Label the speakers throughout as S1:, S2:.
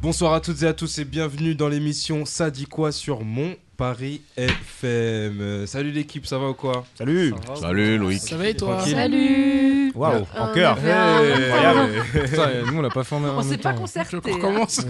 S1: Bonsoir à toutes et à tous et bienvenue dans l'émission Ça dit quoi sur mon Paris FM. Euh, Salut l'équipe, ça va ou quoi
S2: Salut
S3: Salut Loïc.
S4: Ah, Ça va et toi
S1: Tranquille.
S5: Salut
S2: Waouh, en cœur
S1: Incroyable.
S3: Putain, nous on l'a pas formé en
S5: On
S3: même
S5: s'est pas
S3: temps.
S5: concerté.
S4: Je
S5: hein.
S4: recommence.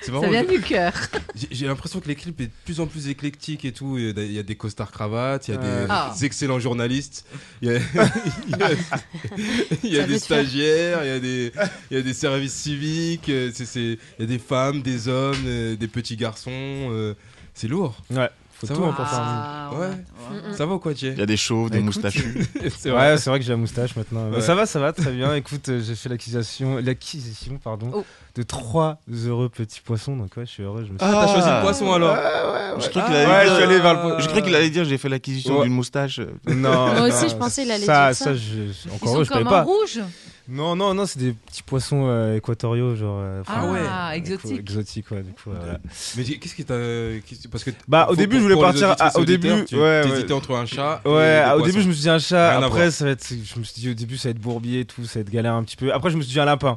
S1: C'est
S5: Ça
S1: marrant,
S5: vient du cœur.
S1: j'ai- j'ai l'impression que l'équipe est de plus en plus éclectique et tout. Il y a- il y a des costards cravates, il y a des
S4: Euh.
S5: Ah.
S1: excellents journalistes, il y a, il y a- il y a
S5: Ça veut
S1: des
S5: dire.
S1: stagiaires, il y a des, il y a des services civiques, euh, c'est- c'est- il y a des femmes, des hommes, euh, des petits garçons. euh, C'est lourd.
S2: Ouais, faut
S1: Ça
S2: tout
S1: va.
S2: hein, pour faire un
S5: Ah.
S1: Ouais. Ça va ou quoi, Jay
S3: Il y a des chauves, des
S2: Écoute.
S3: moustachus.
S1: Mm. Bah, C'est
S2: zoom.
S1: Bah,
S2: Ouais, c'est vrai que j'ai la moustache maintenant. euh,
S1: Ouais.
S2: Ça va, ça va, très bien. Écoute, euh, j'ai fait l'acquisition, l'acquisition pardon,
S5: Oh.
S2: de trois heureux petits poissons. Donc ouais, je suis heureux. Je me suis...
S1: Ah, t'as choisi le poisson alors Ah.
S3: Je crois qu'il
S2: Ouais,
S3: allait
S2: je
S3: dire-
S2: suis allé vers le.
S3: je crois qu'il allait dire j'ai fait l'acquisition
S2: Ouais.
S3: d'une moustache.
S2: Non.
S4: Moi
S2: non,
S4: aussi, je pensais qu'il allait
S2: ça,
S4: dire ça.
S2: Ça, je-
S5: Ils
S2: encore
S5: sont
S2: heureux, je
S5: comme
S2: savais
S5: en
S2: pas.
S5: rouge.
S2: Non, non, non, c'est des petits poissons euh, équatoriaux, genre. euh,
S5: Ah,
S2: enfin,
S1: ouais.
S2: euh,
S5: exotique.
S2: Exotique, ouais, du coup. euh, voilà.
S1: Mais dis- qu'est-ce qui t'a. qu'est-ce- Parce que.
S2: Bah, au
S1: faut-
S2: début,
S1: pour-
S2: je voulais
S1: pour les
S2: partir.
S1: auditrices,
S2: à- Au début,
S1: auditeurs,
S2: ouais,
S1: tu-
S2: ouais.
S1: T'hésitais entre un chat. et
S2: Ouais,
S1: des
S2: au
S1: poissons.
S2: début je me suis dit un chat,
S1: Rien à
S2: après
S1: voir.
S2: ça va être, je me suis dit au début ça va être bourbier et tout, ça va être galère un petit peu. Après je me suis dit un lapin.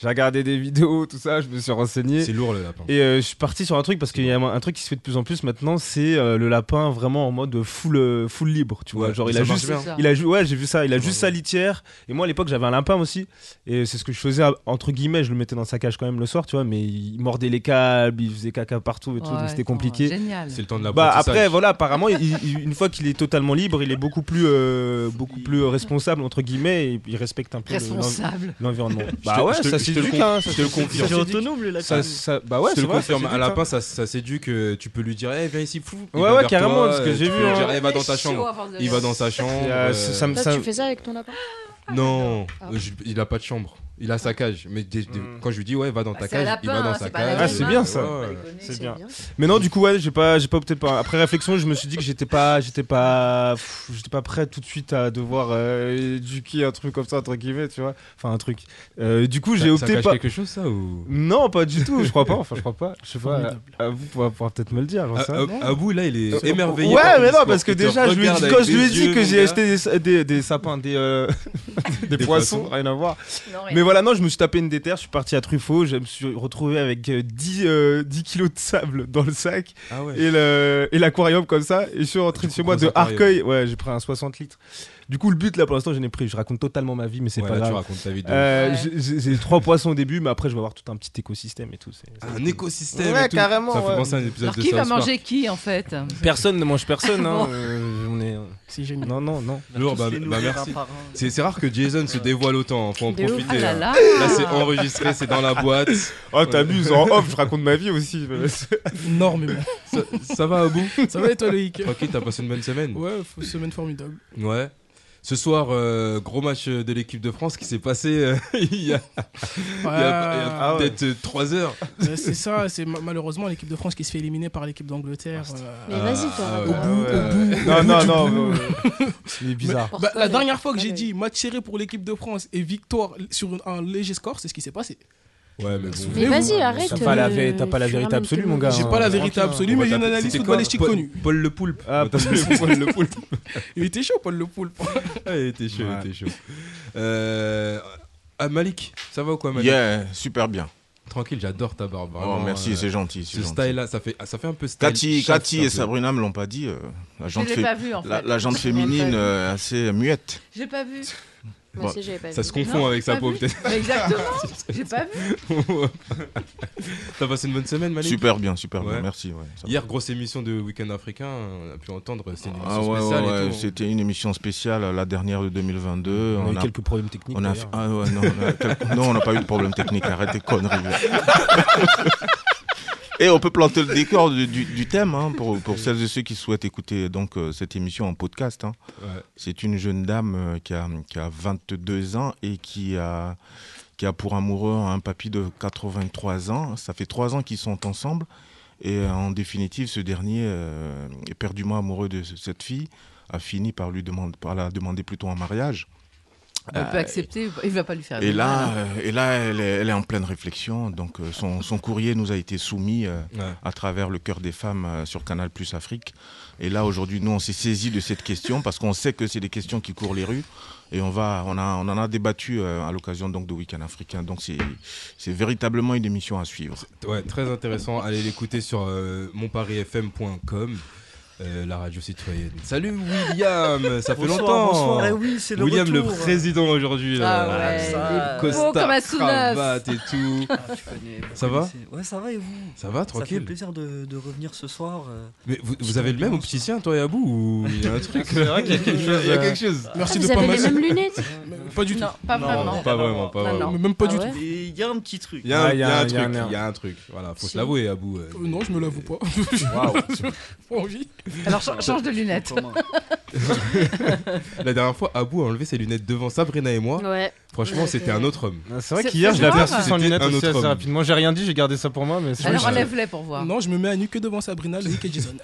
S2: J'ai regardé des vidéos, tout ça, je me suis renseigné.
S1: C'est lourd le lapin.
S2: Et euh, je suis parti sur un truc parce qu'il y a un, un truc qui se fait de plus en plus maintenant, c'est euh, le lapin vraiment en mode full, euh, full libre, tu vois.
S1: Ouais,
S2: genre il
S1: ça
S2: a
S1: marche
S2: juste,
S1: bien.
S5: C'est ça.
S2: il a ju- ouais j'ai vu ça, il a
S1: Ça
S2: juste sa
S1: marche bien.
S2: litière. Et moi à l'époque j'avais un lapin aussi, et c'est ce que je faisais à- entre guillemets, je le mettais dans sa cage quand même le soir, tu vois. Mais il mordait les câbles, il faisait caca partout et tout, donc
S5: Ouais,
S2: c'était
S5: attends,
S2: compliqué.
S5: Génial.
S1: C'est le temps de la
S2: Bah après voilà apparemment il- il- une fois qu'il est totalement libre il est beaucoup plus euh, beaucoup plus responsable entre guillemets et il respecte un peu le-
S5: Responsable.
S2: l'en- l'environnement.
S1: Je
S2: Bah
S1: te-
S2: ouais
S1: je te-
S2: ça
S1: je
S2: c'est
S1: te le
S2: du
S1: con-
S2: cas,
S1: je te le confirme.
S2: C'est autonome ça, ça- bah ouais
S1: je te
S2: c'est
S1: le
S2: vrai,
S1: confirme,
S2: ça
S1: un
S2: séduit,
S1: lapin ça, ça séduit que tu peux lui dire, eh viens ici, flou. il
S2: Ouais,
S1: va
S2: ouais,
S1: vers toi,
S2: carrément, parce que
S1: euh,
S2: j'ai vu,
S1: tu peux lui
S2: hein.
S1: dire, eh, va dans ta
S5: Chaud
S1: chambre.
S5: à force de
S1: Il va dans sa chambre.
S2: ça. Et, euh,
S1: euh,
S2: ça me-
S4: Toi,
S2: ça-
S4: tu fais ça avec ton lapin
S1: Non,
S4: Ah.
S1: euh, je- il a pas de chambre. Il a sa cage. Mais des- des-
S2: Hmm.
S1: quand je lui dis, ouais, va dans
S5: Bah,
S1: ta
S5: c'est un
S1: cage, il va
S5: lapin,
S1: dans
S5: hein,
S1: sa
S5: c'est pas un
S1: cage.
S2: Ah, c'est bien, ça.
S1: Ouais, ouais.
S2: c'est bien. Mais non du coup ouais j'ai pas j'ai pas opté par après réflexion je me suis dit que j'étais pas j'étais pas pff, j'étais pas prêt tout de suite à devoir euh, éduquer un truc comme ça entre guillemets tu vois enfin un truc. Euh, du coup j'ai
S1: Ça- ça
S2: opté
S1: cache
S2: pas
S1: quelque chose ça ou
S2: non, pas du tout, je crois pas, enfin je crois pas, je sais pas, à vous pourrez pouvoir peut-être me le dire, j'en sais rien.
S1: Ab- Abou ah, là il
S2: Euh,
S1: est émerveillé. par
S2: Ouais,
S1: ton
S2: mais non,
S1: discours.
S2: parce que
S1: Il te
S2: déjà, je lui ai
S1: regarde
S2: dit,
S1: avec
S2: quand je lui ai
S1: des
S2: dit
S1: yeux,
S2: que
S1: mon
S2: j'ai
S1: gars.
S2: acheté des, des, des sapins, des, euh, des,
S1: Des
S2: poissons,
S1: poissons.
S2: rien à voir. Mais voilà, non, je me suis tapé une déterre, je suis parti à Truffaut, je me suis retrouvé avec euh, 10, euh, 10 kilos de sable dans le sac
S1: Ah ouais.
S2: et le- et l'aquarium comme ça. Et je suis rentré
S1: Tu
S2: de chez moi
S1: prends
S2: de
S1: un aquarium.
S2: Arcueil, ouais, j'ai pris un 60 litres. Du coup, le but là pour l'instant, je n'ai pris, je raconte totalement ma vie, mais c'est
S1: Ouais,
S2: pas
S1: là, tu
S2: grave.
S1: racontes ta vie de-
S2: Euh,
S5: Ouais.
S2: j'ai- J'ai j'ai trois poissons au début, mais après, je vais avoir tout un petit écosystème et tout. c'est-
S1: Ah, Un écosystème.
S2: Ouais,
S1: et tout.
S2: carrément,
S1: Ça fait
S2: ouais.
S1: penser à un épisode
S5: Alors
S1: de
S5: qui va
S1: South Park.
S5: manger qui en fait
S2: Personne ne mange personne, hein,
S5: Bon.
S2: euh, on est.
S4: Si j'ai
S2: Non, non, non.
S1: Lourd, bah, bah, merci. C'est c'est rare que Jason se dévoile autant, hein, faut en
S4: De ouf.
S1: profiter. hein.
S5: Ah là là.
S1: Là, c'est enregistré, c'est dans la boîte.
S2: Oh, t'abuses, en off, je raconte ma vie aussi.
S4: Énormément.
S1: Ça, ça va, Abou
S4: Ça va et toi, Loïc
S1: Tranquille, t'as passé une bonne semaine
S4: Ouais, faut- semaine formidable.
S1: Ouais. Ce soir, euh, gros match euh, de l'équipe de France qui s'est passé euh, il y a, il y a- il y a
S2: Ah ouais.
S1: peut-être 3 heures.
S4: Euh, c'est ça, c'est ma- malheureusement l'équipe de France qui se fait éliminer par l'équipe d'Angleterre. euh,
S1: Ah,
S6: Mais vas-y, toi.
S1: ah
S6: raconte.
S1: ouais.
S2: Non, non, non. Il est bizarre.
S4: bah,
S6: Pourquoi
S4: la
S6: le-
S4: dernière fois que
S6: Ah
S4: j'ai
S6: oui.
S4: dit match serré pour l'équipe de France et victoire sur une- un léger score, c'est ce qui s'est passé.
S1: Ouais, mais bon.
S6: Mais
S4: Mais
S6: vas-y,
S2: vous,
S6: arrête.
S2: t'as pas la
S6: euh,
S2: vé- t'as pas la
S6: tu
S2: vérité
S6: ramènes
S2: absolue,
S6: tout le
S2: mon gars.
S6: monde.
S4: J'ai pas la vérité
S2: franchement,
S4: absolue,
S1: On
S4: mais
S1: va
S4: j'ai une
S1: taper-
S4: analyse
S1: c'était quoi,
S4: footballistique
S1: Paul-
S4: connue.
S1: Paul le Poulpe.
S2: Ah,
S1: On va
S2: Paul
S1: taper- Paul le Poulpe.
S4: Il était chaud, Paul Le Poulpe.
S1: Ah, il était chaud,
S2: Ouais.
S1: il était chaud. Euh, ah, Malik, ça va ou quoi, Malik
S3: Yeah, super bien.
S1: Tranquille, j'adore ta barbe.
S3: Oh,
S1: vraiment,
S3: merci,
S1: euh,
S3: c'est gentil. c'est
S1: Ce
S3: gentil.
S1: style-là, ça fait, ah, ça fait un peu style.
S3: Cathy,
S1: chasse,
S3: Cathy
S1: un
S3: et
S1: peu.
S3: Sabrina me l'ont pas dit. euh, la
S5: Je
S3: jante
S5: l'ai
S3: fé-
S5: pas vu en fait.
S3: la- la jante féminine euh, assez muette.
S5: J'ai pas vu.
S6: Moi aussi, j'avais pas
S1: Ça
S6: vu. Bah,
S1: se confond
S5: Non,
S1: avec sa
S5: pas
S1: peau,
S5: vu.
S1: peut-être.
S5: Mais exactement. J'ai pas vu.
S1: T'as passé une bonne semaine, Malik
S3: Super bien, super
S1: Ouais.
S3: bien. Merci. ouais, ça va.
S1: Hier, grosse émission de Week-end Africain, on a pu entendre, c'était une émission
S3: Ah ouais,
S1: spéciale
S3: ouais, ouais,
S1: et tout. hein.
S3: c'était une émission spéciale, la dernière de 2022.
S2: On a eu
S3: on a-
S2: quelques problèmes techniques.
S3: on a fait- ah ouais, non, on a quel- non, on n'a pas eu de problème technique, arrête tes conneries. là. Et on peut planter le décor du, du- du thème hein, pour, pour celles et ceux qui souhaitent écouter donc, euh, cette émission en podcast. hein.
S1: Ouais.
S3: C'est une jeune dame euh, qui a, qui a 22 ans et qui a, qui a pour amoureux un papy de 83 ans. Ça fait trois ans qu'ils sont ensemble. Et euh, en définitive, ce dernier, euh, éperdument amoureux de ce- cette fille, a fini par, lui demander, par la demander plutôt en mariage.
S5: On
S1: Bah,
S5: peut
S3: Euh,
S5: accepter, il va pas lui faire.
S3: Et
S5: de mal. hein.
S3: là, euh, et là elle, est, elle est en pleine réflexion. Donc, euh, son, son courrier nous a été soumis euh,
S1: Ouais.
S3: à travers le cœur des femmes euh, sur Canal Plus Afrique. Et là, aujourd'hui, nous, on s'est saisi de cette question parce qu'on sait que c'est des questions qui courent les rues. Et on, va, on, a, on en a débattu euh, à l'occasion donc de Week-end africain. Donc, c'est c'est véritablement une émission à suivre.
S1: Ouais, très intéressant. Allez l'écouter sur euh, monparisfm.com, euh, la radio citoyenne. Salut William, ça fait longtemps.
S6: Bonsoir, eh oui, c'est le
S1: William
S6: retour.
S1: le président aujourd'hui. là.
S5: Ah ouais,
S6: ça-
S5: il est beau comme un sounaf.
S1: cravate et tout.
S6: Ah, tu connais- vous
S1: Ça va
S6: connaissez. Ouais, ça va et vous
S1: Ça va,
S6: Ça fait
S1: tranquille.
S6: plaisir de, de revenir ce soir. euh.
S1: Mais vous, vous avez le même opticien, toi et Abou ou il y a un truc
S2: C'est vrai qu'il y a quelque chose,
S1: Il y a
S2: euh,
S1: quelque chose.
S4: Merci
S7: vous
S4: de pas
S7: avez les
S4: masser.
S7: mêmes lunettes
S6: Euh,
S4: Pas du tout.
S5: Non, pas vraiment.
S1: Pas vraiment, pas
S5: Non,
S1: vraiment.
S5: non.
S4: Même pas du
S5: Ah
S4: tout.
S5: ouais
S6: Et il y a un petit truc.
S1: Il y a, un-
S2: Ouais,
S1: il y a un
S2: il
S1: truc,
S2: y a un air.
S1: il y a un truc. Voilà, faut
S5: Si.
S1: se l'avouer, Abou. euh,
S4: Euh, Non, je me l'avoue pas.
S2: Waouh.
S4: Pas envie.
S5: Alors cha- change de lunettes.
S6: Commun.
S1: La dernière fois, Abou a enlevé ses lunettes devant Sabrina et moi.
S7: Ouais.
S1: Franchement, c'était un autre homme.
S2: Ah, C'est vrai
S5: C'est-
S2: qu'hier,
S5: c'est hein.
S2: je l'ai
S5: grave.
S2: aperçu sans
S1: C'était
S2: lunettes
S1: un
S2: aussi
S1: autre
S2: assez
S1: homme.
S2: rapidement. J'ai rien dit, j'ai gardé ça pour moi, mais c'est
S5: Alors
S2: vrai que-
S5: enlève-les pour voir.
S4: Non, je me mets à nu que devant Sabrina, Loïc et Jason.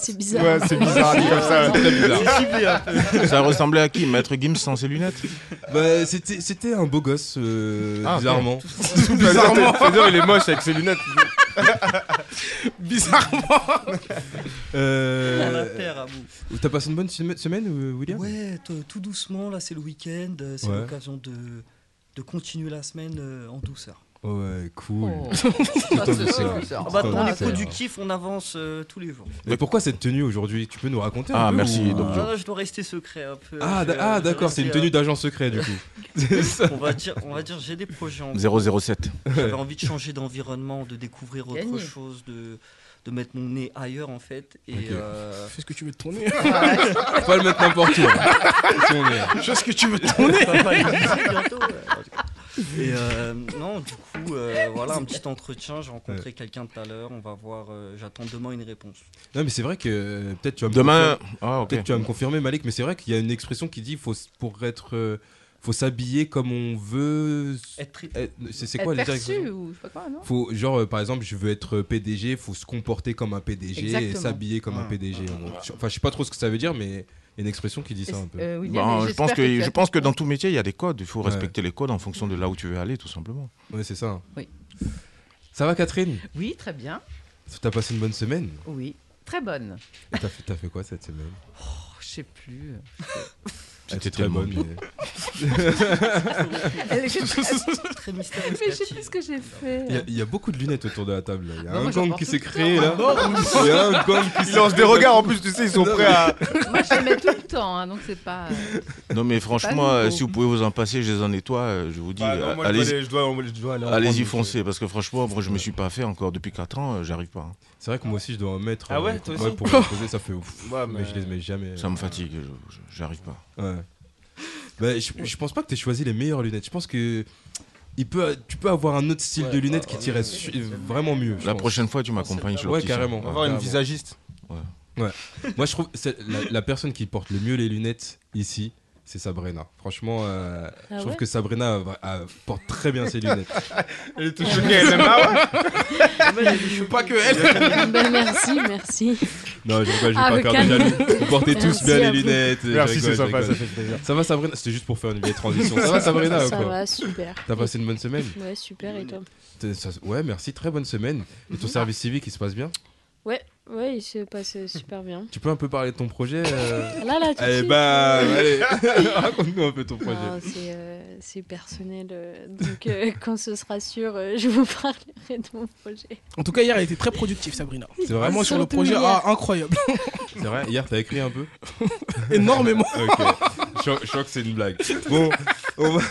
S7: C'est bizarre.
S2: Ouais, c'est bizarre, dit comme ça.
S1: Très bizarre.
S3: Ça ressemblait à qui Maître Gims sans ses lunettes
S1: Bah, c'était c'était un beau gosse, euh,
S2: Ah, ok.
S1: bizarrement.
S2: Bizarrement. C'est-à-dire, il est moche avec ses lunettes.
S4: Bizarrement.
S6: On la
S1: Euh,
S6: perd à bout.
S1: T'as passé une bonne sem- semaine, euh, William
S6: Ouais, t- tout doucement, là c'est le week-end, euh, c'est
S1: Ouais.
S6: l'occasion de, de continuer la semaine euh, en douceur.
S1: Ouais, cool.
S5: Oh.
S1: Tout en
S5: Ça,
S1: douceur.
S5: c'est sûr.
S1: Tout en
S6: Bah, on est
S1: douceur.
S6: productif, on avance euh, tous les jours.
S1: Mais pourquoi cette tenue aujourd'hui Tu peux nous raconter un
S3: Ah,
S1: peu,
S3: merci,
S1: ou- euh,
S3: donc,
S6: Ah,
S3: Bonjour.
S6: là, je dois rester secret un peu.
S1: Ah,
S6: Je vais-
S1: d- ah,
S6: je vais
S1: d'accord, c'est une
S6: rester,
S1: tenue d'agent secret du coup.
S6: euh, On va dire, on va dire j'ai des projets en
S3: 007.
S6: J'avais envie de changer d'environnement, de découvrir autre
S5: Gagné.
S6: chose, de, de mettre mon nez ailleurs en fait. Et
S1: Ok.
S6: euh,
S4: Fais ce que tu veux de ton nez.
S1: Faut pas le mettre n'importe où. hein. Si on est-
S4: Fais ce que tu veux de ton
S6: on va pas le dire bientôt, euh, en tout cas. Et euh, non, du coup, euh, voilà un petit entretien. J'ai rencontré quelqu'un tout à l'heure. On va voir. euh, J'attends demain une réponse.
S1: Non, mais c'est vrai que euh, peut-être tu vas me
S3: Demain.
S1: confirmer-
S3: Ah, ok.
S1: peut-être tu vas me confirmer Malik, mais c'est vrai qu'il y a une expression qui dit faut s- pour être euh, faut s'habiller comme on veut. s-
S6: Être traité.
S1: eh, C'est c'est quoi
S5: Être
S1: les
S5: perçu ou je sais pas quoi, non
S1: Faut, genre, euh, par exemple, je veux être euh, PDG, faut se comporter comme un PDG et
S5: Exactement.
S1: s'habiller comme un
S3: Ah.
S1: PDG. en gros. Je- Enfin, je sais pas trop ce que ça veut dire, mais il y a une expression qui dit ça un peu.
S5: Euh,
S3: Bon,
S5: William,
S3: Bah, Ben, je
S5: j'espère
S3: pense que,
S5: tu
S3: je
S5: as-
S3: pense que dans tout métier, il y a des codes. Il faut
S1: Ouais.
S3: respecter les codes en fonction de là où tu veux aller, tout simplement.
S1: Ouais, c'est ça.
S5: Oui.
S1: Ça va, Catherine
S5: Oui, très bien.
S1: T'as passé une bonne semaine
S5: Oui, très bonne.
S1: Et T'as fait, t'as fait quoi cette semaine
S5: Oh, je sais plus.
S1: C'était
S3: tellement
S1: mais-
S5: Elle est- je-
S6: Très mystérieux.
S5: Mais je sais plus ce que j'ai fait.
S1: Il y a- il y, a beaucoup de lunettes autour de la table. là. Il y a
S5: Non,
S1: un
S5: moi,
S1: gang
S5: j'apporte
S1: qui
S5: tout
S1: s'est
S5: le temps.
S1: créé là. Il y a un gang qui s'est-
S2: Ils lancent des regards en plus, tu sais, ils sont prêts à.
S5: Moi, je les mets tout le temps, hein, donc c'est pas. euh,
S3: Non, mais franchement, euh,
S5: nouveau.
S3: si vous pouvez vous en passer, je les en nettoie. euh, Je vous dis, euh, allez-y
S2: Bah, je dois, je dois aller.
S3: allez-y, foncez. Parce que franchement, moi, je me suis pas fait encore depuis 4 ans. euh, J'arrive pas. hein.
S1: C'est vrai que moi aussi, je dois en mettre.
S2: Ah ouais,
S1: euh,
S2: toi
S1: ouais,
S2: aussi
S1: Pour me poser, ça fait ouf.
S2: Ouais,
S1: mais...
S2: mais-
S1: je les mets jamais. euh, Ah,
S3: Ça me fatigue. je- je- J'arrive pas.
S1: Ouais. Bah, je, je pense pas que t'aies choisi les meilleures lunettes. Je pense que il peut, tu peux avoir un autre style de
S2: bah,
S1: lunettes qui t'irait su- vraiment mieux. je
S3: La
S1: pense.
S3: prochaine fois, tu m'accompagnes
S6: Ouais,
S3: chez l'opticien.
S1: carrément.
S2: On va voir une
S1: Carrément.
S2: visagiste.
S1: Moi, je trouve c'est la, la personne qui porte le mieux les lunettes ici, c'est Sabrina. Franchement, euh,
S7: Ah
S1: je trouve
S7: ouais
S1: que Sabrina euh, vra- euh, porte très bien ses lunettes.
S2: Elle est tout choquée, elle même. Ah ouais
S3: Pas que elle.
S7: Ben, merci, merci.
S1: Non, je rigole, je vais
S7: Ah,
S1: pas
S7: le
S1: faire
S7: calme.
S1: de jaloux. Vous portez tous
S7: Merci
S1: bien
S7: à
S1: les
S7: vous.
S1: lunettes. Je
S2: Merci,
S1: rigole,
S2: c'est
S1: je
S2: sympa,
S1: rigole.
S2: ça fait plaisir.
S1: Ça va Sabrina C'était juste pour faire une vieille transition. Ça va Sabrina ou
S7: Ça
S1: quoi
S7: va, super.
S1: T'as passé une bonne semaine
S7: Ouais, super, et toi
S1: T'es- ça- Ouais, merci, très bonne semaine. Et ton service civique, il se passe bien
S7: Ouais, ouais, il se passe euh, super bien.
S1: Tu peux un peu parler de ton projet euh,
S7: Là, là, tout de
S1: Allez,
S7: suite.
S1: bah, allez, raconte-nous un peu ton projet.
S7: Non, c'est, euh, c'est personnel, euh, donc euh, quand ce sera sûr, euh, je vous parlerai de mon projet.
S4: En tout cas, hier, elle était très productive, Sabrina.
S1: C'est vrai,
S4: Vraiment sur le
S7: Surtout
S4: projet,
S7: hier.
S4: ah, incroyable.
S1: c'est vrai. Hier, t'as écrit un peu
S4: Énormément.
S1: Ok. Je, je crois que c'est une blague. Bon, on va-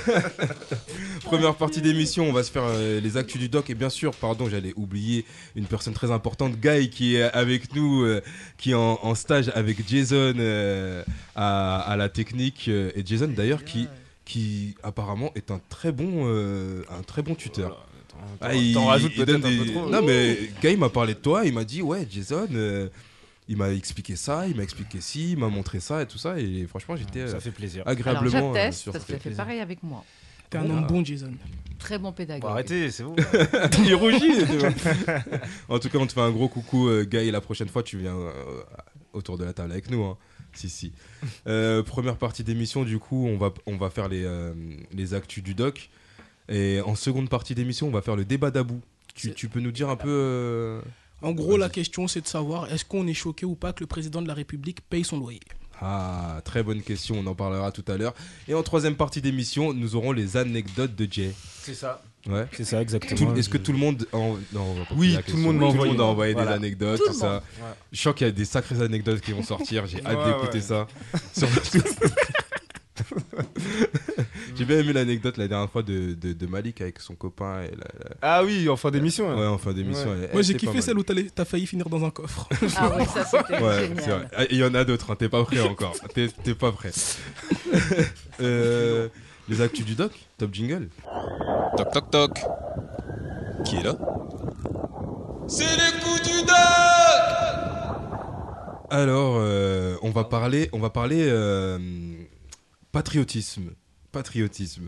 S1: Première partie d'émission, on va se faire euh, les actus du doc. Et bien sûr, pardon, j'allais oublier une personne très importante, Guy, qui est avec nous, euh, qui est en, en stage avec Jason euh, à, à la technique. euh, et Jason, d'ailleurs, qui, qui apparemment est un très bon, euh, un très bon tuteur. Ah, il,
S2: T'en rajoutes
S1: il
S2: peut-être
S1: donne
S2: un peu
S1: des-
S2: trop.
S1: Non, mais Guy m'a parlé de toi, il m'a dit Ouais, Jason, euh, il m'a expliqué ça, il m'a expliqué ci, il m'a montré ça et tout ça. Et franchement, j'étais euh,
S2: fait plaisir.
S5: Alors,
S1: agréablement. euh,
S5: j'atteste,
S1: surpris.
S5: parce que ça fait pareil avec moi.
S4: T'es un homme bon, Jason.
S5: Très bon pédagogue.
S1: Bah,
S2: Bon, arrêtez, c'est vous.
S1: Il rougit. tu vois. en tout cas, on te fait un gros coucou, euh, Guy. Et la prochaine fois, tu viens euh, autour de la table avec nous. hein. Si, si. Euh, première partie d'émission, du coup, on va, on va faire les, euh, les actus du doc. Et en seconde partie d'émission, on va faire le débat d'Abou. Tu,
S4: C'est-
S1: tu peux nous dire un peu. euh,
S4: En gros, la question, c'est de savoir est-ce qu'on est choqué ou pas que le président de la République paye son loyer
S1: Ah, très bonne question, on en parlera tout à l'heure. Et en troisième partie d'émission, nous aurons les anecdotes de Jay.
S2: C'est ça.
S1: Ouais.
S2: C'est ça,
S1: Tout-
S2: exactement.
S1: Est-ce que tout le monde. en- non, on va pas
S2: Oui,
S1: poser la
S2: tout le
S1: question.
S2: monde m'a
S1: Tout
S2: envoyé.
S1: a envoyé
S2: Voilà.
S1: des anecdotes,
S5: Tout
S1: tout,
S5: le
S1: ça. Je sens qu'il y a des sacrées anecdotes qui vont sortir, j'ai hâte
S2: Ouais,
S1: d'écouter
S2: ouais.
S1: ça. Surtout. j'ai bien aimé l'anecdote la dernière fois de, de- de Malik avec son copain. Et la-
S2: Ah oui, en fin d'émission.
S1: la-
S2: hein.
S1: Ouais, en fin d'émission. elle-
S4: Moi,
S1: elle
S4: j'ai
S1: était pas
S4: kiffé
S1: mal.
S4: celle où t'as les- t'as failli finir dans un coffre.
S5: Ah oui, ça c'était
S1: Ouais, c'est vrai.
S5: génial.
S1: Ah, Il y en a d'autres, hein, t'es pas prêt encore. T'es t'es pas prêt. Euh, les actus du doc, top jingle.
S8: Toc toc toc. Qui est là C'est les coups du doc
S1: Alors, euh, on va parler, on va parler euh, patriotisme. Patriotisme.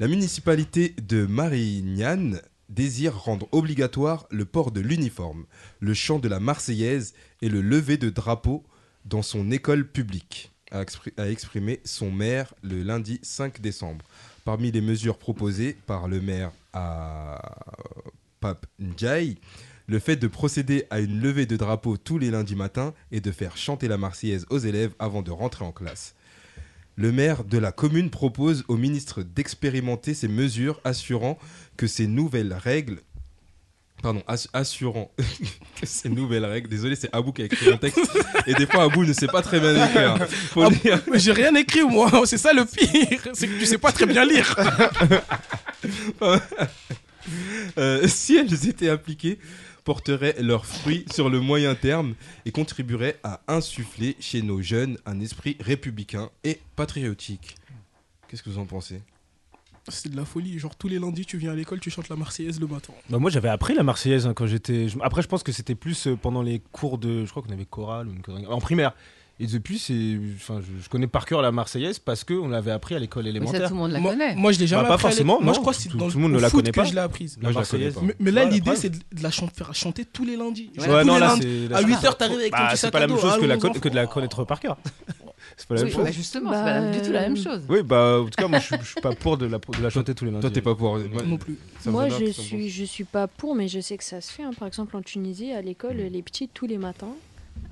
S1: La municipalité de Marignane désire rendre obligatoire le port de l'uniforme, le chant de la Marseillaise et le lever de drapeau dans son école publique, a, expri- a exprimé son maire le lundi 5 décembre. Parmi les mesures proposées par le maire à euh, Pape Ndiaye, le fait de procéder à une levée de drapeau tous les lundis matins et de faire chanter la Marseillaise aux élèves avant de rentrer en classe. Le maire de la commune propose au ministre d'expérimenter ces mesures, assurant que ces nouvelles règles. Pardon, ass- assurant que ces nouvelles règles. Désolé, c'est Abou qui a écrit mon texte. Et des fois, Abou ne sait pas très bien écrire. hein. Faut
S4: Ah,
S1: le dire.
S4: Mais j'ai rien écrit, moi. C'est ça le pire. C'est que tu sais pas très bien lire.
S1: Euh, si elles étaient appliquées, porteraient leurs fruits sur le moyen terme et contribueraient à insuffler chez nos jeunes un esprit républicain et patriotique. Qu'est-ce que vous en pensez
S4: C'est de la folie. Genre, tous les lundis, tu viens à l'école, tu chantes la Marseillaise le matin.
S2: Bah, moi, j'avais appris la Marseillaise hein, quand j'étais. je- Après, je pense que c'était plus euh, pendant les cours de. Je crois qu'on avait chorale ou une connerie- En primaire. Et depuis, c'est. Enfin, je, je connais par cœur la Marseillaise parce qu'on l'avait appris à l'école
S5: Mais ça,
S2: élémentaire.
S5: tout le monde la
S4: moi,
S5: connaît.
S4: moi, je l'ai jamais
S2: Bah, pas
S4: appris à
S2: forcément,
S4: l'école. Moi, je
S2: non.
S4: crois que c'est
S2: Tout-
S4: dans
S2: tout le monde
S4: au
S2: ne la
S4: foot
S2: connaît
S4: que
S2: pas.
S4: je l'ai apprise.
S1: Moi, je la connais pas.
S4: Mais, mais là,
S2: Voilà,
S4: l'idée,
S2: preuve.
S4: c'est de de la chan- faire chanter tous les lundis.
S5: Ouais,
S4: Genre,
S2: Ouais,
S4: tous
S2: non,
S4: les
S2: là,
S4: lundis.
S2: c'est.
S4: À
S2: là,
S4: 8h, t'arrives avec ton
S2: Bah,
S4: petit
S2: c'est
S4: sac
S2: pas
S4: à
S2: la
S4: dos.
S2: même chose que,
S4: Allons,
S2: la
S4: les
S2: con-
S4: enfants.
S2: que de la connaître par cœur. c'est pas la
S5: Oui,
S2: même chose.
S5: bah, justement,
S7: Bah,
S5: c'est pas la- du tout la
S7: euh,
S5: même chose.
S2: Oui, bah, en tout cas, moi, je suis- je suis pas pour de la, de la chanter tous les lundis.
S1: Toi, t'es pas pour.
S4: Non plus.
S1: Ça me
S7: Moi,
S1: donne un
S7: je
S1: petit sentiment.
S7: suis, je suis pas pour, mais je sais que ça se fait. hein. Par exemple, en Tunisie, à l'école,
S1: Mm.
S7: les petits, tous les matins,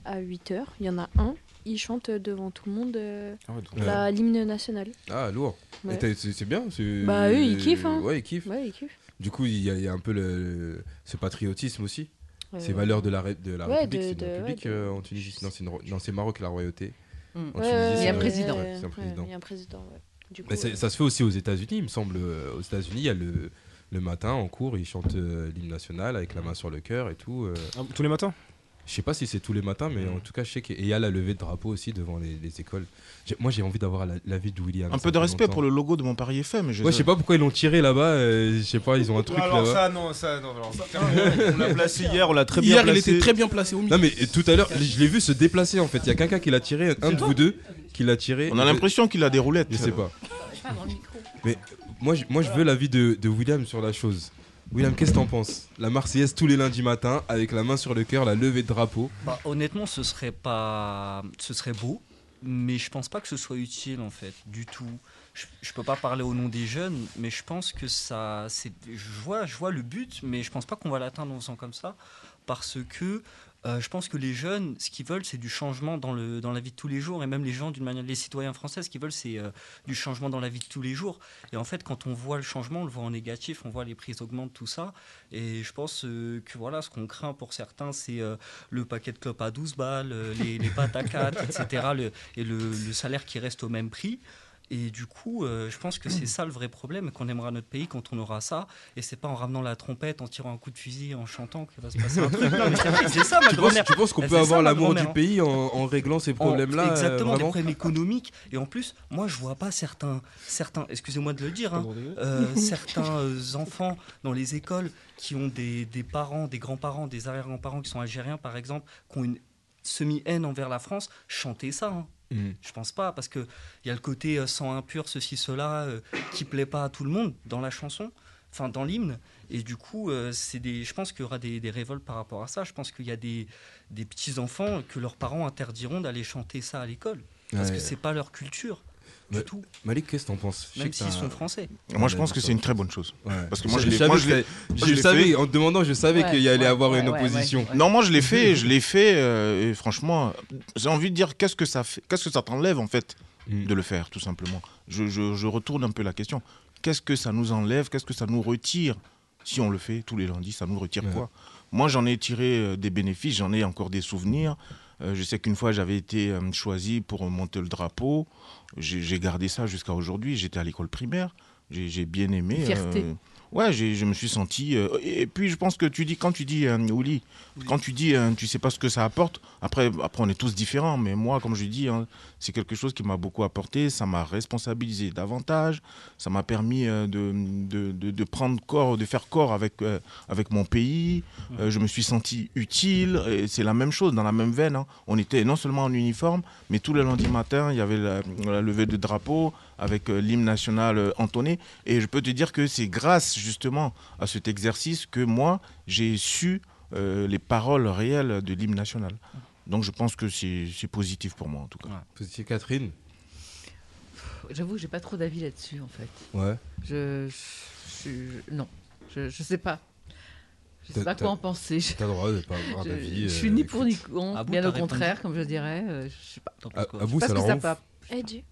S7: à 8h, il y en a un, il chante devant tout le monde euh,
S1: Ah Ouais.
S7: la- l'hymne national.
S1: Ah, lourd.
S7: Ouais.
S1: Et t'as- C'est c'est bien. c'est-
S7: Bah, eux, ils kiffent, hein.
S1: Ouais, ils kiffent.
S7: Ouais, ils kiffent.
S1: Du coup, il y, a- il y a un peu le, ce patriotisme aussi.
S7: Euh,
S1: Ces valeurs de la, ré- de la
S7: ouais,
S1: République.
S7: de-
S1: C'est une
S7: de- ouais,
S1: République
S7: de-
S1: euh, en Tunisie. Non, c'est une ro- Non, c'est Maroc, la royauté.
S5: Mm.
S1: En
S7: ouais,
S1: Tunisie,
S7: ouais,
S5: Il y a
S7: ouais,
S5: un
S1: c'est-
S5: président.
S1: ouais, C'est un
S7: ouais,
S1: président.
S7: Il y a un président, ouais. Du coup,
S1: Mais c'est-
S7: euh,
S1: ça se fait aussi aux États-Unis, il me semble. Euh, Aux États-Unis, il y a le, le matin en cours, ils chantent euh, l'hymne national avec la main sur le cœur et tout. euh.
S2: Ah, Tous les matins
S1: Je sais pas si c'est tous les matins, mais en tout cas, je sais qu'il y a la levée de drapeau aussi devant les, les écoles. J'ai- Moi, j'ai envie d'avoir la, la vie de William.
S3: Un peu de respect pour le logo de Montpellier FM.
S1: Ouais, je sais pas pourquoi ils l'ont tiré là-bas. euh, je sais pas, ils ont un truc là-bas.
S2: non, ça, non, On l'a placé hier, on l'a très bien
S4: Ah, Hier, il
S2: placé.
S4: était très bien placé au milieu.
S1: Non, mais euh, tout à l'heure, je l'ai vu se déplacer en fait. Il y a quelqu'un qui l'a tiré, un de vous deux qui l'a tiré.
S3: On a l'impression qu'il a des roulettes.
S1: Je sais pas.
S5: Pas dans le micro.
S1: Moi, je, moi, je veux l'avis de, de William sur la chose. William, qu'est-ce que t'en penses La Marseillaise tous les lundis matins, avec la main sur le cœur, la levée de drapeau.
S6: Bah, honnêtement, ce serait pas, ce serait beau, mais je pense pas que ce soit utile en fait, du tout. Je, je peux pas parler au nom des jeunes, mais je pense que ça, c'est, je vois, je vois le but, mais je pense pas qu'on va l'atteindre en faisant comme ça, parce que euh, je pense que les jeunes, ce qu'ils veulent, c'est du changement dans le, dans la vie de tous les jours, et même les gens d'une manière, les citoyens français, ce qu'ils veulent, c'est euh, du changement dans la vie de tous les jours. Et en fait, quand on voit le changement, on le voit en négatif, on voit les prises augmentent, tout ça. Et je pense euh, que voilà, ce qu'on craint pour certains, c'est euh, le paquet de clopes à 12 balles, euh, les, les pâtes à 4, etc. le- et le, le salaire qui reste au même prix. Et du coup, euh, je pense que c'est ça le vrai problème, et qu'on aimera notre pays quand on aura ça. Et c'est pas en ramenant la trompette, en tirant un coup de fusil, en chantant qu'il va se passer un truc. Non, mais Ah, c'est vrai, c'est ça ma
S1: Tu penses,
S6: grand-mère.
S1: tu penses qu'on
S6: Elle
S1: peut
S6: fait
S1: avoir
S6: ça, ma
S1: l'amour du
S6: grand-mère, hein.
S1: pays en, en réglant ces
S6: En-
S1: problèmes-là euh,
S6: Exactement, des
S1: vraiment
S6: problèmes économiques. Et en plus, moi, je vois pas certains, certains excusez-moi de le dire, hein, euh, certains euh, enfants dans les écoles qui ont des, des parents, des grands-parents, des arrière-grands-parents qui sont algériens, par exemple, qui ont une semi-haine envers la France, chanter ça. hein.
S1: Mm.
S2: Mhm.
S6: Je pense pas, parce qu'il y a le côté euh, sang impur, ceci, cela, euh, qui plaît pas à tout le monde dans la chanson, enfin dans l'hymne. Et du coup, euh, c'est des, je pense qu'il y aura des, des révoltes par rapport à ça. Je pense qu'il y a des, des petits-enfants que leurs parents interdiront d'aller chanter ça à l'école, parce
S1: Ouais.
S6: que c'est pas leur culture du
S1: Ouais,
S6: tout,
S1: Malik, qu'est-ce que t'en penses Je sais
S6: même
S1: que t'as-
S6: s'ils sont français.
S3: Moi, je pense que c'est une très bonne chose.
S1: Ouais.
S3: Parce que moi,
S1: Ça,
S3: je l'ai-
S1: savais
S3: moi,
S1: que
S3: je l'ai-
S1: t'as-
S3: moi,
S1: je
S3: je
S1: le
S3: l'ai
S1: savais, en te demandant, je savais
S5: Ouais,
S1: qu'il y allait
S5: ouais,
S1: avoir une
S5: ouais, ouais,
S1: opposition.
S5: ouais.
S3: Non, moi je l'ai fait, je l'ai fait, euh, et franchement, j'ai envie de dire qu'est-ce que ça fait, qu'est-ce que ça t'enlève en fait
S1: Mm.
S3: de le faire, tout simplement. Je, je- je retourne un peu la question. Qu'est-ce que ça nous enlève, qu'est-ce que ça nous retire si on le fait tous les lundis, ça nous retire
S1: Ouais.
S3: quoi Moi j'en ai tiré euh, des bénéfices, j'en ai encore des souvenirs. Euh, je sais qu'une fois j'avais été euh, choisi pour monter le drapeau. J'ai j'ai gardé ça jusqu'à aujourd'hui. J'étais à l'école primaire. J'ai j'ai bien aimé.
S5: Fierté.
S3: euh, ouais, j'ai- je me suis senti. euh, et, et puis je pense que tu dis quand tu dis euh, Oli, quand tu dis euh, tu sais pas ce que ça apporte. Après, après on est tous différents. Mais moi, comme je dis, hein, c'est quelque chose qui m'a beaucoup apporté. Ça m'a responsabilisé davantage. Ça m'a permis euh, de, de, de- de prendre corps, de faire corps avec euh, avec mon pays. Euh, je me suis senti utile. et C'est la même chose, dans la même veine. hein. On était non seulement en uniforme, mais tous les lundis matin, il y avait la, la levée de drapeau avec euh, l'hymne national euh, entonné. Et je peux te dire que c'est grâce justement à cet exercice que moi, j'ai su euh, les paroles réelles de l'hymne national. Donc je pense que c'est c'est positif pour moi en tout cas.
S1: Parce que Catherine
S5: Bah, euh, J'avoue que j'ai pas trop d'avis là-dessus, en fait.
S1: Ouais.
S5: Je. je- je- non, je, je sais pas. Je
S1: T'as-
S5: sais pas quoi
S1: t'as-
S5: en penser. Je,
S1: T'as le droit de pas avoir
S5: je-
S1: d'avis.
S5: je
S1: euh,
S5: suis ni pour ni
S1: écoute.
S5: contre,
S6: Ah bon,
S5: bien
S6: t'as
S5: au contraire, comme je dirais. euh, je sais pas.
S6: T'en penses
S1: À,
S6: quoi
S1: à vous,
S5: Parce
S1: ça
S5: que
S1: leur
S5: ça
S1: ronfle.
S5: va.
S7: Eddie,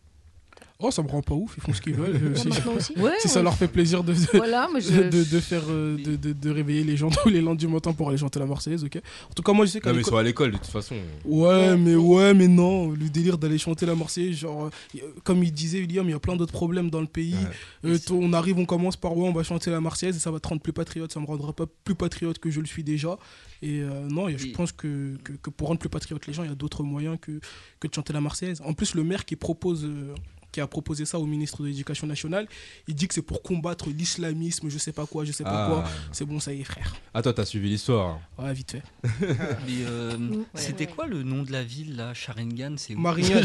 S4: Oh, ça me rend pas ouf, ils font ce qu'ils veulent. euh, si-
S7: maintenant aussi
S5: Ouais,
S4: Si ça leur fait plaisir de, de-
S5: Voilà, moi je.
S4: de, de faire, euh, de, de- de réveiller les gens tous les lundis matin pour aller chanter la Marseillaise, ok En tout cas, moi je sais qu'à
S1: Non, mais ils
S4: l'école-
S1: sont à l'école, de toute façon.
S4: Ouais, mais ouais, mais non, le délire d'aller chanter la Marseillaise, genre, euh, y- euh, comme il disait William, il y a plein d'autres problèmes dans le pays. Euh, t- on arrive, on commence par ouais, on va chanter la Marseillaise et ça va te rendre plus patriote, ça me rendra pas plus patriote que je le suis déjà. Et euh, non, y a- je
S6: Et-
S4: pense que, que, que pour rendre plus patriote les gens, il y a d'autres moyens que, que de chanter la Marseillaise. En plus, le maire qui propose. euh, qui a proposé ça au ministre de l'Éducation nationale, il dit que c'est pour combattre l'islamisme, je sais pas quoi, je sais pas quoi.
S1: Ah.
S4: C'est bon, ça y est, frère.
S1: ah, toi, t'as suivi l'histoire.
S4: Ouais, vite fait.
S6: Mais, euh, c'était
S5: ouais.
S6: quoi le nom de la ville là Sharingan, c'est où
S4: Marignane,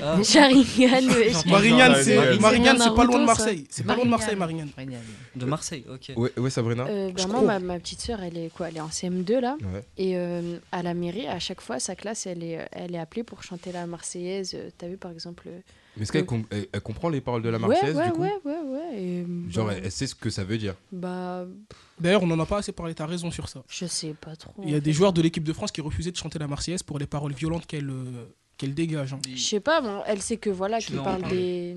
S6: Ah,
S7: Sharingan, ouais.
S6: Genre-
S4: Marignane, c'est
S6: Marignane,
S4: Marignane, c'est pas
S7: Naruto,
S4: loin de
S7: ça.
S4: Marseille. C'est pas loin de Marseille, Marignane.
S6: De Marseille, ok.
S1: Ouais, ouais, Sabrina
S7: Euh, ben
S4: Je
S7: moi,
S4: crois.
S7: ma, ma petite sœur, elle est quoi Elle est en CM2 là.
S1: Ouais.
S7: Et euh, à la mairie, à chaque fois, sa classe, elle est, elle est appelée pour chanter la Marseillaise. Euh, T'as vu par exemple euh,
S1: Mais est-ce qu'elle
S7: Euh.
S1: com- elle- elle comprend les paroles de la Marseillaise,
S7: ouais, ouais,
S1: du coup
S7: ouais, ouais, ouais. Et,
S1: Genre,
S7: bah,
S1: elle, elle sait ce que ça veut dire.
S7: bah,
S4: D'ailleurs, on en a pas assez parlé, t'as raison sur ça.
S7: je sais pas trop.
S4: Il y
S7: en
S4: a
S7: fait.
S4: des joueurs de l'équipe de France qui refusaient de chanter la Marseillaise pour les paroles violentes qu'elle euh, qu'elle dégage. hein.
S7: Je sais pas, bon, elle sait que voilà,
S6: Tu
S7: qu'il
S6: veux en
S7: parle
S6: parler
S7: des.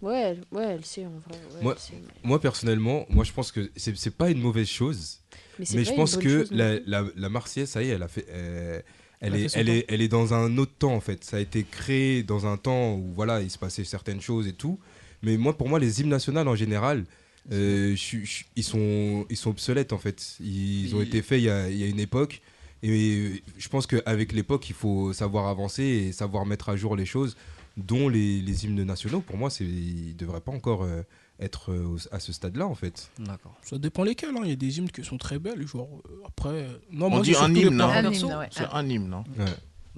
S7: Ouais, elle- ouais, elle sait en vrai. ouais,
S1: Moi-
S7: elle sait.
S1: Moi, personnellement, moi, je pense que c'est c'est pas une mauvaise chose.
S7: c'est
S1: Mais
S7: pas
S1: je
S7: une
S1: pense
S7: bonne
S1: que
S7: chose non
S1: la,
S7: plus.
S1: la, la Marseillaise, ça y est, elle a fait. euh, elle,
S4: Elle a
S1: est,
S4: fait son
S1: elle,
S4: temps.
S1: est, elle est dans un autre temps en fait. Ça a été créé dans un temps où voilà, il se passait certaines choses et tout. Mais moi, pour moi, les hymnes nationales en général, euh, je suis- je suis- ils, sont, ils sont obsolètes en fait. Ils ont
S6: Ils-
S1: été faits il y a, il y a une époque. Et je pense qu'avec l'époque, il faut savoir avancer et savoir mettre à jour les choses, dont les, les hymnes nationaux. Pour moi, c'est- ils ne devraient pas encore euh, être euh, au- à ce stade-là en fait.
S6: D'accord.
S4: Ça dépend lesquels. hein. Il y a des hymnes qui sont très belles. Genre, euh, après, euh, non,
S3: On
S4: moi,
S3: dit
S4: c'est
S3: un
S4: surtout les
S3: hymne, hein.
S4: paroles.
S5: Un
S6: perso,
S5: hymne, ouais.
S3: C'est un hymne, non
S1: Ouais.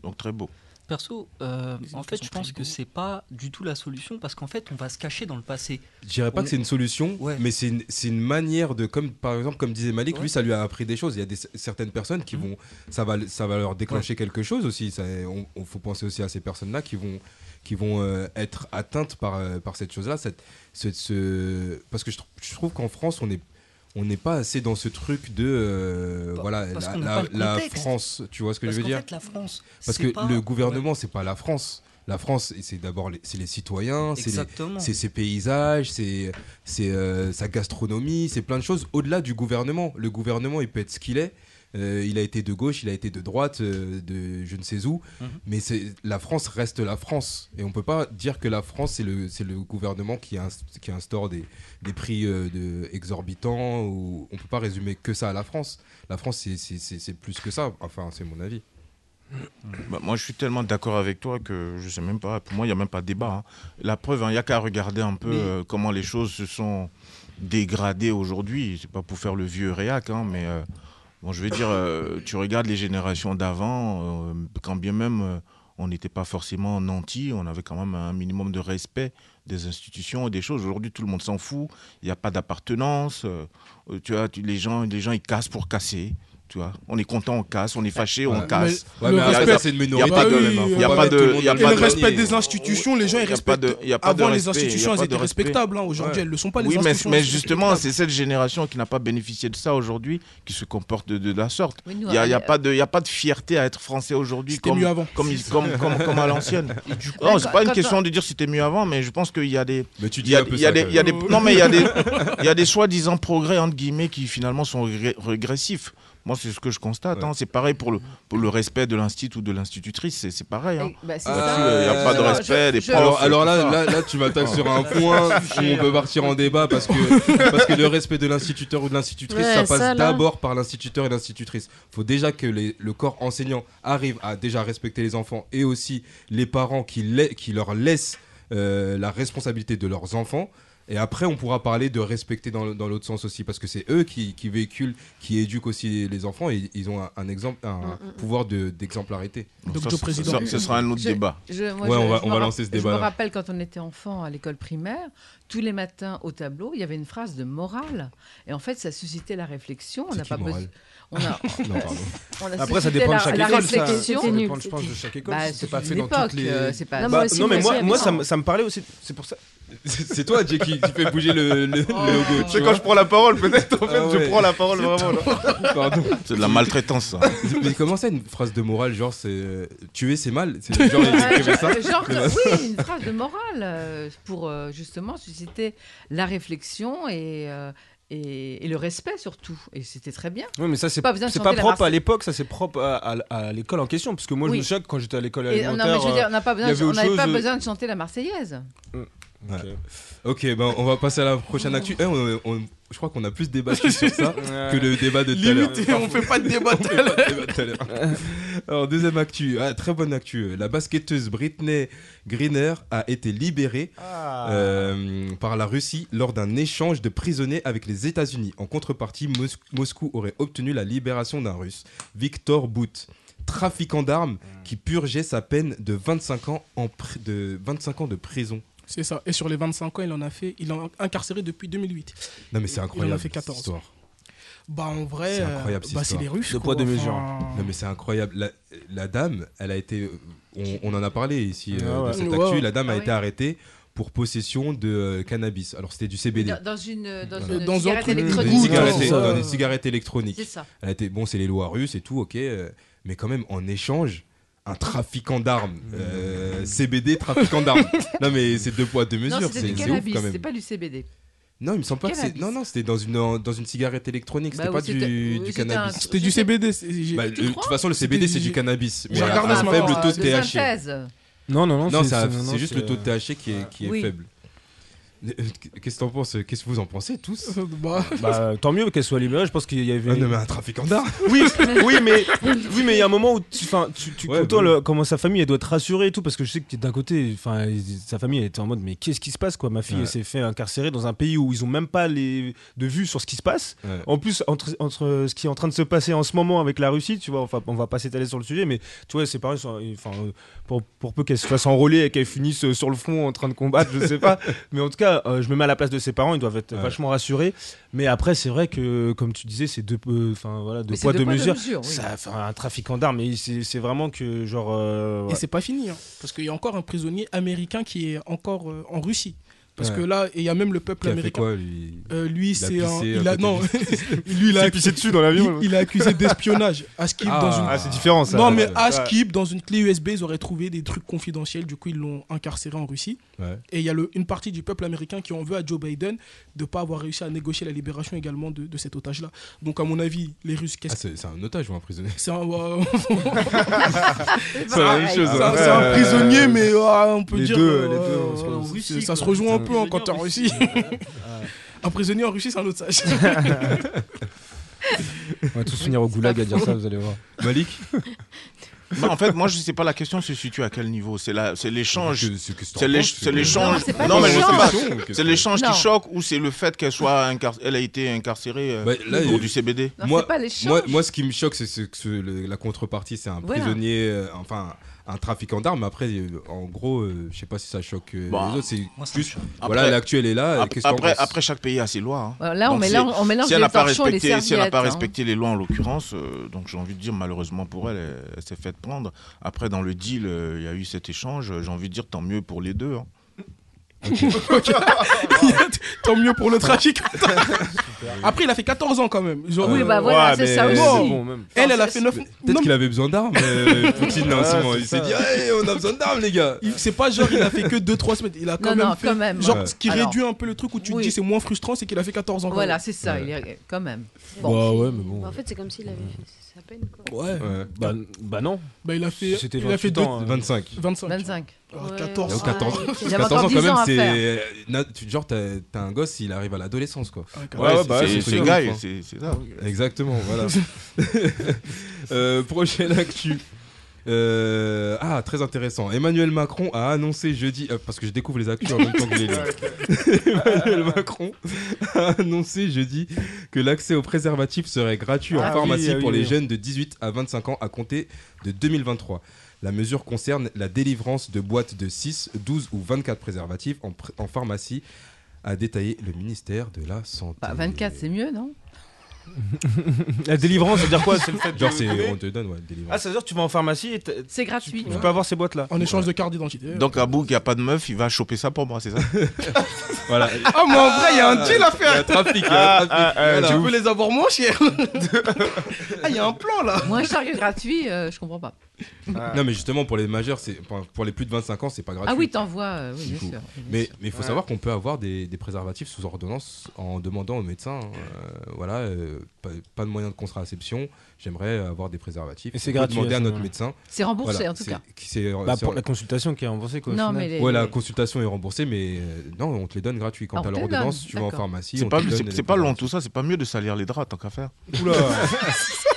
S3: Donc très beau.
S6: Perso, euh,
S4: Les
S6: en
S4: autres
S6: fait,
S4: sont
S6: je
S4: très
S6: pense que
S4: beaux.
S6: c'est pas du tout la solution parce qu'en fait, on va se cacher dans le passé.
S1: Je dirais pas
S6: On-
S1: que c'est une solution,
S6: Ouais.
S1: mais c'est une, c'est une manière de, comme par exemple, comme disait Malik,
S6: Ouais.
S1: lui ça lui a appris des choses. Il y a des, certaines personnes qui
S6: Mhm.
S1: vont, ça va, ça va leur déclencher quelque chose aussi. Ça, on, on- faut penser aussi à ces personnes-là qui vont, qui vont euh, être atteintes par, euh, par cette chose-là. cette- ce- ce- Parce que je, tr- je trouve qu'en France, on est on n'est pas assez dans ce truc de euh,
S6: Pa-
S1: voilà
S6: Bah, parce
S1: la,
S6: qu'on n'a
S1: la-
S6: pas le
S1: la
S6: contexte.
S1: France tu vois ce que
S6: parce
S1: je veux
S6: qu'en
S1: dire
S6: fait, la France.
S1: parce
S6: c'est
S1: que
S6: pas-
S1: le gouvernement c'est pas la France la France c'est d'abord les, c'est les citoyens
S6: Ouais,
S1: c'est les,
S6: Exactement.
S1: c'est ses paysages, c'est c'est, euh, sa gastronomie, c'est plein de choses au-delà du gouvernement. Le gouvernement, il peut être ce qu'il est. Euh, il a été de gauche, il a été de droite, euh, de je ne sais où.
S6: Mhm.
S1: Mais c'est- la France reste la France. Et on peut pas dire que la France, c'est le, c'est le gouvernement qui, ins- qui instaure des, des prix euh, de, exorbitants. Ou, on peut pas résumer que ça à la France. La France, c'est- c'est- c'est c'est plus que ça. Enfin, c'est mon avis.
S3: Bah, moi, je suis tellement d'accord avec toi que je sais même pas. Pour moi, il n'y a même pas de débat. hein. La preuve, il n'y a qu'à regarder un peu
S6: Mais-
S3: euh, comment les choses se sont dégradées aujourd'hui. C'est pas pour faire le vieux réac, hein, mais euh, bon, je vais dire, euh, tu regardes les générations d'avant, euh, quand bien même euh, on n'était pas forcément nantis, on avait quand même un minimum de respect des institutions et des choses. Aujourd'hui, tout le monde s'en fout, il n'y a pas d'appartenance, euh, tu vois, tu- les, gens, les gens, ils cassent pour casser. Tu vois, on est content, on casse, on est fâché, on
S1: Ouais.
S3: casse.
S1: Ouais,
S4: Le
S1: mais après,
S4: respect-
S1: ça, c'est une minorité.
S3: pas de-
S1: quand même, hein.
S3: y a
S1: Faut
S3: pas
S1: mettre
S3: de-
S1: tout le monde
S3: y a
S1: dans
S4: Et
S3: pas
S4: le
S1: même
S3: de-
S4: respect
S1: panier.
S4: des institutions, les gens,
S3: Y
S4: ils
S3: a pas de-
S4: respectent.
S3: y a pas de
S4: Avant, les
S3: respect, y
S4: institutions,
S3: a
S4: elles
S3: pas de
S4: étaient
S3: respect.
S4: respectables. hein. Aujourd'hui,
S1: Ouais.
S4: elles ne le sont pas, les
S3: Oui, mais,
S4: institutions.
S3: mais
S4: elles sont
S3: justement,
S4: respectables.
S3: c'est cette génération qui n'a pas bénéficié de ça aujourd'hui, qui se comporte de, de la sorte.
S5: Oui, nous,
S3: Il n'y a, y a
S5: euh,
S3: pas de- y a pas de fierté à être français aujourd'hui
S4: C'était
S3: comme,
S4: mieux avant.
S3: comme, il- comme, comme, comme à l'ancienne.
S6: Et du coup,
S3: Non, c'est pas une
S5: quand-
S3: question de dire c'était mieux avant, mais je pense qu'il y a des,
S1: Mais tu
S3: il
S1: dis
S3: y a,
S1: un peu
S3: il y a
S1: ça,
S3: des,
S1: quand
S3: il y a
S1: même.
S3: des, non mais il y a des, il y a des soi-disant progrès entre guillemets qui finalement sont ré- régressifs. Moi, c'est ce que je constate.
S1: Ouais.
S3: hein. C'est pareil pour le, pour le respect de l'instit ou de l'institutrice. C'est, c'est pareil. hein.
S5: et- bah, c'est
S1: Ah,
S5: ça.
S3: Là-dessus, euh, il n'y a pas de
S5: Justement,
S3: respect.
S5: je-
S3: des
S5: je- Ah,
S3: profs,
S1: Alors, alors
S3: tout
S1: là,
S3: ça. Ah.
S1: là, là, tu m'attaques sur un point où on peut partir en débat parce que, parce que le respect de l'instituteur ou de l'institutrice,
S7: Ouais,
S1: ça passe
S7: ça, là.
S1: d'abord par l'instituteur et l'institutrice. faut déjà que les- le corps enseignant arrive à déjà respecter les enfants et aussi les parents qui, lai- qui leur laissent euh, la responsabilité de leurs enfants. Et après, on pourra parler de respecter dans, le- dans l'autre sens aussi, parce que c'est eux qui, qui véhiculent, qui éduquent aussi les enfants, et ils ont un, un exemple,
S5: Mm,
S1: un pouvoir de- d'exemplarité.
S4: Donc,
S3: Ça,
S4: le
S3: ce-
S4: président-
S3: ça- ce sera un autre
S5: Je-
S3: débat.
S5: Je, moi,
S1: Ouais,
S5: je-
S1: on va-
S5: je
S1: on
S5: me
S1: va
S5: rapp-
S1: lancer ce
S5: Je
S1: débat-là.
S5: me rappelle quand on était enfant à l'école primaire, tous les matins au tableau, il y avait une phrase de morale. Et en fait, ça suscitait la réflexion. On
S1: C'est
S5: n'a
S1: qui,
S5: pas
S1: morale
S5: besoin. On a,
S1: Non, pardon.
S5: on a
S2: Après, ça
S5: suscité
S2: dépend
S5: la,
S2: de chaque
S5: la
S2: école. Ça,
S5: réflexion.
S2: ça
S7: C'était nul,
S2: dépend, je pense,
S7: c'était-
S2: de chaque école.
S5: Bah,
S2: c'est pas
S5: une
S2: fait dans
S5: époque,
S2: toutes les.
S5: euh, c'est pas.
S7: Non,
S2: Bah,
S7: moi aussi,
S2: non, mais
S7: moi
S2: moi,
S7: aussi,
S2: moi,
S7: avec
S2: ça,
S7: ça.
S2: me- ça me parlait aussi. C'est pour ça.
S1: C'est c'est toi, Jay, qui, qui fais bouger le, le- le
S5: Oh.
S1: logo.
S2: C'est quand je prends la parole, peut-être. En
S1: fait,
S2: fait,
S1: Ah je ouais.
S2: je
S1: prends
S2: prends la parole vraiment.
S1: Pardon.
S3: C'est de la maltraitance. ça.
S1: Mais comment ça, une phrase de morale, genre, c'est euh, tuer, c'est mal C'est genre, ils
S5: Ouais,
S1: écrivaient ça
S5: genre, genre que- oui, une phrase de morale euh, pour euh, justement susciter la réflexion et, euh, et, et le respect surtout. Et c'était très bien.
S2: Oui, mais ça, c'est
S5: Pas besoin de
S2: c'est
S5: chanter
S2: pas
S5: la
S2: propre à
S5: Marseillaise.
S2: l'époque, ça, c'est propre à, à- à l'école en question. Parce que moi,
S5: Oui.
S2: je me choque quand j'étais à l'école
S5: Et, euh, non, mais
S2: alimentaire. euh,
S5: je veux dire, on
S1: euh,
S5: n'a pas besoin,
S2: il y avait
S5: on
S2: autre
S5: n'avait pas
S2: chose.
S5: besoin de chanter la Marseillaise.
S1: Ok, ben on va passer à la prochaine actu. Eh, on- on- je crois qu'on a plus débattu sur ça
S2: euh,
S1: que le débat de tout à l'heure.
S4: Limite, on fait pas de débat.
S1: On fait pas de débat tout à l'heure. Alors, deuxième actu, Ah, très bonne actu. La basketteuse Britney Greener a été libérée
S2: Ah.
S1: euh, par la Russie lors d'un échange de prisonniers avec les États-Unis. En contrepartie, Mos- Moscou aurait obtenu la libération d'un Russe, Victor Bout, trafiquant d'armes
S4: Hmm.
S1: qui purgeait sa peine de 25 ans, en pri- de, 25 ans de prison.
S4: C'est ça. Et sur les 25 ans, il en a fait. Il est incarcéré depuis 2008.
S1: Non mais c'est
S4: Il en a
S1: incroyable.
S4: fait
S1: cette
S4: 14.
S1: histoire.
S4: Bah, en vrai.
S1: C'est
S4: euh,
S1: incroyable, cette
S4: bah, c'est
S1: histoire.
S4: les Russes.
S2: De poids,
S4: quoi.
S2: de mesure.
S4: Enfin,
S1: Non mais c'est incroyable. La, la dame, elle a été, on, on en a parlé ici euh,
S2: Ah ouais.
S1: de cette
S4: Ouais,
S1: actu.
S4: ouais.
S1: La dame a
S5: Ah
S1: été
S5: ouais.
S1: arrêtée pour possession de euh, cannabis. Alors c'était du CBD.
S5: Dans, dans une, dans
S4: Dans
S5: une
S4: un
S5: cigarette
S4: truc de
S1: Dans des,
S4: Goût,
S5: électronique.
S1: cigarettes,
S4: genre,
S1: dans
S4: euh,
S1: des cigarettes électroniques.
S5: C'est ça.
S1: Elle a été, bon, c'est les lois russes et tout, ok. euh, mais quand même, en échange, un trafiquant d'armes. euh, CBD, trafiquant d'armes. non, mais c'est deux poids, deux
S5: Non,
S1: mesures.
S5: c'était
S1: C'est
S5: du
S1: c'est ouf
S5: cannabis,
S1: quand
S5: c'est
S1: même.
S5: pas du CBD.
S1: Non, il me semble pas que c'est.
S5: cannabis.
S1: Non, non, c'était dans une, en- dans une cigarette électronique. C'était
S5: Bah
S1: pas
S5: oui, c'était-
S1: du,
S5: oui,
S1: du
S5: c'était
S1: cannabis.
S5: un-
S4: C'était du
S5: Je sais-
S4: CBD. c'est- j'ai-
S1: Bah, euh, de toute façon, le
S4: c'était
S1: CBD,
S4: du-
S1: c'est du cannabis. Mais
S4: J'ai
S1: à
S4: regardé
S1: un
S4: ce
S1: faible
S4: matin,
S1: taux
S5: euh,
S1: de THC.
S5: synthèse.
S2: Non, non, non,
S1: Non,
S2: c'est-
S1: ça-
S2: non,
S1: c'est juste le taux de THC qui est, qui est
S5: Oui.
S1: faible. Euh, Qu'est-ce que t'en penses Qu'est-ce que vous en pensez tous
S4: Euh, bah,
S2: Bah, tant mieux qu'elle soit libérée. Je pense qu'il y avait.
S1: Ah Non, mais un trafiquant d'armes.
S2: Oui, oui, mais oui, mais il y a un moment où tu, enfin, tu, tu
S1: Ouais,
S2: autant
S1: bah oui.
S2: le- comment sa famille elle doit être rassurée et tout parce que je sais que d'un côté, enfin, il- sa famille elle était en mode mais qu'est-ce qui se passe quoi Ma fille
S1: Ouais.
S2: elle s'est fait incarcérer dans un pays où ils ont même pas les de vue sur ce qui se passe.
S1: Ouais.
S2: En plus entre entre euh, ce qui est en train de se passer en ce moment avec la Russie, tu vois, enfin, on va pas s'étaler sur le sujet, mais tu vois, ses parents, sont- enfin, euh, pour, pour peu qu'elle se fasse enrôler et qu'elle finisse euh, sur le front en train de combattre, je sais pas. Mais en tout cas, euh, je me mets à la place de ses parents, ils doivent être
S1: Ouais.
S2: vachement rassurés. Mais après, c'est vrai que comme tu disais, c'est deux, peu- enfin voilà, deux
S5: Mais c'est
S2: poids
S5: de
S2: deux
S5: poids, de
S2: mesures.
S5: mesure, oui.
S2: Ça, enfin, un trafiquant d'armes, mais c'est c'est vraiment que genre. euh, ouais.
S4: Et c'est pas fini, hein, parce qu'il y a encore un prisonnier américain qui est encore euh, en Russie. Parce
S1: Ouais.
S4: que là, et il y a même le peuple
S1: Qui a fait
S4: américain.
S1: quoi, lui
S4: Euh, lui,
S1: Il a
S4: c'est un.
S1: pissé à
S4: Il a,
S1: côté
S4: non,
S1: du-
S4: lui, il a,
S2: pissé dessus dans l'avion.
S4: il- il a accusé d'espionnage à Skip
S1: Ah.
S4: dans une.
S2: Ah, c'est différent ça.
S4: non, mais
S2: Ouais.
S4: à Skip, dans une clé USB, ils auraient trouvé des trucs confidentiels. Du coup, ils l'ont incarcéré en Russie.
S1: Ouais.
S4: Et il y a le- une partie du peuple américain qui en veut à Joe Biden de pas avoir réussi à négocier la libération également de, de cet otage-là. Donc, à mon avis, les Russes,
S1: Ah,
S4: qu'est-ce que
S1: c'est c'est un otage ou un prisonnier
S4: c'est un, euh,
S1: Ah, C'est la même chose.
S4: c'est un-
S2: hein.
S1: ouais.
S4: c'est un prisonnier, mais ah, on peut
S2: Les
S4: dire.
S2: deux,
S4: euh,
S2: les deux,
S4: euh,
S2: on se-
S4: euh,
S2: on se-
S4: Russie, ça se rejoint un peu hein, quand t'es en Russie. un prisonnier en Russie, c'est un otage.
S2: On va tous finir au goulag à dire ça, vous allez voir.
S1: Malik
S3: Bah, en fait, moi, je sais pas, la question se situe à quel niveau C'est la- c'est l'échange.
S1: Que- que t'en
S3: C'est l'éch-
S1: penses,
S3: c'est l'échange.
S5: Non, c'est pas
S3: Non, mais je sais
S5: l'échange.
S3: pas.
S1: Question, qu'est-ce
S3: C'est
S1: que-
S3: l'échange
S5: Non.
S3: qui choque ou c'est le fait qu'elle soit incar- elle a été incarcérée euh,
S1: Bah, là,
S3: pour
S1: euh,
S3: du CBD
S5: Non,
S1: Moi-
S5: c'est pas l'échange.
S1: Moi, moi, ce qui me choque, c'est ce- que ce- le- la contrepartie, c'est un
S5: Voilà.
S1: prisonnier, euh, enfin, un trafiquant d'armes. Après, euh, en gros, euh, je sais pas si ça choque euh,
S3: Bah,
S1: les autres. C'est
S6: Moi, ça me
S1: juste,
S6: choque.
S1: voilà,
S3: Après-
S1: l'actuel est là.
S3: Après,
S1: qu'est-ce que t'en
S3: après,
S1: penses
S3: après, chaque pays a ses lois. hein.
S5: Voilà, Là, on
S3: Donc,
S5: mélange, on mélange
S3: Si elle
S5: les
S3: n'a pas
S5: torchons et les
S3: respecté,
S5: serviettes.
S3: si elle n'a pas
S5: hein.
S3: respecté les lois en l'occurrence, euh, donc j'ai envie de dire malheureusement pour elle, elle, elle s'est faite prendre. Après dans le deal, euh, il y a eu cet échange. euh, J'ai envie de dire tant mieux pour les deux. hein.
S4: Tant mieux pour le trafic. Après, il a fait 14 ans quand même. Genre,
S5: Oui,
S4: euh,
S5: bah voilà, c'est ça aussi.
S2: Bon, même.
S4: elle, elle a fait 9
S1: Peut-être qu'il avait besoin d'armes. euh, Poutine, là, en ce
S2: Ah,
S1: moment.
S2: c'est
S1: il
S2: ça.
S1: s'est dit, Hey, on a besoin d'armes, les gars.
S4: Il- C'est pas genre il a fait que 2-3 semaines, il a Bah, quand
S5: Non,
S4: même
S5: non,
S4: fait.
S5: quand même.
S4: Genre,
S1: Ouais.
S4: ce qui
S5: Alors.
S4: réduit un peu le truc où tu te
S5: Oui.
S4: dis c'est moins frustrant, c'est qu'il a fait 14 ans. quand
S5: Voilà,
S4: même.
S5: c'est ça,
S1: Ouais.
S5: il est quand même.
S7: Bah
S5: Bon.
S7: ouais, mais bon. en fait, c'est comme s'il avait fait sa peine, quoi.
S4: Ouais.
S1: Ouais.
S2: Bah, bah non.
S4: Bah, il a fait,
S2: C'était
S4: il a fait
S2: 28
S4: deux-
S2: ans. hein.
S1: 25.
S4: 25.
S5: 25.
S4: Ah,
S7: Ouais,
S4: 14.
S7: ouais.
S1: Donc, 14
S7: Il y avait
S1: 14 ans,
S5: encore
S1: quand
S5: 10 ans
S1: même,
S5: à
S1: c'est. na- tu- Genre, t'as t'as un gosse, il arrive à l'adolescence, quoi.
S4: Ah, quand
S2: Ouais, ouais, bah ouais,
S3: c'est
S2: c'est
S3: c'est
S2: sûr.
S3: gay, c'est c'est ça.
S1: hein. Exactement, voilà. Euh, prochaine actu. Euh, ah, très intéressant. Emmanuel Macron a annoncé jeudi, euh, parce que je découvre les actus en même temps que je les lis. Emmanuel Macron a annoncé jeudi que l'accès aux préservatifs serait gratuit
S2: Ah
S1: en
S2: oui,
S1: pharmacie
S2: ah oui,
S1: pour les
S2: oui.
S1: jeunes de 18 à 25 ans à compter de 2023. La mesure concerne la délivrance de boîtes de 6, 12 ou 24 préservatifs en, pr- en pharmacie, a détaillé le ministère de la Santé.
S5: Bah, 24, c'est mieux, non
S2: La délivrance, ça veut dire quoi C'est le fait de-
S1: Genre, c'est- euh, on te donne, ouais, délivrance.
S2: Ah, ça veut dire que tu vas en pharmacie et t'as-
S5: C'est
S2: tu,
S5: gratuit.
S2: tu peux avoir ces boîtes-là.
S4: même. En échange de carte d'identité.
S3: Donc à bout qu'il n'y a pas de meuf, il va choper ça pour moi, c'est ça
S1: Voilà.
S4: Ah, mais en vrai, il y a un deal à faire.
S1: Trafic.
S2: Ah, ah, ah,
S4: Tu
S2: de
S4: peux
S2: ouf.
S4: les avoir moins cher. ah, il y a un plan là. Ah.
S5: Moins cher que gratuit, euh, je comprends pas.
S2: Ah.
S1: Non, mais justement, pour les majeurs, c'est pour pour les plus de 25 ans, c'est pas gratuit.
S5: Ah oui, t'envoies, euh, oui,
S1: Du
S5: bien
S1: coup.
S5: sûr. bien
S1: Mais
S5: sûr.
S1: mais il faut
S2: Ouais.
S1: savoir qu'on peut avoir des, des préservatifs sous ordonnance en demandant au médecin, euh, voilà, euh, pas, pas de moyen de contraception, j'aimerais avoir des préservatifs.
S2: Et c'est
S1: On peut
S2: gratuit,
S1: Demander
S2: à
S1: à
S2: ce
S1: notre
S2: moment-là.
S1: médecin.
S5: c'est remboursé
S1: Voilà,
S5: en tout
S1: c'est-
S5: cas.
S1: qui- c'est- euh,
S2: Bah,
S1: c'est-
S2: pour la consultation qui est remboursée, quoi. au
S5: Non,
S2: final.
S5: mais les-
S1: Ouais, la consultation est remboursée, mais euh, non, on te les donne gratuits. Quand
S5: Ah,
S1: t'as
S5: on te les
S1: l'ordonnance,
S5: donne,
S1: tu vas en
S5: d'accord.
S1: pharmacie.
S3: C'est
S1: on
S3: pas,
S1: te donne
S3: c'est-
S1: les
S3: c'est pas long
S1: préservatifs.
S3: tout ça, c'est pas mieux de salir les draps tant qu'à faire.
S1: T'es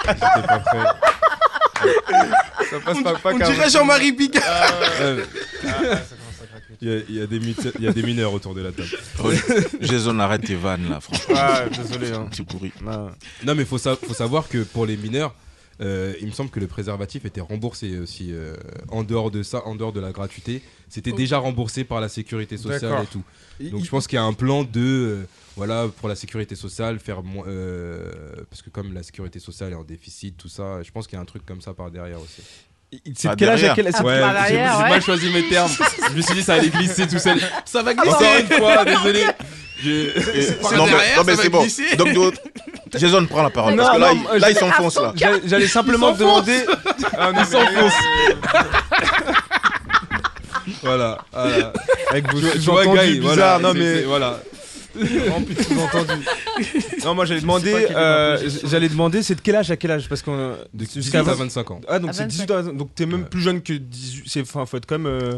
S1: pas prêt. Ça passe pas, pas
S4: On
S1: qu'un-
S4: dirait Jean-Marie Bigard.
S1: Euh,
S3: Ah,
S1: Il y a- il y a des mite- il y a des mineurs autour de la table.
S3: Jason, arrête tes vannes là, franchement.
S2: Ah, désolé. Hein.
S3: C'est pourri.
S2: Ah.
S1: Non, mais faut, sa- faut savoir que pour les mineurs, euh, il me semble que le préservatif était remboursé aussi. euh, en dehors de ça, en dehors de la gratuité, c'était déjà remboursé par la sécurité sociale
S2: D'accord.
S1: et tout. Donc je pense qu'il y a un plan de. euh, voilà, pour la sécurité sociale, faire moins. euh, parce que comme la sécurité sociale est en déficit, tout ça, je pense qu'il y a un truc comme ça par derrière aussi.
S2: C'est
S3: Ah,
S2: de quel âge
S3: derrière.
S2: à quel âge
S5: Ah, par
S1: j'ai
S5: derrière,
S1: j'ai
S5: ouais.
S1: mal choisi mes termes. je me suis dit, ça allait glisser tout seul.
S4: Ça va
S1: Encore
S4: glisser.
S1: une fois, désolé. Je-
S4: par
S3: non, mais,
S4: derrière,
S3: non, mais
S4: ça va
S3: c'est bon.
S4: glisser.
S3: Donc, d'autres- Jason prend la parole.
S2: Non,
S3: parce que là,
S2: non,
S3: il,
S2: je-
S3: là, il s'enfonce là.
S2: J'allais- J'allais simplement te demander. Ah, non, mais
S1: Voilà. ah, voilà.
S2: Avec vos
S1: Je- je vois
S2: sous-entendus
S1: Guy, voilà,
S2: bizarres, non
S1: c'est-
S2: mais.
S1: c'est- voilà.
S2: entendu. Non, moi j'allais
S6: pas
S2: demander,
S6: quel est
S2: euh,
S6: l'impression.
S2: j'allais demander, c'est de quel âge à quel âge Parce qu'on euh,
S1: De
S2: jusqu'à
S1: 18 à
S2: vingt-
S1: 25 ans.
S2: Ah donc
S5: À
S2: c'est
S5: 25.
S2: 18 ans, donc t'es même
S1: Ouais.
S2: plus jeune que 18. C'est enfin faut être comme, euh,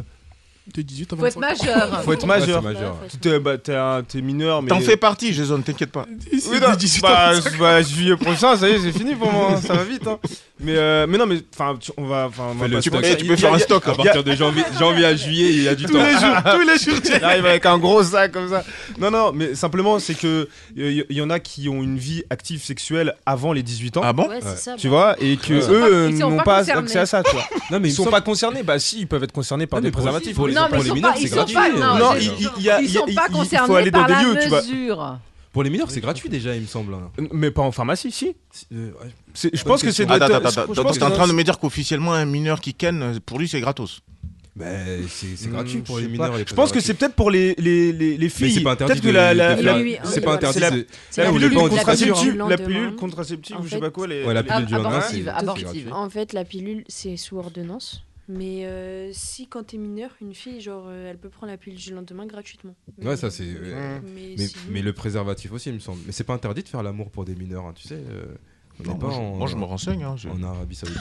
S4: De 18 à
S5: Faut être
S4: 25.
S5: majeur.
S2: faut être
S1: Ouais,
S2: majeur.
S1: c'est majeur.
S7: Ouais, faut-
S2: T'es bah, t'es un- t'es mineur, mais.
S3: T'en fais partie, Jason, t'inquiète pas.
S4: Ici,
S2: Oui,
S4: de
S2: non,
S4: 18 à
S2: bah,
S4: 25.
S2: bah, juillet prochain, ça y est, c'est fini pour moi. hein, Ça va vite. hein. Mais euh, mais non, mais enfin tu- on va. Enfin, on va
S1: Fais le
S2: pas-
S1: stock.
S2: Il y a-
S3: Eh, tu peux
S2: il y
S3: faire
S2: a-
S3: un stock.
S1: À
S3: là.
S1: partir de janvier, janvier à juillet, il y a du
S2: tous
S1: temps.
S2: les jours, tous les jours, tu arrives avec un gros sac comme ça. Non, non, mais simplement, c'est que il y, y en a qui ont une vie active sexuelle avant les 18 ans.
S3: Ah bon
S7: Ouais, c'est ça.
S2: Tu
S7: bah.
S2: vois, et que
S1: Ils sont
S5: pas-
S2: eux euh,
S5: ils sont
S2: n'ont
S5: pas
S2: pas
S5: concernés.
S2: accès à ça, tu vois.
S1: Non, mais
S2: Ils sont pas concernés Bah si, ils peuvent être concernés par
S1: Non,
S2: des
S1: mais pour-
S2: préservatifs.
S1: pour les-
S5: non, mais
S1: pour
S5: ils
S1: les
S5: sont
S1: mineurs,
S5: pas,
S1: c'est
S5: ils sont
S1: gratuit.
S5: pas, non,
S2: Non,
S5: je-
S2: il- il- il y a-
S5: ils
S2: il y a-
S5: sont pas
S2: il- il faut
S5: concernés
S2: aller dans
S5: par
S2: des
S5: la
S2: lieux, tu vas-
S5: mesure.
S1: Pour les mineurs, c'est gratuit déjà, il me semble. hein.
S2: Mais pas en pharmacie, si.
S1: Euh, ouais.
S2: Euh, C'est- Je pense que c'est.
S3: Attends,
S2: doit-
S3: attends,
S2: je- je
S3: attends.
S2: pense
S3: Donc,
S2: que
S3: T'es en
S2: dans-
S3: train de me dire qu'officiellement, un mineur qui ken, euh, pour lui, c'est gratos.
S1: Ben, c'est c'est
S2: Hmm,
S1: gratuit pour
S2: je
S1: les
S2: sais
S1: mineurs.
S2: pas.
S1: les
S2: Je pense que c'est
S1: préservatifs.
S2: peut-être pour les les les les
S1: Mais
S2: filles.
S1: c'est pas interdit.
S2: Peut-être que
S1: de-
S2: la
S1: de
S2: la
S1: faire-
S2: la-
S7: Oui, oui,
S1: C'est
S7: oui,
S1: pas
S7: voilà.
S1: interdit.
S2: C'est la-
S1: de-
S7: C'est
S2: la
S1: on
S2: pilule
S1: n'est pas en
S2: contraceptive,
S7: discussion.
S2: la
S7: Le
S2: pilule
S7: lendemain.
S2: contraceptive,
S7: En
S2: je sais pas quoi. les-
S1: Ouais, la
S2: les-
S1: pilule du lendemain, c'est-
S5: Abortive,
S1: c'est
S5: abortive.
S1: gratuit.
S7: En fait, la pilule, c'est sous ordonnance. Mais euh, si quand t'es mineur, une fille, genre, euh, elle peut prendre la pilule du lendemain gratuitement. Mais-
S1: Ouais, ça c'est. euh,
S2: Mmh.
S7: Mais,
S1: Mais,
S7: sinon-
S1: mais le préservatif aussi, il me semble. Mais c'est pas interdit de faire l'amour pour des mineurs, hein, tu sais. euh, on
S3: Non,
S1: n'est pas
S3: moi, je-
S1: en,
S3: moi, je me renseigne. hein, je-
S1: en Arabie Saoudite.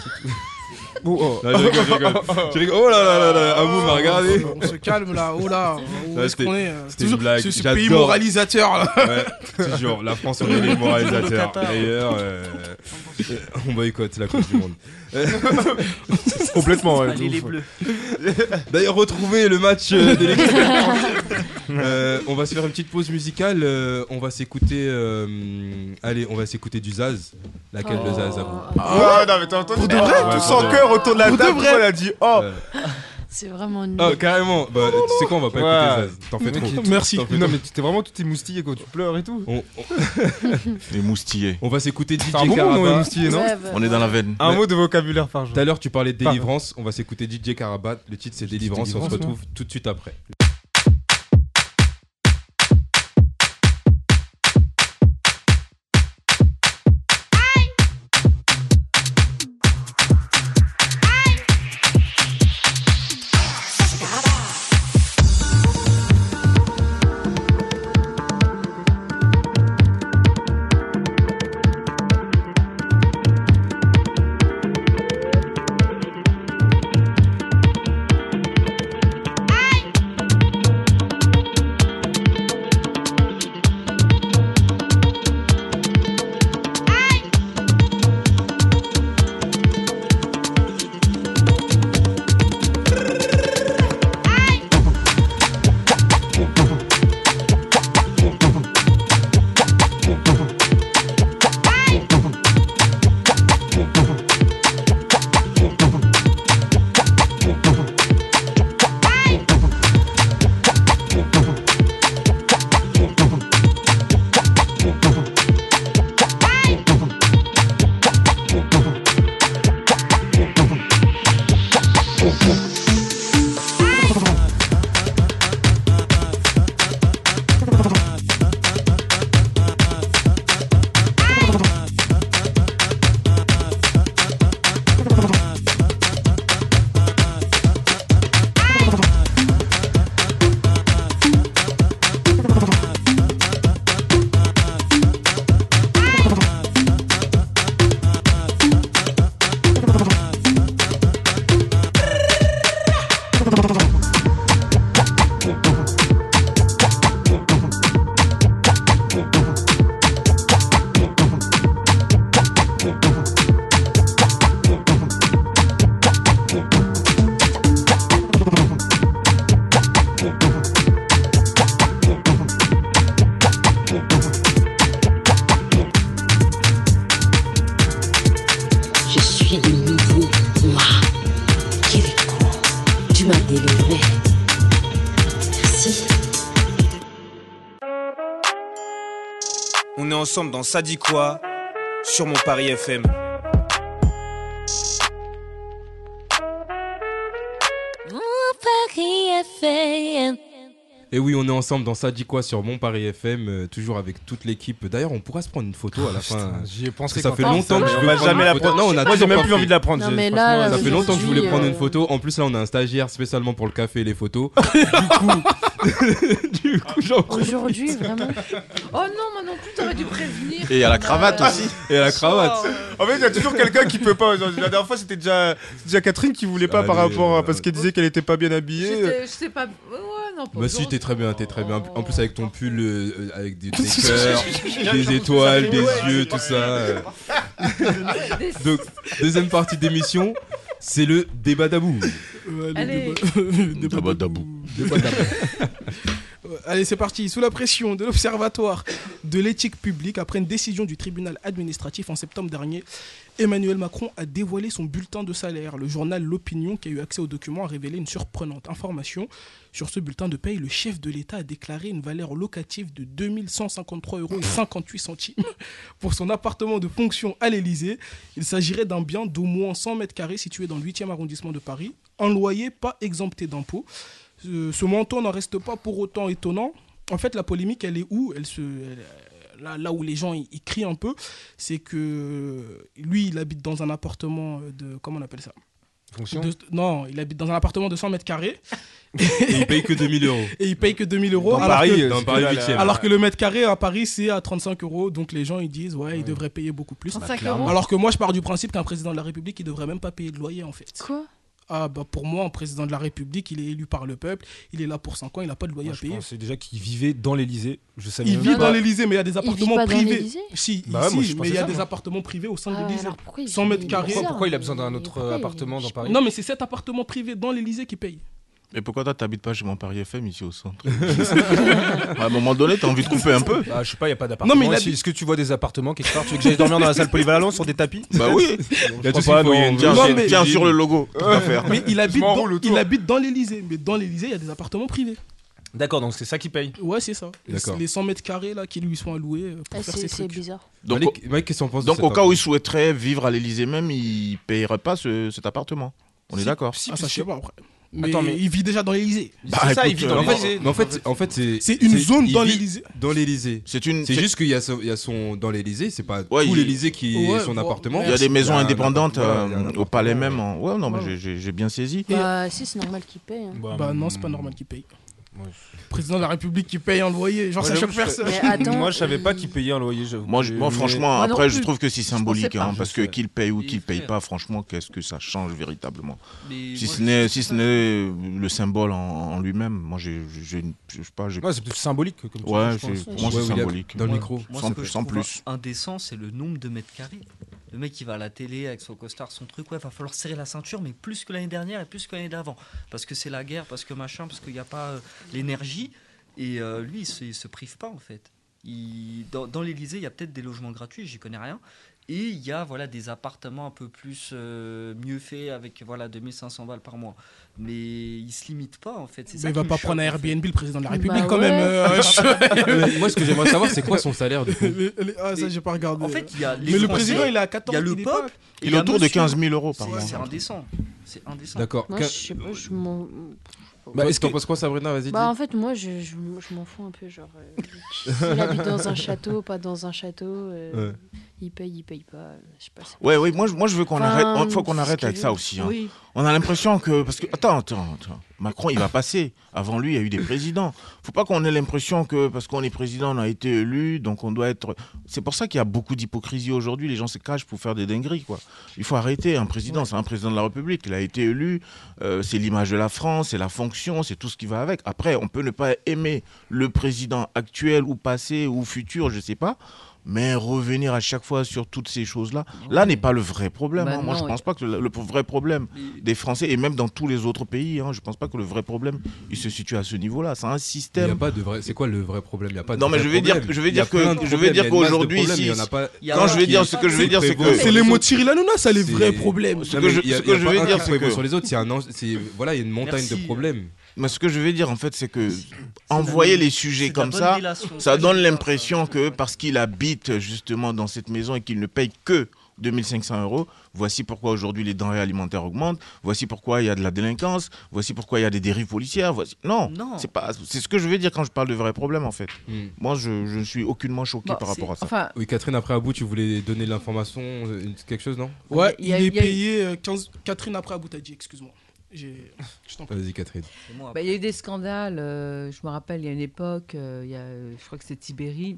S2: Bon, oh.
S1: Non, je rigole, je rigole. Je rigole. Oh là là là là, à vous, m'a regardé.
S4: On se calme là, oh là, où
S1: Ça,
S4: est-ce
S1: c'était-
S4: qu'on est euh,
S1: c'était une
S4: Toujours
S1: blague,
S4: ce, ce pays
S1: j'adore.
S4: moralisateur là.
S1: Ouais, toujours, la France, on est les moralisateurs.
S6: Qatar.
S1: D'ailleurs, euh, euh, on boycotte la Coupe du Monde.
S2: Complètement, ouais, de
S6: Allez,
S2: ouf,
S6: les
S2: ouais.
S6: bleus.
S1: D'ailleurs, retrouvez le match euh, de l'équipe française. Euh, on va se faire une petite pause musicale. euh, on va s'écouter. euh, allez, on va s'écouter du Zaz. Laquelle de Zaz à vous
S6: Oh.
S2: Ah, non, mais t'as entendu
S1: de vrai
S2: Tout son cœur autour de la table, elle a dit Oh
S1: Euh,
S7: C'est vraiment nul.
S1: Ah, carrément. Bah, tu sais quoi, on va pas
S2: Ouais.
S1: écouter Zaz. T'en fais trop.
S2: Merci.
S1: T'en fais
S2: Non,
S1: trop.
S2: mais t'es vraiment tout émoustillé quand tu pleures et tout.
S1: On, on-
S3: Les moustillés.
S1: on va s'écouter DJ
S2: C'est un bon nom,
S1: Caraba.
S2: émoustillé, non
S7: Ouais, bah,
S3: On est dans la veine.
S2: Un mot de vocabulaire par jour.
S1: Tout à l'heure, tu parlais de délivrance. On va s'écouter DJ Carabat. Le titre, c'est délivrance. On se
S2: Délivrance,
S1: retrouve tout de suite après.
S9: Je suis de nouveau moi. Kiriko, tu m'as délivré. Merci.
S10: On est ensemble dans Ça dit quoi sur mon Paris FM.
S1: Et oui, on est ensemble dans Ça dit quoi sur Mon Paris FM. euh, toujours avec toute l'équipe. D'ailleurs, on pourra se prendre une photo à la fin.
S2: Ah, Putain, J'y ai
S1: Parce
S2: pensé.
S1: que ça
S2: quand
S1: fait
S2: t'as dit
S1: longtemps que je
S2: On
S1: veux
S2: va
S1: prendre
S2: jamais
S1: une
S2: la
S1: photo.
S2: prendre.
S1: Non, on a
S2: Moi, j'ai
S1: toujours
S2: même
S1: pas
S2: plus envie
S1: fait.
S2: de la prendre.
S7: Non,
S2: j'ai-
S7: mais
S2: franchement, euh,
S7: là,
S1: Ça fait longtemps que je voulais
S7: Aujourd'hui,
S1: prendre une
S7: euh,
S1: photo. En plus, là, on a un stagiaire spécialement pour le café et les photos. du coup, du coup j'en profite.
S7: Aujourd'hui, vraiment.
S5: Oh non, moi non plus, t'aurais dû prévenir.
S3: Et il y a la cravate
S5: Euh,
S3: aussi.
S1: Et la cravate.
S5: soir, euh,
S2: En fait, il y a toujours quelqu'un qui peut pas. aujourd'hui. La dernière fois, c'était déjà, c'était déjà Catherine qui voulait pas
S1: Allez,
S2: par rapport
S1: euh,
S2: à, parce qu'elle disait qu'elle était pas bien habillée.
S5: J'étais- Je sais pas. Ouais, non, pas
S1: Bah si, t'es
S5: aujourd'hui.
S1: très bien, t'es très bien. En plus, avec ton pull, euh, euh, avec des, des cœurs,
S2: Des
S1: des étoiles, des yeux, tout ça. euh.
S5: Des-
S1: Donc, deuxième partie d'émission, c'est le débat d'Abou.
S4: Euh, allez,
S5: Allez.
S4: débat- débat
S3: Débat
S4: tabou.
S3: tabou.
S4: Ouais, Euh, Allez, c'est parti. Sous la pression de l'Observatoire de l'éthique publique, après une décision du tribunal administratif en septembre dernier, Emmanuel Macron a dévoilé son bulletin de salaire. Le journal L'Opinion, qui a eu accès au document, a révélé une surprenante information. Sur ce bulletin de paye, le chef de l'État a déclaré une valeur locative de 2153 euros et 58 centimes pour son appartement de fonction à l'Élysée. Il s'agirait d'un bien d'au moins 100 mètres carrés situé dans le 8e arrondissement de Paris, un loyer pas exempté d'impôts. Euh, ce montant n'en reste pas pour autant étonnant. En fait, la polémique, elle est où elle se, elle- là, là où les gens ils, ils crient un peu, c'est que euh, lui, il habite dans un appartement de. euh, Comment on appelle ça
S2: Fonction
S4: de- non, il habite dans un appartement de 100 mètres carrés
S1: Et il paye que 2000 euros.
S4: et il paye que 2000 euros.
S2: Dans
S4: alors
S2: Paris,
S4: que-
S2: euh,
S1: dans
S2: c'est
S1: Paris
S2: que dalle,
S1: huitième.
S2: hein.
S4: alors que le mètre carré à Paris, c'est à 35 euros. Donc les gens, ils disent, ouais, ils devraient payer beaucoup plus.
S1: Bah,
S5: 35
S6: clairement.
S5: euros.
S4: Alors que moi, je pars du principe qu'un président de la République, il devrait même pas payer de loyer, en fait.
S7: Quoi
S4: Ah, bah pour moi, un président de la République, il est élu par le peuple, il est là pour 5 ans, il n'a pas de loyer
S2: Moi,
S4: à
S2: je
S4: payer.
S2: pensais déjà qu'il vivait dans l'Elysée. Je savais
S4: Il
S2: même
S4: vit
S2: pas.
S4: dans l'Élysée, mais il y a des appartements
S7: pas dans
S4: privés.
S7: l'Élysée
S4: Si,
S2: Bah ouais,
S4: ici,
S2: moi, je
S4: mais il y
S2: pensais
S4: a
S2: ça,
S4: des
S2: moi.
S4: appartements privés au sein de
S7: Ah,
S4: l'Élysée.
S7: alors pourquoi il-
S4: 100 mètres carrés.
S7: bizarre,
S4: Pourquoi-
S2: pourquoi il a besoin d'un
S7: mais
S2: autre
S7: pourquoi il-
S2: appartement dans
S7: je-
S2: Paris
S4: Non, mais c'est cet appartement privé dans l'Élysée qui paye.
S3: Et pourquoi toi, t'habites pas chez mon Paris FM ici au centre À un moment donné, t'as envie de couper un peu
S2: Bah, je sais pas, il n'y a pas d'appartement.
S4: Non, mais il
S2: ici.
S4: habite-
S2: Est-ce que tu vois des appartements quelque part Tu veux que j'aille dormir dans la salle polyvalente sur des tapis
S3: Bah oui,
S2: Il
S1: y a tout ce qu'il faut, il y a une
S3: tiens,
S1: Non,
S3: tiens,
S1: mais-
S3: tiens sur le logo. tant qu'à faire.
S4: Mais il habite dans,
S1: m'enroule autour.
S4: il habite dans l'Élysée, mais dans l'Élysée, il y a des appartements privés.
S2: D'accord, donc c'est ça qui paye.
S4: Ouais, c'est ça. Les-
S1: D'accord.
S4: Les 100 mètres carrés là qui lui sont alloués euh, pour
S7: Ah,
S4: faire ces
S7: C'est c'est
S4: trucs.
S7: bizarre.
S3: Donc,
S1: Malik, Malik, qu'est-ce que t'en penses de
S3: donc
S1: cet
S3: au cas
S1: accord
S3: où il souhaiterait vivre à l'Elysée même, il payerait pas ce- cet appartement. On est
S4: Si-
S3: d'accord
S4: Ah, ça, je sais pas après. Mais,
S2: Attends, mais-
S4: il vit déjà dans l'Élysée.
S3: Bah,
S2: c'est ça, il
S3: écoute,
S2: vit dans
S3: euh,
S1: En
S2: l'Élysée.
S1: fait, mais en fait, en fait, c'est
S4: C'est une
S1: c'est-
S4: zone
S1: il
S4: dans
S1: vit
S4: l'Élysée.
S1: Dans l'Élysée.
S3: C'est une.
S1: C'est
S3: c'est-
S1: juste qu'il y, a son- il y a son dans l'Élysée, c'est pas
S3: Ouais,
S1: tout
S3: il-
S1: l'Élysée qui est
S4: Ouais,
S1: son
S4: bon,
S1: appartement.
S3: Il y a des maisons
S1: un
S3: indépendantes
S1: appart-
S3: euh,
S1: voilà, Bah, il y a un
S3: au palais
S1: appartement.
S3: même. en- Ouais, non, mais
S4: Voilà.
S3: j'ai- j'ai j'ai bien saisi.
S7: Bah, si, c'est normal qu'il paye. hein.
S4: Bah non, c'est pas normal qu'il paye.
S2: Ouais.
S4: Président de la République qui paye un loyer, genre
S2: Moi,
S4: ça
S2: j'avoue,
S4: choque
S2: je serais-
S4: personne.
S7: Mais attends,
S2: Moi, je savais pas qu'il
S7: euh,
S2: payait un loyer. j'avoue.
S3: Moi, je- moi,
S2: Mais-
S3: franchement,
S5: Moi non
S3: après,
S5: plus.
S3: je trouve que c'est
S5: pensais
S3: symbolique,
S5: pas.
S3: hein,
S2: Je
S3: parce que
S2: sais.
S3: qu'il paye ou
S6: Il
S3: qu'il
S6: fait.
S3: paye pas, franchement, qu'est-ce que ça change véritablement
S6: Mais
S3: Si
S6: moi,
S3: ce
S6: je-
S3: n'est si ce n'est le symbole en, en lui-même, moi, j'ai, j'ai une- je sais pas, j'ai-
S2: Ouais, c'est plus symbolique. Comme tu dis,
S3: ouais,
S2: je
S3: j'ai-
S2: pense.
S3: pour moi,
S1: Ouais,
S3: c'est
S1: William,
S3: symbolique.
S1: Dans le
S6: Moi-
S1: micro.
S6: Moi,
S3: Sans-
S6: ce que je
S3: sans
S6: trouve
S3: plus.
S6: Indécent, c'est le nombre de mètres carrés. Le mec, il va à la télé avec son costard, son truc. Ouais, va falloir serrer la ceinture, mais plus que l'année dernière et plus que l'année d'avant. Parce que c'est la guerre, parce que machin, parce qu'il n'y a pas euh, l'énergie. Et euh, lui, il se, il se prive pas, en fait. Il- dans dans l'Elysée, il y a peut-être des logements gratuits, j'y connais rien. Et il y a voilà, des appartements un peu plus euh, mieux faits avec voilà, 2500 balles par mois. Mais il se limite pas, en fait. C'est ça
S4: Mais il
S6: qui
S4: va
S6: me
S4: pas
S6: choque,
S4: prendre un
S6: en fait.
S4: Airbnb le président de la
S7: Bah
S4: République quand
S7: ouais.
S4: même. euh,
S1: Euh, Moi, ce que j'aimerais savoir, c'est quoi son salaire du coup
S4: je- ah, ça, j'ai pas regardé.
S6: En fait, il y a les
S4: mais le
S6: Français,
S4: président, il est à 14
S6: il y a le
S4: est
S6: peuple,
S4: pas-
S6: et
S3: Il est autour de
S6: monsieur.
S3: 15 000 euros par
S6: C'est
S3: mois.
S6: c'est indécent. C'est indécent.
S1: D'accord.
S7: Moi,
S1: Qu'un-
S7: je sais pas, je m'en.
S1: Bah, Est-ce que t'en penses quoi, Sabrina Vas-y.
S7: Bah,
S1: dis.
S7: en fait, moi, je, je, je m'en fous un peu. Genre, euh, s'il habite dans un château, pas dans un château, euh,
S1: Ouais.
S7: il paye, il paye pas. euh, Je sais pas. c'est-
S3: Ouais, oui, moi, je- moi, je veux qu'on
S7: Enfin,
S3: arrête, oh, faut qu'on
S7: c'est
S3: arrête
S7: ce
S3: avec
S7: que-
S3: ça aussi. hein.
S7: Oui.
S3: On a l'impression que. Parce que. Attends, attends, attends. Macron, il va passer. Avant lui, il y a eu des présidents. Faut pas qu'on ait l'impression que parce qu'on est président, on a été élu, donc on doit être. C'est pour ça qu'il y a beaucoup d'hypocrisie aujourd'hui. Les gens se cachent pour faire des dingueries, quoi. Il faut arrêter. Un président, c'est un président de la République. Il a été élu. euh, c'est l'image de la France, c'est la fonction, c'est tout ce qui va avec. Après, on peut ne pas aimer le président actuel ou passé ou futur, je sais pas. Mais revenir à chaque fois sur toutes ces choses-là, là n'est pas le vrai problème.
S5: Bah
S3: hein. Moi, je
S5: non,
S3: pense pas que le- le vrai problème,
S6: Mais-
S3: des Français et même dans tous les autres pays. hein. Je pense pas que le vrai problème, il se situe à ce niveau-là. C'est un
S1: Il y a
S3: système.
S1: pas de vrai. C'est quoi le vrai problème Il y a pas. de
S3: Non, mais
S1: vrai
S3: je vais dire-
S1: problème.
S3: je vais
S1: Il y a
S3: dire que-
S1: plein de
S3: je vais dire
S1: problèmes, il y a une masse de
S3: qu'aujourd'hui,
S1: problème, il y en
S3: si-
S1: a pas.
S6: Il y a
S3: Quand
S6: un
S3: je vais
S6: qui
S3: dire
S6: est
S3: ce
S6: pas
S3: que je vais dire, c'est
S6: prévoit.
S3: que
S4: C'est les mots de Cyril Hanouna, ça, les
S1: C'est-
S4: vrais problèmes.
S3: Ce
S1: Non,
S3: que
S1: mais
S3: je-
S1: il y a-
S3: ce
S1: il
S3: que
S1: y a
S3: je
S1: pas
S3: vais
S1: un
S3: dire,
S1: qui
S3: c'est
S1: prévaut
S3: que-
S1: sur les autres, c'est un ange- c'est- voilà, il y a une montagne de
S6: Merci.
S1: problèmes.
S3: Mais ce que je vais dire en fait, c'est que
S6: la
S3: envoyer
S6: bonne-
S3: les
S6: c'est
S3: sujets
S6: de
S3: comme
S6: la
S3: ça,
S6: bonne délation.
S3: ça donne l'impression que parce qu'il habite justement dans cette maison et qu'il ne paye que 2500 euros, voici pourquoi aujourd'hui les denrées alimentaires augmentent, voici pourquoi il y a de la délinquance, voici pourquoi il y a des dérives policières. Voici... Non,
S6: Non.
S3: c'est pas. C'est ce que je vais dire quand je parle de vrais problèmes en fait.
S1: Hmm.
S3: Moi, je, je ne suis aucunement choqué
S5: Bah,
S3: par
S5: c'est-
S3: rapport à ça.
S5: Enfin,
S1: Oui, Catherine, après à bout, tu voulais donner l'information, euh, quelque chose, non
S4: Ouais,
S5: Il
S4: il
S5: y a-
S4: est
S5: il y a-
S4: payé euh, 15. Catherine après Aboutadji, excuse-moi. J'ai- Je t'en prie.
S1: Vas-y, Catherine.
S6: Et moi,
S5: Bah, il y a eu des scandales. euh, je me rappelle, il y a une époque, euh, il y a, euh, je crois que c'est Tibéri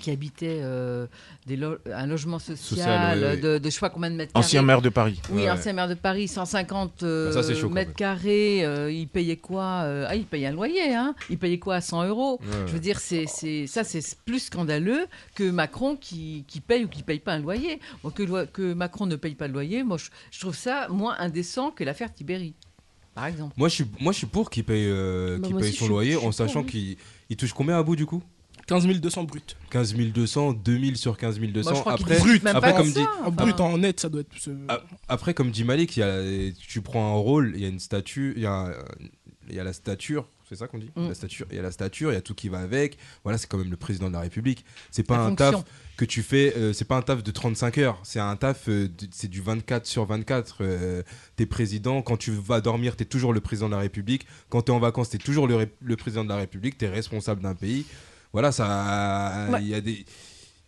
S5: qui habitait euh, des lo- un logement social, euh,
S1: Social, ouais, ouais.
S5: De, de je sais pas combien de mètres
S3: Ancien
S5: carrés.
S3: maire de Paris.
S5: Oui,
S1: Ouais, ouais.
S5: ancien maire de Paris, 150 euh,
S1: Bah, ça, c'est chaud, quand
S5: mètres
S1: même.
S5: carrés. euh, il payait quoi euh, Ah, il payait un loyer. Hein il payait quoi à 100 euros Je veux dire, c'est, c'est, ça, c'est plus scandaleux que Macron qui, qui paye ou qui ne paye pas un loyer. Moi, que, lo- que Macron ne paye pas le loyer, moi, je, je trouve ça moins indécent que l'affaire Tibéri, par exemple.
S1: Moi, je suis, moi, je suis pour qu'il paye, euh,
S7: Bah,
S1: qu'il
S7: moi
S1: paye
S7: aussi,
S1: son
S7: je suis- je
S1: loyer
S7: suis
S1: en
S7: pour,
S1: sachant
S7: oui.
S1: qu'il il touche combien à bout du coup
S4: 15 200 brut. Bah,
S1: 15 200, 2000 sur 15 200.
S5: Moi, je crois qu'il
S1: après,
S5: discute même
S1: après,
S5: pas
S1: comme
S5: de ça,
S1: dit,
S4: En
S5: enfin.
S4: brut, en net, ça doit être. ce-
S1: Ah, après, comme dit Malik, il y a- tu prends un rôle, il y a une statue, il y a, il y a la stature, c'est ça qu'on dit
S5: Mm.
S1: la stature, Il y a la stature, il y a tout qui va avec. Voilà, c'est quand même le président de la République. C'est pas
S5: La
S1: un
S5: fonction.
S1: taf que tu fais, euh, c'est pas un taf de 35 heures, c'est un taf, euh, de- c'est du 24 sur 24. euh, t'es président, quand tu vas dormir, t'es toujours le président de la République. Quand t'es en vacances, t'es toujours le, ré- le président de la République, t'es responsable d'un pays. Voilà, ça. Il
S5: Ouais.
S1: y a des.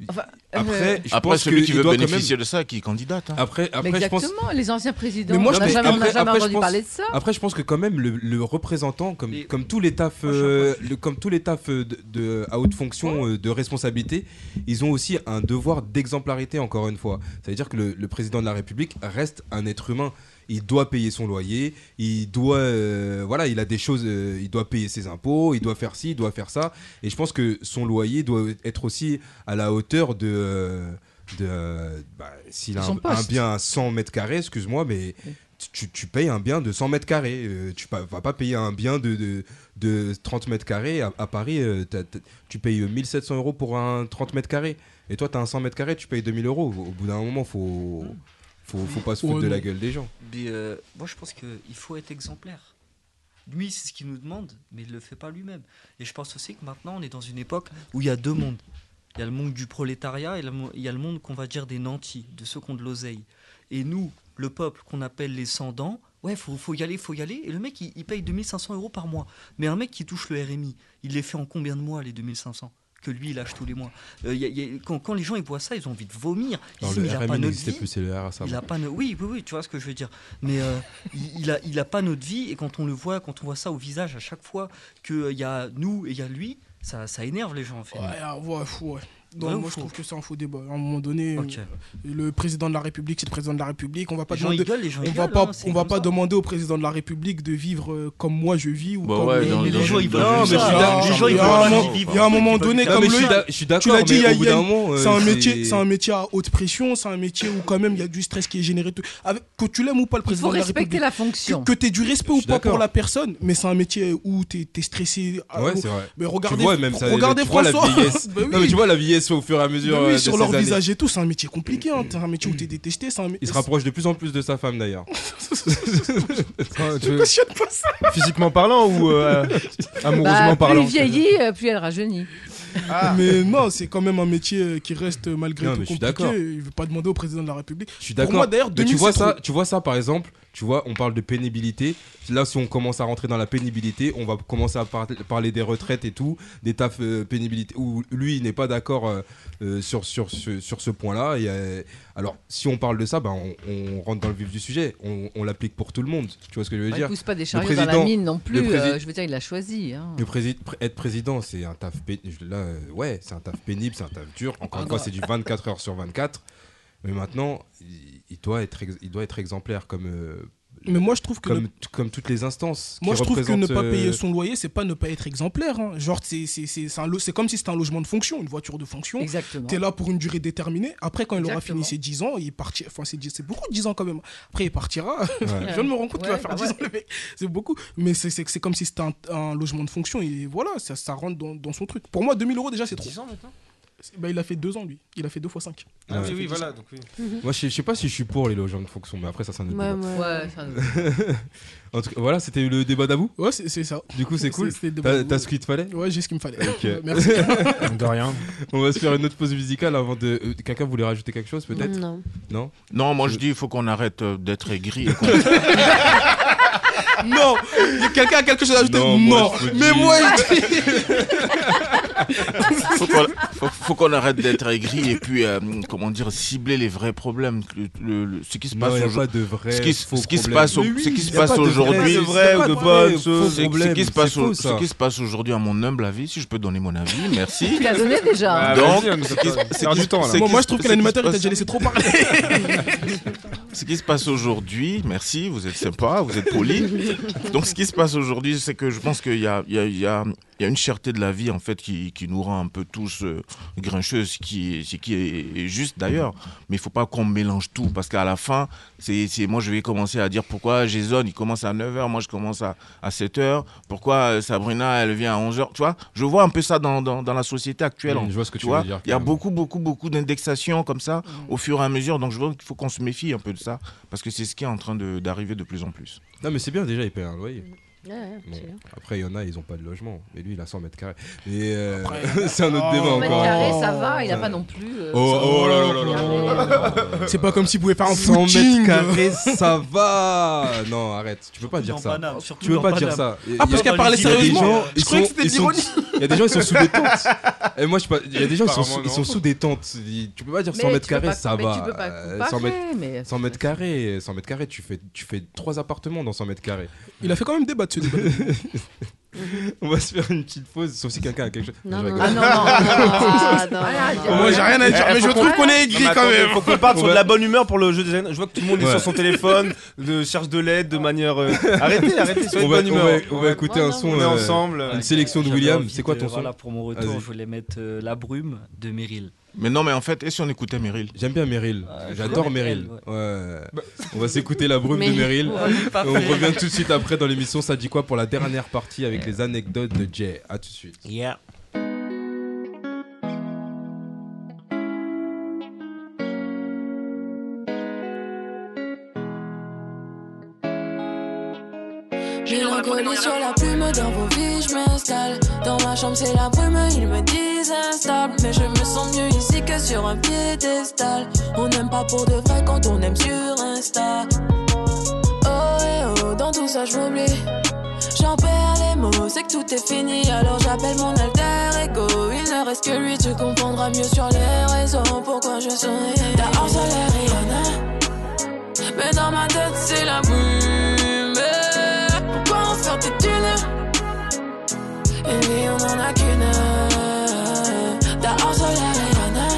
S5: Enfin, euh,
S1: Après, je
S3: Après,
S1: pense
S3: celui
S1: que
S3: qui
S1: il
S3: veut
S1: doit quand
S3: bénéficier de ça, qui candidate. hein.
S1: même- Après,
S5: mais
S1: après, je pense.
S5: exactement, les anciens présidents,
S1: Mais moi,
S5: on
S1: je
S5: n'a
S1: pense-
S5: jamais, on n'a
S1: après-
S5: jamais
S1: après, je
S5: entendu
S1: pense-
S5: parler de ça.
S1: Après, je pense que quand même le, le représentant, comme,
S6: Mais-
S1: comme tous les tafs,
S6: Moi, je suis
S1: euh,
S6: pas-
S1: le- comme tous les tafs euh, de, de- à haute fonction, euh, de responsabilité, ils ont aussi un devoir d'exemplarité. Encore une fois, ça veut dire que le, le président de la République reste un être humain. Il doit payer son loyer, il doit, euh, voilà, il a des choses, euh, il doit payer ses impôts, il doit faire ci, il doit faire ça. Et je pense que son loyer doit être aussi à la hauteur de. euh, de euh, bah, s'il a
S5: Son
S1: un, un
S5: poste.
S1: bien à 100 mètres carrés, excuse-moi, mais
S5: Oui.
S1: tu, tu payes un bien de 100 mètres carrés. Euh, tu pa- vas pas payer un bien de, de, de 30 mètres carrés. À, à Paris, euh, t'as- t'as- tu payes 1700 euros pour un 30 mètres carrés. Et toi, tu as un 100 mètres carrés, tu payes 2000 euros. Au bout d'un moment, faut, faut, faut pas se foutre
S4: Ouais,
S1: de
S4: non.
S1: la gueule des gens.
S6: Mais, euh, moi, je pense qu'il faut être exemplaire. Lui, c'est ce qu'il nous demande, mais il ne le fait pas lui-même. Et je pense aussi que maintenant, on est dans une époque où il y a deux mondes. Il y a le monde du prolétariat et le mo- il y a le monde qu'on va dire des nantis, de ceux qui ont de l'oseille. Et nous, le peuple qu'on appelle les sans-dents, ouais, faut, faut y aller, faut y aller. Et le mec, il, il paye 2500 euros par mois. Mais un mec qui touche le RMI, il les fait en combien de mois, les 2500 que lui, il lâche tous les mois. Euh, il y a- il y a- quand, quand les gens ils voient ça, ils ont envie de vomir. Ils
S1: Alors,
S6: disent,
S1: le
S6: mais il a pas
S1: RMI
S6: notre
S1: n'existait
S6: vie.
S1: plus, c'est le RSA.
S6: Il a pas no- Oui, oui, oui, tu vois ce que je veux dire. Mais euh, il, il a, il a pas notre vie et quand on le voit, quand on voit ça au visage à chaque fois qu'il y a nous et il y a lui, ça, ça énerve les gens en fait.
S4: Ouais, ah, ouais, fou, ouais. Non,
S6: Ouais, ou
S4: moi je
S6: faux
S4: trouve que c'est un faux débat. À un moment donné, euh,
S6: Ok.
S4: le président de la République, c'est le président de la République. On va pas
S6: les gens
S4: demander,
S6: rigolent, les gens
S4: on va
S6: rigolent,
S4: pas,
S6: hein, c'est
S4: on va
S6: comme
S4: pas
S6: ça.
S4: demander au président de la République de vivre euh, comme moi je vis ou
S3: Bah
S4: comme
S3: ouais,
S4: les-
S3: dans-
S4: les-
S6: Mais les
S3: dans
S6: gens
S3: une-
S6: ils
S3: dans
S6: veulent
S3: une
S6: pas, mais
S3: salle,
S6: les gens, les gens, ils
S4: il y
S6: veulent
S4: a
S6: pas
S4: un
S6: qu'ils
S4: moment-
S6: vivent.
S4: il y a un moment donné,
S1: Non,
S4: comme
S1: mais je suis
S4: le-
S1: d'a- je suis
S4: tu
S1: d'accord,
S4: l'as dit, il y
S1: mais
S4: a-
S1: au bout
S4: il y a
S1: d'un
S4: une-
S1: moment,
S4: C'est
S1: euh,
S4: un métier,
S1: c'est-
S4: c'est un métier à haute pression, c'est un métier où quand même il y a du stress qui est généré. tout- Avec, que tu l'aimes ou pas le
S5: Il faut
S4: président de la
S5: respecter
S4: République,
S5: la
S4: que,
S5: fonction.
S4: que t'aies du respect
S1: Je
S4: ou
S1: suis
S4: pas pour
S1: d'accord.
S4: la personne, mais c'est un métier où t'es es stressé. à-
S1: Ouais, c'est vrai.
S4: Ah, mais regardez,
S1: vois même ça,
S4: regardez
S1: tu vois la
S4: François.
S1: vieillesse.
S4: Bah
S1: Non,
S4: oui.
S1: mais tu vois la vieillesse au fur et à mesure.
S4: Mais
S1: euh,
S4: oui,
S1: de
S4: sur
S1: ces
S4: leur
S1: années.
S4: visage et tout, c'est un métier compliqué. Hein. C'est un métier où t'es détesté. C'est un métier.
S1: Il se rapproche de plus en plus de sa femme d'ailleurs.
S2: Enfin, tu
S4: Je
S2: veux-
S4: cautionne pas ça.
S2: Physiquement parlant ou euh, amoureusement
S5: Bah, plus
S2: parlant
S5: il vieillit, euh, plus elle rajeunit.
S4: Mais non, c'est quand même un métier euh, qui reste euh, malgré
S1: Non,
S4: tout
S1: mais je suis
S4: compliqué.
S1: d'accord.
S4: Il veut pas demander au président de la République.
S1: Je suis
S4: Pour
S1: d'accord.
S4: moi, d'ailleurs,
S1: Mais
S4: 2000,
S1: tu vois
S4: c'est
S1: ça,
S4: trop.
S1: tu vois ça par exemple, tu vois, on parle de pénibilité. Là, si on commence à rentrer dans la pénibilité, on va commencer à par- parler des retraites et tout, des tafs euh, pénibilité. Où lui, il n'est pas d'accord euh, euh, sur, sur, ce- sur ce point-là. Et, euh, alors, si on parle de ça, bah, on, on rentre dans le vif du sujet. On, on l'applique pour tout le monde. Tu vois ce que je veux
S5: Il ne
S1: dire
S5: pousse pas des chariots dans la
S1: président-
S5: mine non plus.
S1: prési-
S5: euh, je veux dire, il l'a choisi. hein.
S1: Le prési- pr- être président, c'est un taf pénible. Là, euh, ouais, c'est un taf pénible, c'est un taf dur. Encore une fois, c'est du 24 heures sur 24. Mais maintenant, il, il doit, être ex- il doit être exemplaire comme, euh,
S4: Mais moi, je trouve que
S1: comme,
S4: ne-
S1: t- comme toutes les instances.
S4: moi,
S1: qui
S4: je trouve que ne
S1: représentent,
S4: pas
S1: euh,
S4: payer son loyer, c'est pas ne pas être exemplaire. hein. Genre, c'est c'est- c'est- c'est un lo- c'est comme si c'était un logement de fonction, une voiture de fonction.
S5: Exactement.
S4: T'es là pour une durée déterminée. Après, quand il aura fini
S5: Exactement.
S4: ses 10 ans, il partira. Enfin, c'est 10 c'est beaucoup 10 ans quand même. Après, il partira. Je viens de me rendre compte qu'il
S5: Ouais,
S4: va faire
S5: bah
S4: 10
S5: ouais.
S4: ans, le mec. C'est beaucoup. Mais c'est- c'est c'est comme si c'était un, un logement de fonction. Et voilà, ça, ça rentre dans, dans son truc. Pour moi, 2000 euros déjà, c'est trop.
S10: 10 ans maintenant
S4: C'est- bah, il a fait 2 ans, lui. Il a fait 2 fois 5.
S10: Ah
S1: Ouais.
S10: oui, oui, voilà. Donc, oui.
S1: Moi, je, je sais pas si je suis pour les hein, logements de fonction, mais après, ça, c'est un autre
S7: Ouais,
S1: débat.
S7: ouais.
S5: Ouais, ça-
S1: En tout cas, voilà, c'était le débat d'Abou.
S4: Ouais, c'est c'est ça.
S1: Du coup, c'est cool.
S4: C'était le
S1: T'as
S4: débat.
S1: t'as ce qu'il te fallait
S4: Ouais, j'ai ce qu'il me fallait.
S1: Ok.
S4: Merci.
S2: De rien.
S1: On va se faire une autre pause musicale avant de. euh, Quelqu'un voulait rajouter quelque chose, peut-être
S7: Non.
S1: Non
S3: Non, moi je dis, il faut qu'on arrête euh, d'être aigri. et qu'on-
S4: non Quelqu'un a quelque chose à ajouter
S1: Non,
S4: Non,
S1: moi, je vous
S4: Mais
S1: dis-
S4: moi, je dis.
S3: faut qu'on faut- faut qu'on arrête d'être aigri et puis, euh, comment dire, cibler les vrais problèmes. Le- le- le- ce qui se passe
S1: Non, y a
S3: aujourd'hui.
S1: pas de vrai.
S3: ce qui, se-
S1: faux
S3: ce qui se
S1: problème.
S3: passe, au- ce qui se passe aujourd'hui,
S2: de vrai ou de bonnes choses.
S3: c'est- ce qui se passe, au- ce qui se passe aujourd'hui à mon humble avis, si je peux donner mon avis, merci.
S5: Tu l'as donné déjà. hein.
S2: Ah,
S3: Donc,
S2: vas-y, on nous
S3: c'est
S2: a pas-
S3: qui- c'est
S2: perdu
S3: qui-
S2: du temps, là.
S3: c'est
S4: Moi,
S3: qui-
S4: moi, je trouve
S3: c'est qui
S4: que l'animateur,
S3: se
S4: il t'a
S3: passe-
S4: déjà laissé trop parler.
S3: Ce qui se passe aujourd'hui, merci, vous êtes sympa, vous êtes poli. Donc, ce qui se passe aujourd'hui, c'est que je pense qu'il y a, il y a- il y a- il y a une cherté de la vie, en fait, qui, qui nous rend un peu tous euh, grincheux, ce qui, est- ce qui est, est juste d'ailleurs. Mais il faut pas qu'on mélange tout, parce qu'à la fin, c'est, c'est- moi, je vais commencer à dire pourquoi Jason, il commence à 9h, moi, je commence à, à 7h, pourquoi euh, Sabrina, elle vient à 11h. Tu vois, je vois un peu ça dans, dans- dans la société actuelle.
S1: Mmh, je vois ce que tu
S3: vois,
S1: veux dire,
S3: Il y a
S1: carrément.
S3: beaucoup, beaucoup, beaucoup d'indexations comme ça au fur et à mesure. Donc je vois qu'il faut qu'on se méfie un peu de ça parce que c'est ce qui est en train de- d'arriver de plus en plus.
S1: Non, mais c'est bien déjà, il paye un loyer.
S7: Ouais, ouais,
S1: Bon,
S7: absolument.
S1: après, il y en a, ils ont pas de logement. Mais lui, il a 100 mètres carrés. Mais euh,
S4: Après,
S1: c'est un autre
S4: Oh.
S1: débat
S4: Oh.
S5: Mètre carré,
S1: encore.
S5: ça va, il n'a pas non plus. euh,
S1: Oh, oh là là là
S4: C'est pas comme s'il pouvait faire un
S1: 100
S4: footing.
S1: mètres carrés, ça va Non, arrête, tu peux pas dire
S6: Dans
S1: ça.
S6: Paname, surtout
S1: Tu peux
S6: dans
S1: pas dire
S6: Paname.
S1: ça.
S4: Ah, parce
S1: Il y a-
S4: qu'elle parlait
S1: il y a des
S4: sérieusement.
S1: gens,
S4: Je
S1: ils
S4: croyais que
S1: sont-
S4: c'était
S1: ils
S4: de
S1: sont-
S4: l'ironie.
S1: Il y a des gens, ils sont sous des tentes. Et moi, je sais pas, il y a des gens, ils sont,
S2: Apparemment,
S1: sous- ils
S2: non.
S1: sont sous des tentes. Ils- Tu peux pas dire 100 mètres
S5: tu peux
S1: carrés,
S5: pas
S1: ça
S5: comparer,
S1: va.
S5: Tu peux pas
S1: Euh,
S5: comparer,
S1: 100 mètres,
S5: mais
S1: 100 mètres carrés, 100 mètres carrés, tu fais, tu fais trois appartements dans 100 mètres carrés.
S4: Il a fait quand même débattre ce débat.
S1: On va se faire une petite pause, sauf si quelqu'un a quelque chose.
S7: Non,
S1: Je
S7: non,
S1: rigole.
S5: Ah non, non,
S7: Ah, non,
S5: Ah,
S7: non,
S5: il y a-
S7: non.
S4: Moi, j'ai rien à dire,
S2: Eh,
S4: mais je
S2: faut
S4: trouve qu'on est
S2: Mais
S4: aigri quand
S2: attendez,
S4: même.
S2: Faut qu'on parte sur
S1: Ouais.
S2: de la bonne humeur pour le jeu des années. Je vois que tout le monde est
S1: Ouais.
S2: sur son téléphone, de, cherche de l'aide de manière. euh, Arrêtez, arrêtez, soyez
S1: On
S2: de
S1: va,
S2: bonne
S1: on va-
S2: humeur.
S1: on va écouter
S7: Ouais,
S1: un
S7: non,
S1: son.
S2: On est
S1: euh,
S2: ensemble.
S1: Une sélection de
S6: J'avais
S1: William,
S6: envie
S1: c'est quoi
S6: de-
S1: ton son
S6: Voilà, pour mon retour,
S1: Vas-y.
S6: je voulais mettre euh, La Brume de Meryl.
S3: Mais non, mais en fait, et si on écoutait Meryl
S1: J'aime bien Meryl.
S6: Ouais,
S1: J'adore
S6: je connais
S1: Meryl.
S6: elle,
S1: Ouais. Bah, On va s'écouter la brume de
S7: Mais-
S1: Meryl.
S6: Pas
S1: Et on revient tout de suite après dans l'émission. Ça dit quoi pour la dernière partie avec les anecdotes de Jay À tout de suite.
S6: Yeah.
S11: Mélancolie sur la plume dans vos vies, je m'installe. Dans ma chambre, c'est la brume, ils me disent instable. Mais je me sens mieux ici que sur un piédestal. On n'aime pas pour de vrai quand on aime sur Insta. Oh, eh oh, dans tout ça, je m'oublie. J'en perds les mots, c'est que tout est fini. Alors j'appelle mon alter ego. Il ne reste que lui, tu comprendras mieux sur les raisons pourquoi je souris. T'as ensoleillé Rihanna. Mais dans ma tête, c'est la brume. Pourquoi en faire des thunes Et lui, on en a qu'une. T'as un seul Ariana.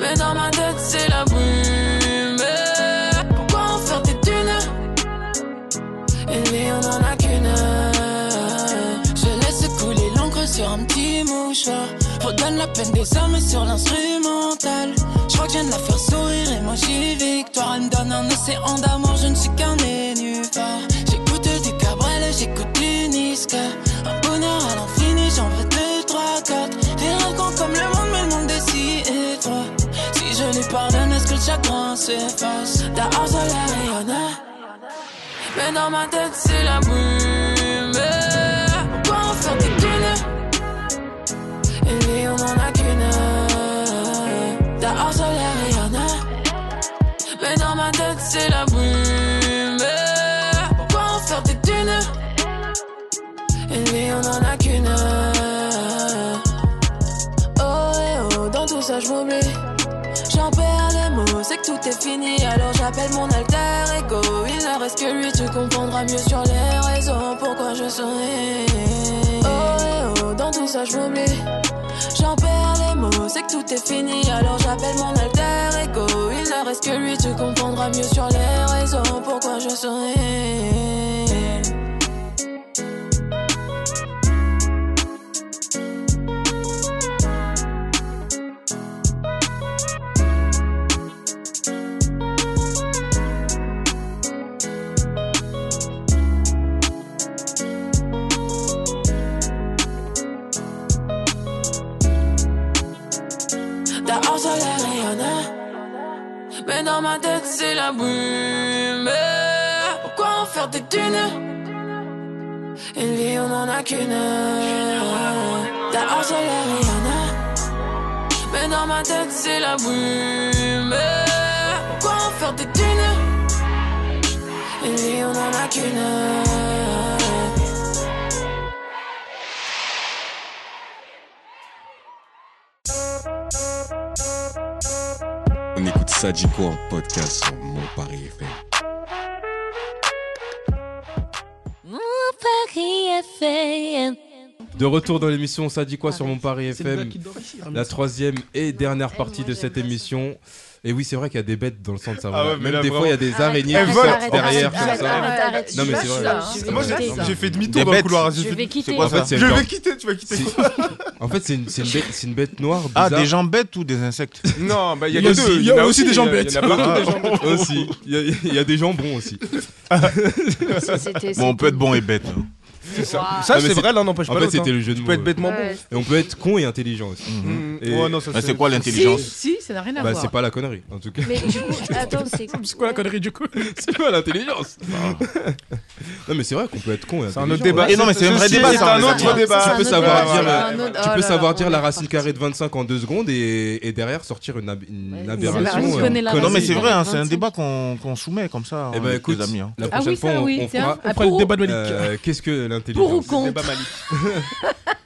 S11: Mais dans ma tête, c'est la brume. Pourquoi en faire des thunes Et lui, on en a qu'une. Je laisse couler l'encre sur un petit mouchoir. Redonne la peine des hommes sur l'instrumental. Je crois que je viens de la faire sourire et moi j'y victoire. Elle me donne un océan d'amour, je ne suis qu'un nénuphar. J'écoute du Cabrel, j'écoute du Niska. Un bonheur à l'infini, j'en veux deux, trois, quatre. Des racontes comme le monde, mais le monde est si étroit. Si je lui pardonne, est-ce que le chagrin s'efface? T'as un seul Ariana. Mais dans ma tête, c'est la brume. Pourquoi en faire des thunes et lui, on en a qu'une. T'as un seul Ariana. Mais dans ma tête, c'est la brume. Pourquoi en faire des thunes Et lui, on en a qu'une. Oh, eh oh, dans tout ça, je m'oublie. J'en perds les mots, c'est que tout est fini. Alors j'appelle mon alter ego. Il ne reste que lui, tu comprendras mieux sur les raisons pourquoi je souris. Oh, eh oh, dans tout ça, je m'oublie. J'en perds les mots, c'est que tout est fini. Alors j'appelle mon alter ego. Il ne reste que lui, tu comprendras mieux sur les raisons pourquoi je souris. T'as un seul Ariana. Mais dans ma tête, c'est la brume. Pourquoi en faire des thunes Et lui, on en a qu'une. T'as un seul Ariana. Mais dans ma tête, c'est la brume. Pourquoi en faire des thunes Et lui, on en a qu'une.
S8: On écoute ça dit quoi en podcast sur Mon Paris FM.
S1: De retour dans l'émission, ça dit quoi sur mon Paris
S7: Ah,
S4: C'est le gars
S1: FM
S4: qui dort ici, il
S7: hein,
S4: ramène
S1: La
S4: ça.
S1: troisième et dernière partie
S7: moi,
S1: de
S7: j'aime
S1: cette
S7: bien ça.
S1: émission. Et oui, c'est vrai qu'il y a des bêtes dans le centre ça
S2: Ah ouais, mais
S1: Même
S2: là,
S1: des fois, il y a des araignées
S2: Elles
S1: qui
S2: volent.
S1: sortent derrière
S7: arrête,
S1: comme ça.
S7: arrête, arrête.
S1: Non, mais
S7: Je
S1: c'est vrai.
S7: vais
S1: là.
S7: quitter.
S2: Moi,
S7: Je vais
S2: j'ai-
S7: quitter.
S2: j'ai
S3: Des
S2: fait demi-tour dans le
S3: bêtes.
S2: couloir.
S7: Je
S2: j'ai fait-
S7: vais quitter.
S3: C'est quoi
S1: En fait,
S3: ça
S1: c'est
S2: Je
S1: genre-
S2: vais quitter, tu vas quitter.
S1: En fait, c'est une, c'est une bête, c'est une bête noire.
S3: Ah,
S1: bizarre.
S3: des gens bêtes ou des insectes
S2: Non, bah, il y a
S4: Il y a
S2: les
S4: aussi-
S2: deux.
S4: il y a
S2: en
S4: aussi des gens
S2: il y a-
S4: bêtes.
S2: Il y en a partout des gens bêtes.
S1: aussi. Il y, a- il y a des jambons aussi.
S7: C'était-
S3: Bon, on peut être bon et bête. hein.
S2: Ça,
S1: mais
S2: c'est
S1: c'est-
S2: vrai, là, on n'empêche
S1: En
S2: pas
S1: fait,
S2: l'autre, hein.
S1: c'était le jeu de
S2: Tu
S1: mots.
S2: peux être bêtement
S7: Ouais.
S1: Et on peut être con et intelligent aussi.
S3: Mhm.
S2: bon.
S1: Et-
S4: bah,
S2: Ouais, non, ça,
S3: Mais c'est quoi
S5: Si,
S3: l'intelligence
S5: si, ça n'a rien à
S1: Bah,
S5: voir.
S1: c'est pas la connerie, en tout cas.
S7: Mais du coup, attends, c'est
S4: C'est quoi la connerie du coup
S1: C'est pas l'intelligence. non, mais c'est vrai qu'on peut être con. et
S2: C'est un
S1: intelligent,
S2: autre débat.
S1: ouais.
S2: Et non, mais c'est un vrai Ceci
S3: débat,
S2: est
S3: ça,
S2: un
S3: on est
S2: autre
S3: d'accord.
S2: débat.
S7: C'est
S1: Tu peux
S7: un autre
S1: savoir
S7: débat,
S1: dire,
S7: c'est
S1: euh,
S7: un autre-
S1: tu
S7: oh
S1: peux
S7: là
S1: savoir
S7: là,
S1: dire
S7: on
S1: la
S7: est
S1: racine
S7: parti.
S1: carrée de 25 en 2 secondes et, et derrière sortir une, ab- une
S5: Ouais,
S1: aberration.
S7: c'est vrai, on
S1: euh,
S7: connaît la
S1: connerie.
S3: Non, mais c'est vrai, hein, c'est un
S7: 25.
S3: débat qu'on qu'on soumet comme ça.
S1: Eh
S3: hein,
S1: ben
S3: avec les
S1: écoute,
S3: amis, hein.
S1: la
S5: Ah
S1: prochaine
S5: oui,
S1: fois,
S5: ça
S1: on,
S5: oui,
S1: on
S5: tiens.
S1: fera.
S5: Ah,
S4: Après le
S5: pour-
S4: débat de Malik.
S1: euh, Qu'est-ce que
S5: Pour ou
S1: l'intelligence
S5: contre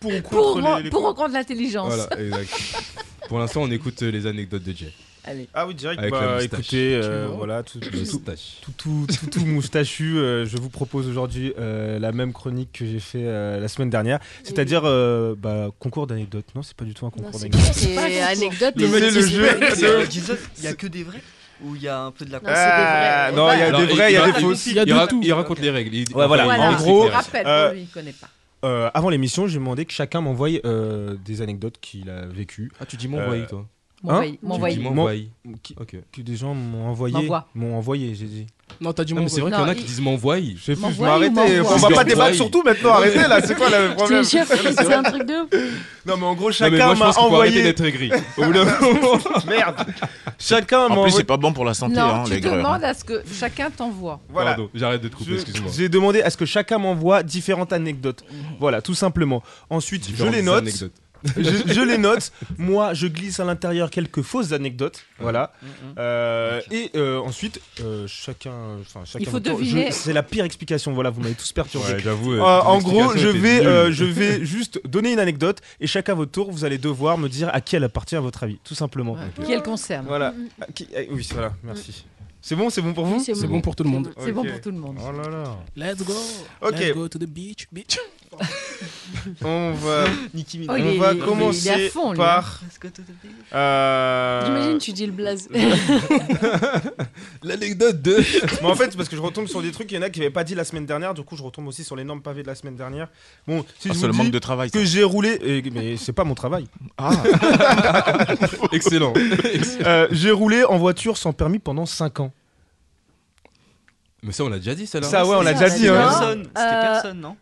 S4: Pour ou
S5: Pour
S4: contre les- les-
S5: pour ou contre l'intelligence
S1: Voilà, exact. Pour l'instant, on écoute euh, les anecdotes de Jay.
S5: Allez.
S2: Ah oui, direct,
S1: Avec la
S2: bah,
S1: moustache.
S2: écoutez, euh,
S1: Tu vois
S2: voilà, tout,
S1: Le
S2: tout,
S1: moustache.
S2: tout, tout, tout, tout moustachu, euh, je vous propose aujourd'hui euh, la même chronique que j'ai fait euh, la semaine dernière, c'est-à-dire euh, bah, concours d'anecdotes. Non, c'est pas du tout un
S7: Non,
S2: concours
S7: c'est
S2: d'anecdotes.
S7: c'est anecdote.
S2: Le
S7: des
S2: mec,
S7: autres,
S2: le
S7: c'est-
S2: jeu.
S7: Non,
S6: C'est un épisode, Il y a que des vrais Ou il y a un peu de la
S7: c'est des vrais.
S2: Ah, non, il y a
S1: Alors,
S2: des vrais, il y a
S1: il-
S2: des fausses.
S4: Il y a
S1: Il,
S4: de
S1: ra-
S4: tout.
S1: il raconte les règles. il-
S2: Ouais, voilà,
S1: enfin, il
S7: en
S1: explique les
S2: gros,
S1: règles.
S5: Rappel
S2: Euh,
S5: pour lui, il connaît pas.
S2: Euh, avant l'émission, j'ai demandé que chacun m'envoie euh, des anecdotes qu'il a vécues, Euh, hein
S1: Ah, tu dis mon voyou, toi.
S5: M'envoyer,
S1: Tu dis
S5: m'envoyer.
S1: mon
S2: Mon-
S1: voyou.
S2: qui-
S1: Ok.
S2: que des gens m'ont envoyé,
S5: M'envoie.
S2: m'ont envoyé, j'ai dit.
S4: Non, t'as dit
S1: Non,
S4: mon
S1: mais c'est vrai
S5: Non,
S1: qu'il y en a
S5: il-
S1: qui disent m'envoie.
S2: Je sais
S5: M'envoie
S2: plus, je
S5: ou
S2: vais arrêter.
S5: m'envoie
S2: On va
S1: M'envoie.
S2: pas débattre sur tout maintenant, arrêtez là, c'est quoi le
S7: Je te
S2: problème
S7: jure, c'est un truc de ouf.
S2: Non mais en gros,
S1: Non, mais moi,
S2: chacun
S1: je
S2: m'a
S1: pense qu'on peut arrêter
S2: envoyé.
S1: d'être aigri. Au bout d'un moment.
S2: Merde Chacun m'a
S3: En plus,
S2: envoyé.
S3: c'est pas bon pour la santé, hein,
S5: Non,
S3: les
S5: tu
S3: greurs. hein.
S5: demandes à ce que chacun t'envoie.
S2: Voilà.
S1: Pardon, j'arrête de te couper,
S2: Je-
S1: excuse-moi.
S2: J'ai demandé à ce que chacun m'envoie différentes anecdotes. Voilà, tout simplement. Ensuite, je les
S1: Mhm. Différentes
S2: note.
S1: anecdotes.
S2: je, je les note. Moi, je glisse à l'intérieur quelques fausses anecdotes. Voilà.
S1: Mhm.
S2: Euh, et euh, ensuite, euh, chacun, enfin, chacun.
S5: faut
S2: votre tour. Je-
S5: deviner.
S2: C'est la pire explication. Voilà, vous m'avez tous
S3: Ah,
S2: perturbé.
S1: Ouais, j'avoue. euh,
S2: Euh,
S1: toute
S2: en gros, je
S1: l'explication était
S2: vais,
S1: nulle.
S2: euh, je vais juste donner une anecdote et chacun à votre tour, vous allez devoir me dire à qui elle appartient à votre avis, tout simplement.
S5: Ouais. Qui elle concerne.
S2: Voilà. À qui- à- oui, voilà. Merci. C'est bon, c'est bon pour vous.
S7: Oui,
S4: C'est bon pour tout le monde.
S5: C'est bon
S2: Ok.
S5: pour tout le monde.
S2: Oh là là.
S4: Let's go.
S2: Ok.
S4: Let's go to the beach, bitch.
S2: On va,
S5: Oh,
S2: on
S5: il est-
S2: va
S5: il est- il est
S2: commencer
S5: à fond, lui, hein.
S2: par. euh,
S7: J'imagine, tu dis le blaze.
S1: L'anecdote de.
S2: Mais en fait, c'est parce que je retombe sur des trucs qu'il y en a qui n'avaient pas dit la semaine dernière. Du coup, je retombe aussi sur l'énorme pavé de la semaine dernière. Bon, si
S3: Ah,
S2: je
S3: c'est le
S2: vous
S3: manque
S2: dis
S3: de travail. ça.
S2: que j'ai roulé, et- mais c'est pas mon travail.
S3: Ah,
S1: Excellent.
S2: Euh, j'ai roulé en voiture sans permis pendant 5 ans.
S1: Mais ça, on l'a déjà dit, celle-là.
S2: Ça, ouais, on l'a
S7: ça,
S2: déjà
S7: ça,
S2: dit.
S6: C'était
S7: ça.
S2: hein.
S6: personne, c'était
S7: Euh,
S6: personne, non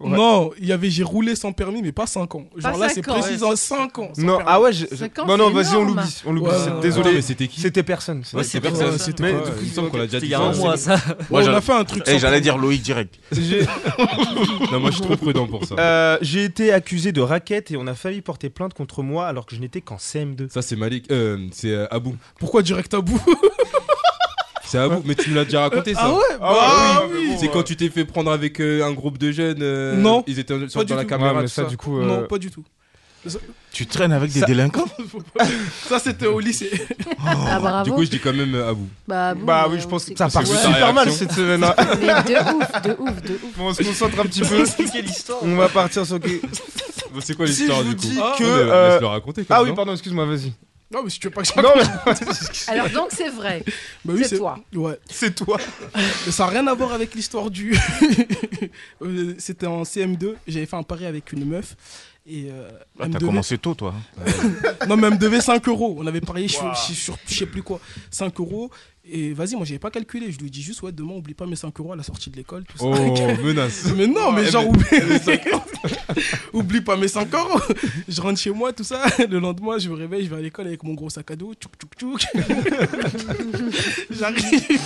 S2: Ouais.
S4: Non, il y avait j'ai roulé sans permis, mais pas 5 ans. Genre là, c'est
S5: 5 ans.
S4: précis en 5 ans. sans
S2: Non,
S4: permis.
S2: ah ouais, je- je-
S5: Cinq ans,
S2: non, non,
S5: c'est
S2: vas-y, on
S5: énorme.
S2: l'oublie, on l'oublie.
S4: Ouais,
S2: c'est-
S4: ouais,
S2: Désolé,
S1: Désolé, mais c'était qui
S2: c'était personne. c'est-
S6: Ouais, c'est
S1: C'était
S6: personne.
S1: personne.
S4: C'était
S2: Mais-
S4: pas-
S1: Ouais, Il me semble qu'on l'a déjà
S6: C'était il
S1: dit.
S6: y a un
S1: ça.
S6: mois, ça.
S3: Moi,
S4: Ouais, on
S3: j'allais-
S4: a fait un truc.
S3: eh,
S4: sans
S3: j'allais
S4: problème.
S3: dire Loïc direct.
S2: J'ai
S1: Non, moi, je suis trop prudent pour ça.
S2: euh, j'ai été accusé de raquette et on a failli porter plainte contre moi alors que je n'étais qu'en CM2.
S1: Ça, c'est Malik. euh, c'est euh, Abou.
S4: Pourquoi direct à bout
S1: C'est Abou, mais tu nous l'as déjà raconté ça.
S4: Ah ouais
S2: Ah
S4: bah
S2: oui, mais bon,
S1: C'est
S2: ouais.
S1: quand tu t'es fait prendre avec euh, un groupe de jeunes. euh,
S4: Non.
S1: Ils étaient sur,
S4: du
S1: dans la
S4: tout.
S1: caméra.
S2: Ouais, mais
S1: tout
S2: ça,
S1: ça.
S2: du coup. euh,
S4: Non, pas du tout.
S3: Tu traînes avec des
S2: Ça-
S3: délinquants
S4: Ça, c'était au lycée.
S7: Ah,
S1: Du
S7: bravo.
S1: coup, je dis quand même euh, Abou.
S7: Bah,
S2: Bah oui, je pense que ça
S7: passe
S2: part
S1: c'est
S2: super
S1: ta
S2: mal
S1: réaction.
S2: cette semaine. hein.
S7: Mais de ouf, de ouf, de ouf.
S2: Bon, on se concentre un petit peu.
S6: Expliquer l'histoire.
S2: On va partir
S7: hein.
S2: sur.
S1: Bon, C'est quoi
S2: Si
S1: l'histoire
S2: je vous
S1: du coup
S2: dis
S1: Ah,
S2: que,
S1: mais,
S2: euh,
S1: Laisse le raconter. quand
S2: Ah
S1: même,
S2: oui,
S1: non
S2: pardon, excuse-moi, vas-y.
S4: Non, mais si tu veux pas que ça.
S2: Non, mais
S5: Alors donc c'est vrai.
S4: Bah oui,
S5: c'est toi.
S4: Ouais.
S2: c'est toi.
S4: Mais ça n'a rien à voir avec l'histoire du. Euh, c'était en CM2. J'avais fait un pari avec une meuf. Et euh,
S3: Ah,
S4: elle me
S3: T'as
S4: devait-
S3: commencé tôt, toi.
S4: Non, mais elle me devait 5 euros. On avait parié sur, sur je sais plus quoi. 5 euros. Et vas-y, moi, j'avais pas calculé. Je lui ai dit juste, ouais, demain, oublie pas mes 5 euros à la sortie de l'école. Tout ça.
S1: Oh, menace.
S4: Mais non, mais
S1: Ouais,
S4: genre,
S1: mais-
S4: oublie, oublie pas mes 5 euros. Je rentre chez moi, tout ça. Le lendemain, je me réveille, je vais à l'école avec mon gros sac à dos. Tchouk, tchouk, tchouk. J'arrive.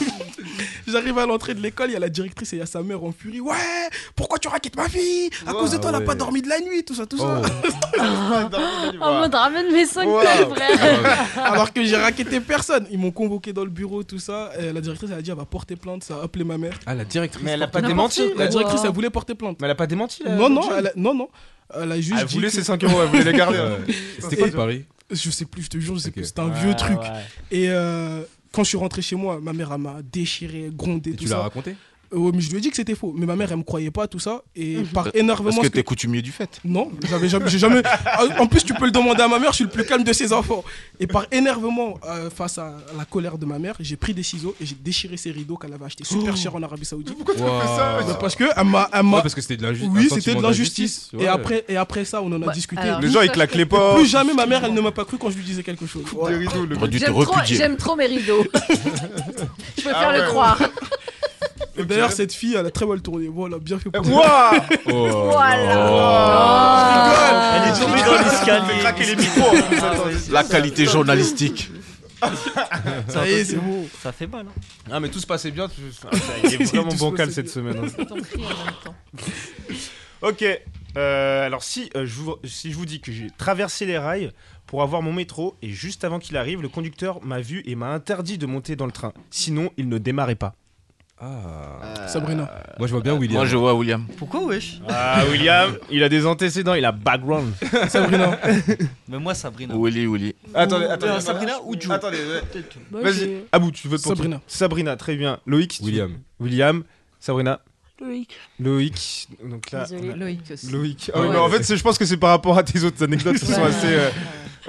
S4: J'arrive à l'entrée de l'école, il y a la directrice et il y a sa mère en furie. Ouais, pourquoi tu raquettes ma fille À cause de toi, elle n'a
S1: Ah
S4: pas
S1: ouais. Oh.
S4: dormi de la nuit, tout ça, tout ça.
S7: Ah, En mode ramène mes 5
S2: Wow.
S7: balles,
S1: Ah
S2: Ah,
S7: frère.
S2: bah
S4: Alors que j'ai raquetté personne. Ils m'ont convoqué dans le bureau, tout ça. Et la directrice, elle a dit, elle va porter plainte. Ça a appelé ma mère.
S1: Ah, la directrice.
S2: Mais elle a pas
S5: N'importe
S2: démenti.
S5: quoi.
S4: La directrice,
S5: Wow.
S4: elle voulait porter plainte.
S2: Mais elle a pas démenti là.
S4: Non, non, elle a- non, non. Elle a juste
S2: Elle
S4: dit
S2: voulait
S4: que-
S2: ses 5 euros, elle voulait les garder. hein.
S1: Euh, C'était quoi le pari
S4: Je sais plus, je te jure, je sais
S1: Ok.
S4: plus. C'était un vieux truc. Et euh, quand je suis rentré chez moi, ma mère elle m'a déchiré, grondé,
S1: Et
S4: tout
S1: tu l'as
S4: ça.
S1: raconté
S4: Euh, ouais, mais je lui ai dit que c'était faux. Mais ma mère, elle me croyait pas, tout ça. Et par énervement.
S3: Parce que
S4: ce que-
S3: t'es coutumier du fait.
S4: Non, j'avais jamais, j'ai jamais. Ah, En plus, tu peux le demander à ma mère, je suis le plus calme de ses enfants. Et par énervement, euh, face à la colère de ma mère, j'ai pris des ciseaux et j'ai déchiré ses rideaux qu'elle avait acheté
S1: Oh.
S4: super cher en Arabie Saoudite.
S1: Waouh.
S4: Bah, Parce que elle m'a, elle m'a-
S1: Ouais, parce que c'était de l'injustice.
S4: oui, c'était de l'injustice. Et après, et après ça, on en a
S5: Bah,
S4: discuté.
S5: alors,
S2: Les gens ils claquent les portes.
S4: Plus jamais ma mère, elle ne m'a pas cru quand je lui disais quelque chose.
S2: Les rideaux, le-
S3: T'aurais dû te
S5: J'aime trop,
S3: repudier.
S5: j'aime trop mes rideaux. Je préfère
S2: Ah ouais.
S5: le croire.
S4: Et D'ailleurs, cette fille, elle a très mal tourné. Voilà, bien fait
S2: Euh,
S4: pour
S2: Wouah
S3: Oh,
S5: Voilà.
S2: Elle est tombée dans l'escalier. craquer les micros. hein.
S3: La qualité journalistique.
S6: Ça
S4: Ça y est, c'est bon.
S6: Ça fait mal. hein.
S12: Ah, mais tout se passait bien. tu- Ah, ça, il est vraiment
S4: Tout se
S12: bancal
S4: passait
S12: cette
S4: bien.
S12: semaine. hein.
S5: T'en prie, en même temps.
S2: Ok. euh, alors si, euh, je vous, si je vous dis que j'ai traversé les rails pour avoir mon métro et juste avant qu'il arrive, le conducteur m'a vu et m'a interdit de monter dans le train. Sinon, il ne démarrait pas. Euh,
S1: Ah.
S4: Euh, Sabrina.
S1: Moi, je vois bien William.
S3: Moi, je vois William.
S6: Pourquoi, wesh
S2: Ah, William, il a des antécédents, il a background.
S4: Sabrina.
S6: Mais moi, Sabrina.
S3: Willy, Willy.
S2: Attendez,
S6: Euh,
S2: attendez.
S6: Sabrina ou Joe
S2: Attendez, ouais.
S6: Peut-être.
S7: Moi,
S2: vas-y.
S7: j'ai-
S2: Abou, tu veux pour
S4: Sabrina.
S2: Sabrina, très bien. Loïc. tu-
S1: William.
S2: William. Sabrina.
S7: Loïc.
S2: Loïc. Donc là.
S7: Désolé.
S2: on a-
S5: Loïc aussi.
S2: Loïc. Ah oui,
S5: Ouais.
S2: mais en fait, c'est- je pense que c'est par rapport à tes autres anecdotes qui sont
S5: Ouais.
S2: assez. euh,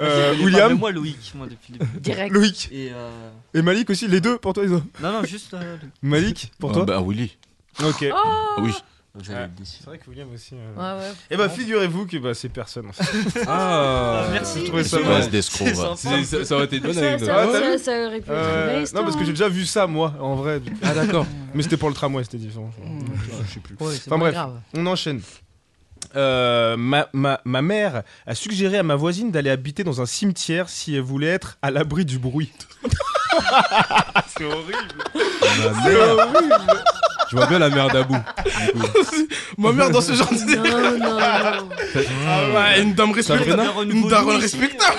S2: euh,
S6: Mais pas- mais
S2: William,
S6: Moi, Loïc, moi, depuis le début.
S7: Direct.
S2: Loïc
S6: Et euh,
S2: et Malik aussi, les deux pour toi. Ils ont...
S6: Non, non, juste. euh, Loïc.
S2: Malik pour
S3: Ah
S2: toi.
S3: Bah, Willy. Ah
S2: Ok.
S7: Ah
S1: Ah
S3: Oui.
S6: J'allais être déçu.
S2: C'est vrai que William aussi.
S5: Ouais, ouais.
S2: Et bah, figurez-vous que bah, ces personnes.
S1: Ah,
S6: Merci.
S2: trouvais ça
S6: monsieur.
S2: mal.
S3: Reste d'escroc,
S6: C'est
S3: va.
S6: sympa.
S1: C'est- ça, ça aurait été une bonne
S7: Ça,
S1: anecdote.
S7: ça,
S2: Ah, t'as vu Euh,
S7: ça, ça aurait pu être une belle
S2: non, parce que j'ai déjà vu ça moi, en vrai.
S1: Ah, d'accord. Hmm.
S2: Mais c'était pour le tramway, c'était différent. Je sais plus.
S5: Ouais, c'est
S2: Enfin,
S5: pas
S2: bref.
S5: grave.
S2: On enchaîne. Euh, ma, ma- ma mère a suggéré à ma voisine d'aller habiter dans un cimetière si elle voulait être à l'abri du bruit.
S1: Ma mère. Je vois bien la mère d'Abou. du coup.
S4: Ma mère dans ce genre
S7: histoire.
S4: de.
S7: Non, non, non.
S4: Ah ouais, une dame respectable.
S6: Sabrina
S4: Une daronne respectable.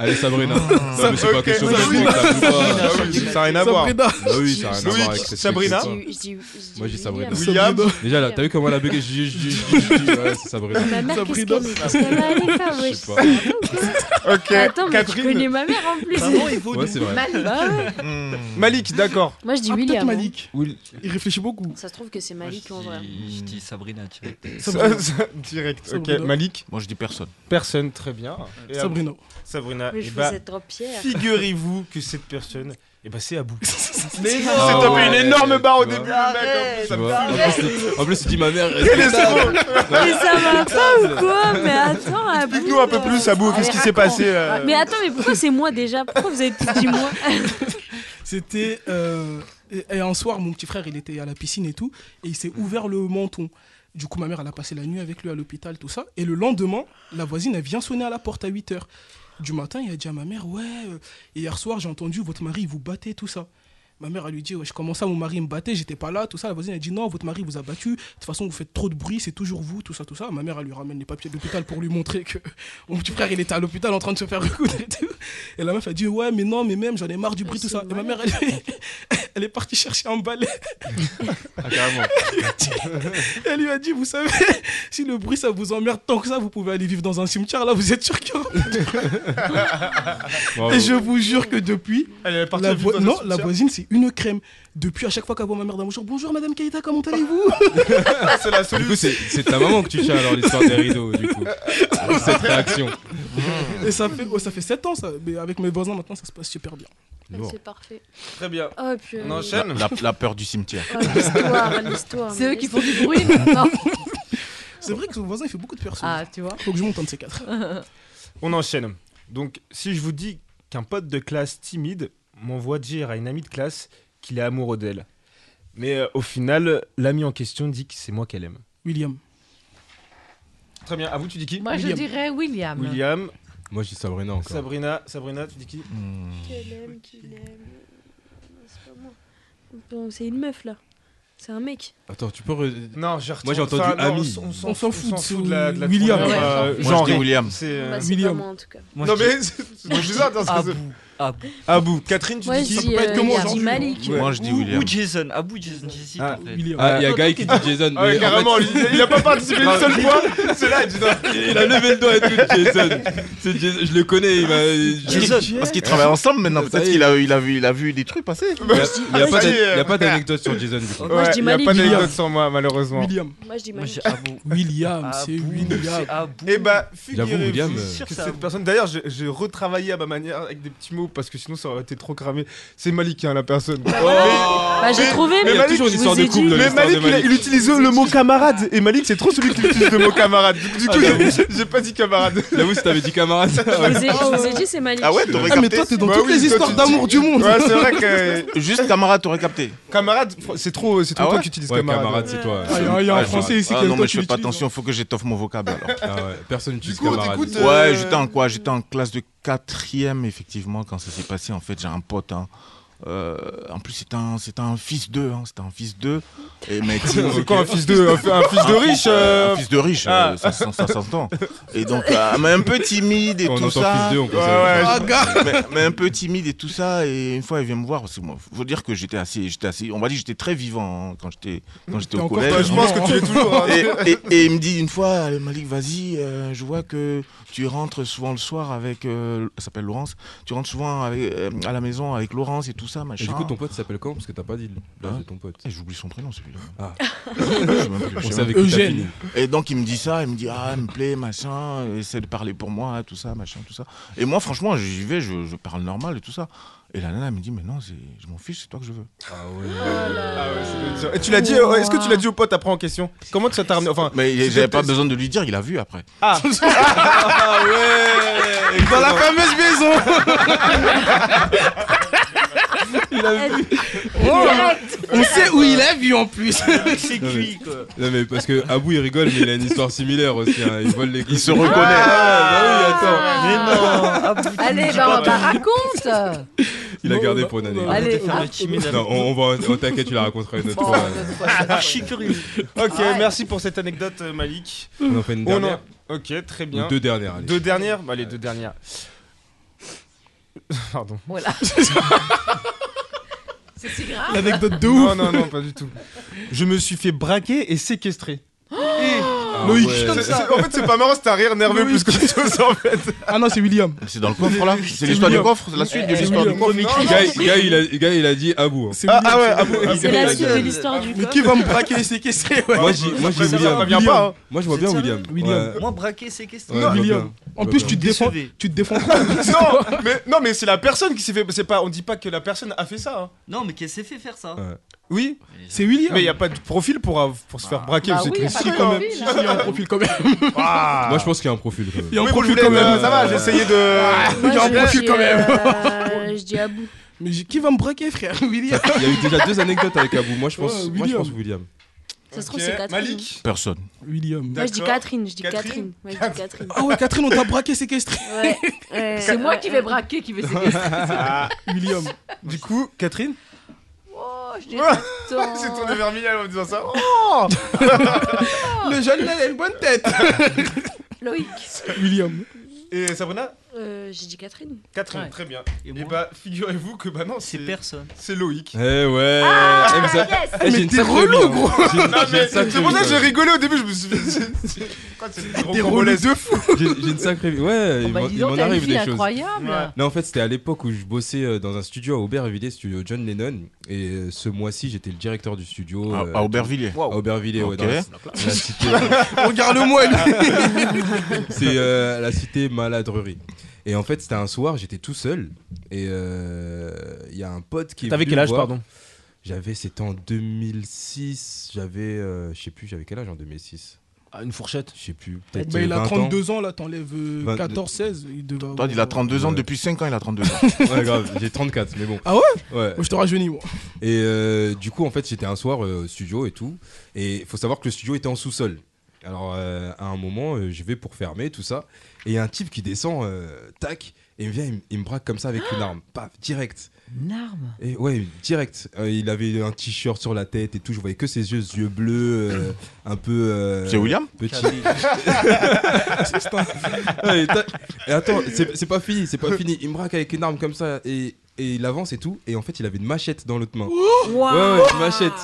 S1: Allez, Sabrina.
S4: Ah.
S1: Non, mais c'est pas
S2: ok,
S1: question de
S2: Sabrina.
S1: respect, ça joue pas.
S2: Ah oui, ça n'a rien à voir.
S4: Sabrina.
S1: Bah oui, ça a rien à
S2: Loïc,
S1: voir avec respect,
S2: Sabrina.
S1: tout
S7: Je
S1: ça.
S7: dis- je dis- je dis
S1: Moi, j'ai Sabrina.
S7: William.
S2: William.
S1: Déjà, là, t'as vu comment elle a bugué Je- je- je- je- je- je- Ouais, c'est Sabrina.
S7: Ma mère, qu'est-ce
S4: Sabrina.
S7: qu'elle qu'est-ce qu'elle va aller faire
S1: Je
S7: wesh
S1: sais pas.
S2: Ok,
S7: Attends, mais tu
S2: Catherine.
S7: connais ma mère en plus.
S6: Maman, il faut
S1: Ouais, c'est vrai.
S7: Bah ouais.
S6: Hmm.
S2: Malik, d'accord.
S7: Moi, je dis
S4: Ah, peut-être
S7: William.
S4: Malik. Il réfléchit beaucoup.
S7: Ça se trouve que c'est Malik en vrai.
S6: Je dis Sabrina, tu vois.
S4: Sabrina.
S2: Direct. Ok,
S4: Sabrina.
S2: Malik.
S3: Moi, je dis personne.
S2: Personne, très bien. Et Abou.
S4: Sabrina.
S2: Sabrina.
S7: Mais
S2: eh
S7: je
S2: bah,
S7: vous êtes trop fière.
S2: Figurez-vous que cette personne, et bah c'est Abou.
S4: Mais
S2: On s'est
S1: Ah
S2: tapé
S1: ouais.
S2: une énorme barre au
S1: Tu vois.
S2: début, le mec. en plus,
S1: Tu
S2: ça me-
S1: vois. En plus, En plus, il dit ma mère.
S2: Quel est
S1: respectable.
S2: ce mot
S7: Mais ça va pas ou quoi Mais attends, Abou.
S2: Explique-nous un peu plus, Abou,
S7: Ah,
S2: qu'est-ce
S7: mais
S2: qui s'est
S7: raconte.
S2: passé euh,
S7: Mais attends, mais pourquoi c'est moi déjà Pourquoi vous avez tous dit moi
S4: C'était. euh, et, et un soir, mon petit frère, il était à la piscine et tout, et il s'est ouvert le menton. Du coup, ma mère, elle a passé la nuit avec lui à l'hôpital, tout ça. Et le lendemain, la voisine, elle vient sonner à la porte à 8 h. Du matin, il a dit à ma mère Ouais, euh, hier soir, j'ai entendu votre mari, il vous battait, tout ça. Ma mère, elle lui dit Ouais, je commençais à mon mari il me battait, j'étais pas là, tout ça. La voisine, elle dit Non, votre mari vous a battu. De toute façon, vous faites trop de bruit, c'est toujours vous, tout ça, tout ça. Ma mère, elle lui ramène les papiers de l'hôpital pour lui montrer que mon petit frère, il était à l'hôpital en train de se faire recoudre et tout. Et la meuf a dit ouais mais non mais même j'en ai marre du bruit tout ça. Et ma mère elle, elle est partie chercher un balai.
S1: Ah, carrément.
S4: Elle lui a dit vous savez si le bruit ça vous emmerde tant que ça vous pouvez aller vivre dans un cimetière là vous êtes sûr qu'il y aura-
S1: Bravo.
S4: Et je vous jure que depuis
S2: Elle est partie
S4: la,
S2: vite
S4: vo-
S2: dans un
S4: non, la
S2: cimetière.
S4: voisine c'est une crème. Depuis à chaque fois qu'elle voit ma mère dans mon jour bonjour madame Keita comment allez-vous
S2: c'est la
S1: Du coup,
S2: solution.
S1: c'est- c'est ta maman que tu tiens alors l'histoire des rideaux, Oh, du coup. Avec cette réaction.
S4: Et ça fait oh, ça fait 7 ans ça mais avec mes voisins maintenant ça se passe super bien.
S1: Lourd.
S7: C'est parfait.
S2: Très bien.
S7: Oh, puis.
S2: On
S3: La,
S2: enchaîne.
S3: la- la peur du cimetière.
S7: l'histoire, l'histoire.
S5: C'est eux qui font du bruit maintenant.
S4: C'est vrai que son voisin il fait beaucoup de personnes.
S5: Ah, tu vois.
S4: Faut que je monte un de ces quatre.
S2: On enchaîne. Donc, si je vous dis qu'un pote de classe timide m'envoie dire à une amie de classe qu'il est amoureux d'elle. Mais euh, au final, l'ami en question dit que c'est moi qu'elle aime.
S4: William.
S2: Bah Très bien. À vous, tu dis qui
S5: Moi, je
S4: William.
S5: dirais William.
S2: William,
S1: Moi, je dis Sabrina encore.
S2: Sabrina, Sabrina, tu dis qui
S3: Hmm.
S7: Qu'elle aime, qu'il aime. C'est pas moi. Bon, c'est une meuf là. C'est un mec.
S1: Attends, tu peux. re-
S2: Non, j'ai
S1: Moi, j'ai entendu
S2: enfin, non,
S1: ami.
S2: On s'en
S4: On s'en
S2: on
S4: fout
S2: s'en
S4: de
S2: fout
S4: ce-
S2: de la, de la
S4: William.
S2: tournure,
S5: Ouais.
S2: euh,
S3: Moi, je dis
S2: genrée.
S3: William.
S2: C'est, euh,
S7: Bah, c'est
S4: William.
S7: pas moi en tout cas.
S6: Moi,
S2: Non
S6: je dis
S2: mais c'est c'est bizarre parce que
S6: Abou. Abou.
S2: c'est- Abou, Catherine, tu
S7: Moi,
S2: dis
S7: je
S2: qui
S7: dis,
S4: pas être que moi
S7: euh, je dis
S4: aujourd'hui,
S7: Malik.
S3: Moi, je dis
S6: Ou-
S3: William.
S6: Ou Jason. Abou, Jason. J'hésite
S2: Ah,
S6: en fait.
S4: William.
S1: Ah, il y a Guy qui dit Jason.
S2: Ah ouais,
S1: mais en
S2: carrément,
S1: fait, Ah,
S2: il, il a pas participé une seule fois. C'est là, il dit non.
S1: il a levé le doigt et tout. Jason. C'est Jason. Je le connais. Il m'a. je-
S6: Jason.
S3: Ah, Parce qu'ils travaillent ensemble maintenant.
S1: Ça
S3: Peut-être
S1: y est.
S3: qu'il a, il a, vu- il a vu des trucs passer.
S1: Il y a- il y a, pas
S2: Ah, Ça y est,
S1: d'a- il y a
S2: euh,
S1: pas d'anecdote sur Jason du coup.
S7: Moi, je
S2: il
S7: dis
S2: y a
S7: Malik.
S2: pas d'anecdote sans moi, malheureusement.
S4: William.
S7: Moi, je dis
S6: Moi,
S7: Malik.
S6: j'ai Abou.
S4: William, c'est
S6: Abou.
S4: William.
S6: C'est Abou.
S2: Et bah,
S1: J'avoue, William,
S2: figurez-vous
S1: euh,
S6: Sûr,
S2: que
S6: c'est
S2: cette
S6: Abou.
S2: personne. D'ailleurs, j'ai- j'ai retravaillé à ma manière avec des petits mots parce que sinon ça aurait été trop cramé. C'est Malik, hein, la personne.
S7: Bah, j'ai trouvé,
S2: mais
S7: mais.
S1: il y a toujours une
S7: je
S1: histoire
S7: vous
S1: de
S7: ai
S1: couple
S7: dit.
S1: dans
S2: Mais
S1: l'histoire
S2: Malik,
S1: de
S2: il, a-
S1: Malik.
S2: il utilise le mot camarade. Et Malik, c'est trop celui qui utilise le mot camarade. Du coup, j'ai pas dit camarade.
S1: J'avoue, si t'avais dit camarade. ça
S7: Je
S1: aurait-
S7: vous ai- je vous ai dit, c'est Malik.
S3: Ah ouais, t'aurais
S4: Ah mais
S3: capté.
S4: toi t'es dans
S2: Bah
S4: toutes
S2: oui,
S4: les
S2: toi,
S4: histoires
S2: tu-
S4: d'amour du monde.
S2: Ouais, c'est vrai que.
S3: Juste camarade, t'aurais capté.
S2: Camarade, fr- c'est trop, c'est trop
S3: Ah
S2: toi
S3: ouais
S2: qui utilises
S1: Ouais,
S2: camarade.
S1: camarade, c'est toi.
S4: Ah, il y a- il y a un
S3: Ah, je-
S4: français ici
S3: ah,
S4: qui a
S3: non,
S4: toi,
S3: mais
S4: tu
S3: je fais pas
S4: l'utilises,
S3: attention, faut que j'étoffe mon vocable alors.
S1: Ah ouais, Personne n'utilise
S2: coup, euh, on
S1: camarade.
S2: t'écoute,
S3: Ouais, j'étais en quoi J'étais en classe de quatrième, effectivement, quand ça s'est passé, en fait, j'ai un pote. hein, euh, en plus, c'était un, c'était un fils d'eux. hein, c'était un fils d'eux. Et mais
S2: C'est quoi, un fils d'eux Un fi- un fils de
S3: Un
S2: riche, euh
S3: Un fils de riche, euh,
S2: Ah.
S3: ça, s'en- ça s'entend. Et donc, euh, mais un peu timide et
S1: Quand on
S3: tout
S1: entend
S3: ça.
S1: fils d'eux, on pense à-
S3: Ouais, ouais,
S1: Ah,
S3: je-
S1: gars
S3: mais, mais un peu timide et tout ça. Et une fois, il vient me voir. Il faut dire que j'étais assez, j'étais assez. On va dire que j'étais très vivant hein, quand j'étais, quand j'étais
S2: T'es
S3: au
S2: encore
S3: collège.
S2: pas vivant, Je pense que tu hein. l'es toujours, hein.
S3: Et, et- et il me dit une fois, euh, Malik, vas-y. euh, je vois que tu rentres souvent le soir avec. euh, elle s'appelle Laurence. Tu rentres souvent avec- euh, à la maison avec Laurence et tout ça, machin.
S1: Et du coup, ton pote s'appelle quand Parce que t'as pas dit l'âge
S3: Hein
S1: de ton pote.
S3: J'oublie son prénom celui-là.
S1: Ah.
S3: Je sais même plus, je
S1: On
S3: sais
S1: sait
S3: même
S1: avec
S3: plus.
S1: qui t'as fini.
S3: Et donc il me dit ça, il me dit ah, elle me plaît, machin, essaie de parler pour moi, tout ça, machin, tout ça. Et moi, franchement, j'y vais, je, je parle normal et tout ça. Et la nana elle me dit mais non, c'est- je m'en fiche, c'est toi que je veux. Ah ouais.
S1: Oh
S2: Ah Et tu l'as dit, euh, est-ce que tu l'as dit au pote après en question Comment ça t'a ramené Enfin,
S3: Mais
S2: c'était-
S3: j'avais pas besoin de lui dire, il a vu après.
S2: Ah, Ah ouais
S3: Dans la fameuse
S2: maison
S4: Il a vu. Oh. on sait où il a vu en
S2: Ah,
S4: plus.
S1: C'est cuit quoi. Non mais parce que Abou il rigole mais il a une histoire similaire aussi. hein. Il vole les Ah, bah Il se reconnaît.
S2: Ah,
S5: Allez, bah, bah, raconte
S1: Il a
S2: bah,
S1: gardé pour une année.
S5: Allez, ah,
S1: Non, on, on va on t'inquiète, tu la raconteras une autre fois.
S13: Archi curieux.
S2: Ok, merci pour cette anecdote, euh, Malik.
S1: On en fait une
S2: Oh non.
S1: dernière
S2: Ok, très bien.
S1: Ou deux dernières, allez.
S2: Deux dernières Bah, les deux dernières. Pardon.
S5: Voilà. C'est si grave.
S2: L'anecdote de ouf. Non, non, non, pas du tout. Je me suis fait braquer et séquestrer.
S5: Ah.
S1: Ah
S2: Loïc,
S3: ouais.
S2: c'est- c'est- en fait, c'est pas marrant, c'est un rire nerveux plus que chose en fait.
S4: Ah non, c'est William.
S3: C'est dans le coffre là C'est l'histoire du
S2: William.
S3: coffre, c'est la suite de l'histoire du coffre.
S1: Guy, Guy, il a, Guy, il a dit Abou. hein.
S2: Ah, ah ouais, ah bon,
S1: C'est la suite de
S4: l'histoire
S13: du
S4: Mais qui va me braquer et séquestrer ouais.
S1: Moi, j'ai- moi, j'ai
S4: Ça
S1: William.
S4: va bien
S1: William.
S4: pas, hein.
S1: Moi, je vois bien
S4: C'est
S1: William.
S4: William.
S1: Ouais.
S6: Moi, braquer, séquestrer.
S1: Ouais,
S4: non,
S1: je vois
S4: William.
S1: bien.
S4: En
S1: Je
S4: plus,
S1: vois
S4: tu te
S1: bien.
S4: défends.
S6: Décevé.
S4: Tu te défends.
S2: non, mais non, mais c'est la personne qui s'est fait. C'est pas, on dit pas que la personne a fait ça. hein.
S6: Non, mais qu'elle s'est fait faire ça.
S2: Oui,
S4: c'est William.
S2: Mais il y a pas de profil pour, av- pour se faire braquer.
S6: bah
S2: vous êtes
S6: oui, y a
S2: les
S6: pas de
S2: six, quand même.
S6: profil,
S4: Si, si, il y a un profil quand même.
S2: Ah.
S1: Moi, je pense qu'il y a un profil. quand même.
S4: Il y a un
S2: Oui,
S4: profil
S2: vous
S4: quand
S2: voulez,
S4: même.
S2: euh, ça va, j'ai essayé de-
S4: Ah,
S2: Moi,
S4: Il y a un
S2: je dis,
S4: profil quand même.
S7: euh, Je dis à bout.
S4: Mais j'ai- qui va me braquer, frère William.
S1: Il y a eu déjà deux anecdotes avec Abou. Moi, je pense,
S4: Ouais,
S1: moi, je
S4: William.
S1: pense William.
S7: Ça se trouve, c'est Catherine.
S3: Personne.
S4: William.
S7: Moi, je dis Catherine. Je dis Catherine. Ouais, je dis Catherine.
S4: Ah ouais, Catherine, on t'a braqué, séquestré.
S7: Ouais, ouais,
S5: C'est moi
S7: ouais,
S5: qui
S7: ouais.
S5: vais braquer, qui vais séquestrer.
S2: Ah,
S4: William.
S2: Du coup, Catherine
S5: Oh, je
S2: Elle s'est tournée
S5: l'attends.
S2: vers Milan en me disant ça.
S4: Oh Le jeune, là, il a une bonne tête.
S7: Loïc.
S4: William.
S2: Et Sabrina
S7: Euh, J'ai dit Catherine.
S2: Catherine,
S7: Ouais.
S2: très bien. Et, bah, figurez-vous que bah non, c'est
S6: personne.
S2: C'est Loïc.
S1: Eh ouais.
S2: Ah,
S1: Eh, mais ça-
S2: yes.
S1: eh, j'ai
S2: Mais
S1: une
S2: t'es
S1: sacrée
S2: relou,
S1: vie, hein.
S2: gros.
S1: J'ai une-
S2: Non,
S1: j'ai
S2: mais
S1: une sacrée
S2: c'est pour
S1: vie,
S2: ça que j'ai
S1: ouais.
S2: rigolé au début. Je me suis dit. Quoi, c'est des
S4: Des
S2: gros
S4: relous
S2: cambolesques.
S4: de fou.
S1: J'ai j'ai une sacrée vie. Ouais, il
S5: bah,
S1: m'en-
S5: dis
S1: il
S5: donc,
S1: m'en
S5: t'as une
S1: arrive
S5: vie
S1: des choses.
S5: incroyable.
S1: Ouais. Non, en fait, c'était à l'époque où je bossais euh, dans un studio à Aubervilliers, studio John Lennon. Et euh, ce mois-ci, j'étais le directeur du studio.
S3: À-
S1: euh,
S3: Ah, à Aubervilliers
S1: À Aubervilliers, ouais,
S3: Ok.
S1: dans la, la cité.
S4: Regarde-moi,
S1: C'est euh, la cité Maladrerie. Et en fait, c'était un soir, j'étais tout seul. Et euh, il y a un pote qui. est
S13: T'avais
S1: venu
S13: quel
S1: me
S13: âge,
S1: voir.
S13: pardon
S1: J'avais, c'était en 2006. J'avais, euh, je sais plus, j'avais quel âge en 2006
S13: Ah, une fourchette
S1: Je sais plus, peut-être.
S4: Bah, il a
S1: 32 ans.
S4: 32 ans, là, t'enlèves euh,
S1: 22.
S4: 14, 16. Il devait
S3: Toi,
S4: avoir-
S3: il a 32 ans,
S1: Ouais.
S3: depuis 5 ans, il a 32 ans.
S1: Ouais, grave, j'ai 34, mais bon.
S4: Ah ouais
S1: Ouais.
S4: Moi, je te rajeunis, moi.
S1: Et euh, du coup, en fait, j'étais un soir euh, au studio et tout. Et il faut savoir que le studio était en sous-sol. Alors, euh, à un moment, euh, je vais pour fermer, tout ça. Et il y a un type qui descend, euh, tac, et il me vient, il, me- il me braque comme ça avec une arme. Paf, direct.
S5: Une arme
S1: Et ouais, direct. Euh, il avait un t-shirt sur la tête et tout. Je voyais que ses yeux, yeux bleus, euh, un peu. euh,
S3: C'est William
S1: Petit.
S4: C'est ça.
S1: Ouais, et ta- et attends, c'est c'est pas fini, c'est pas fini. Il me braque avec une arme comme ça et, et il avance et tout. Et en fait, il avait une machette dans l'autre main.
S5: Wow.
S1: Ouais, ouais, une machette.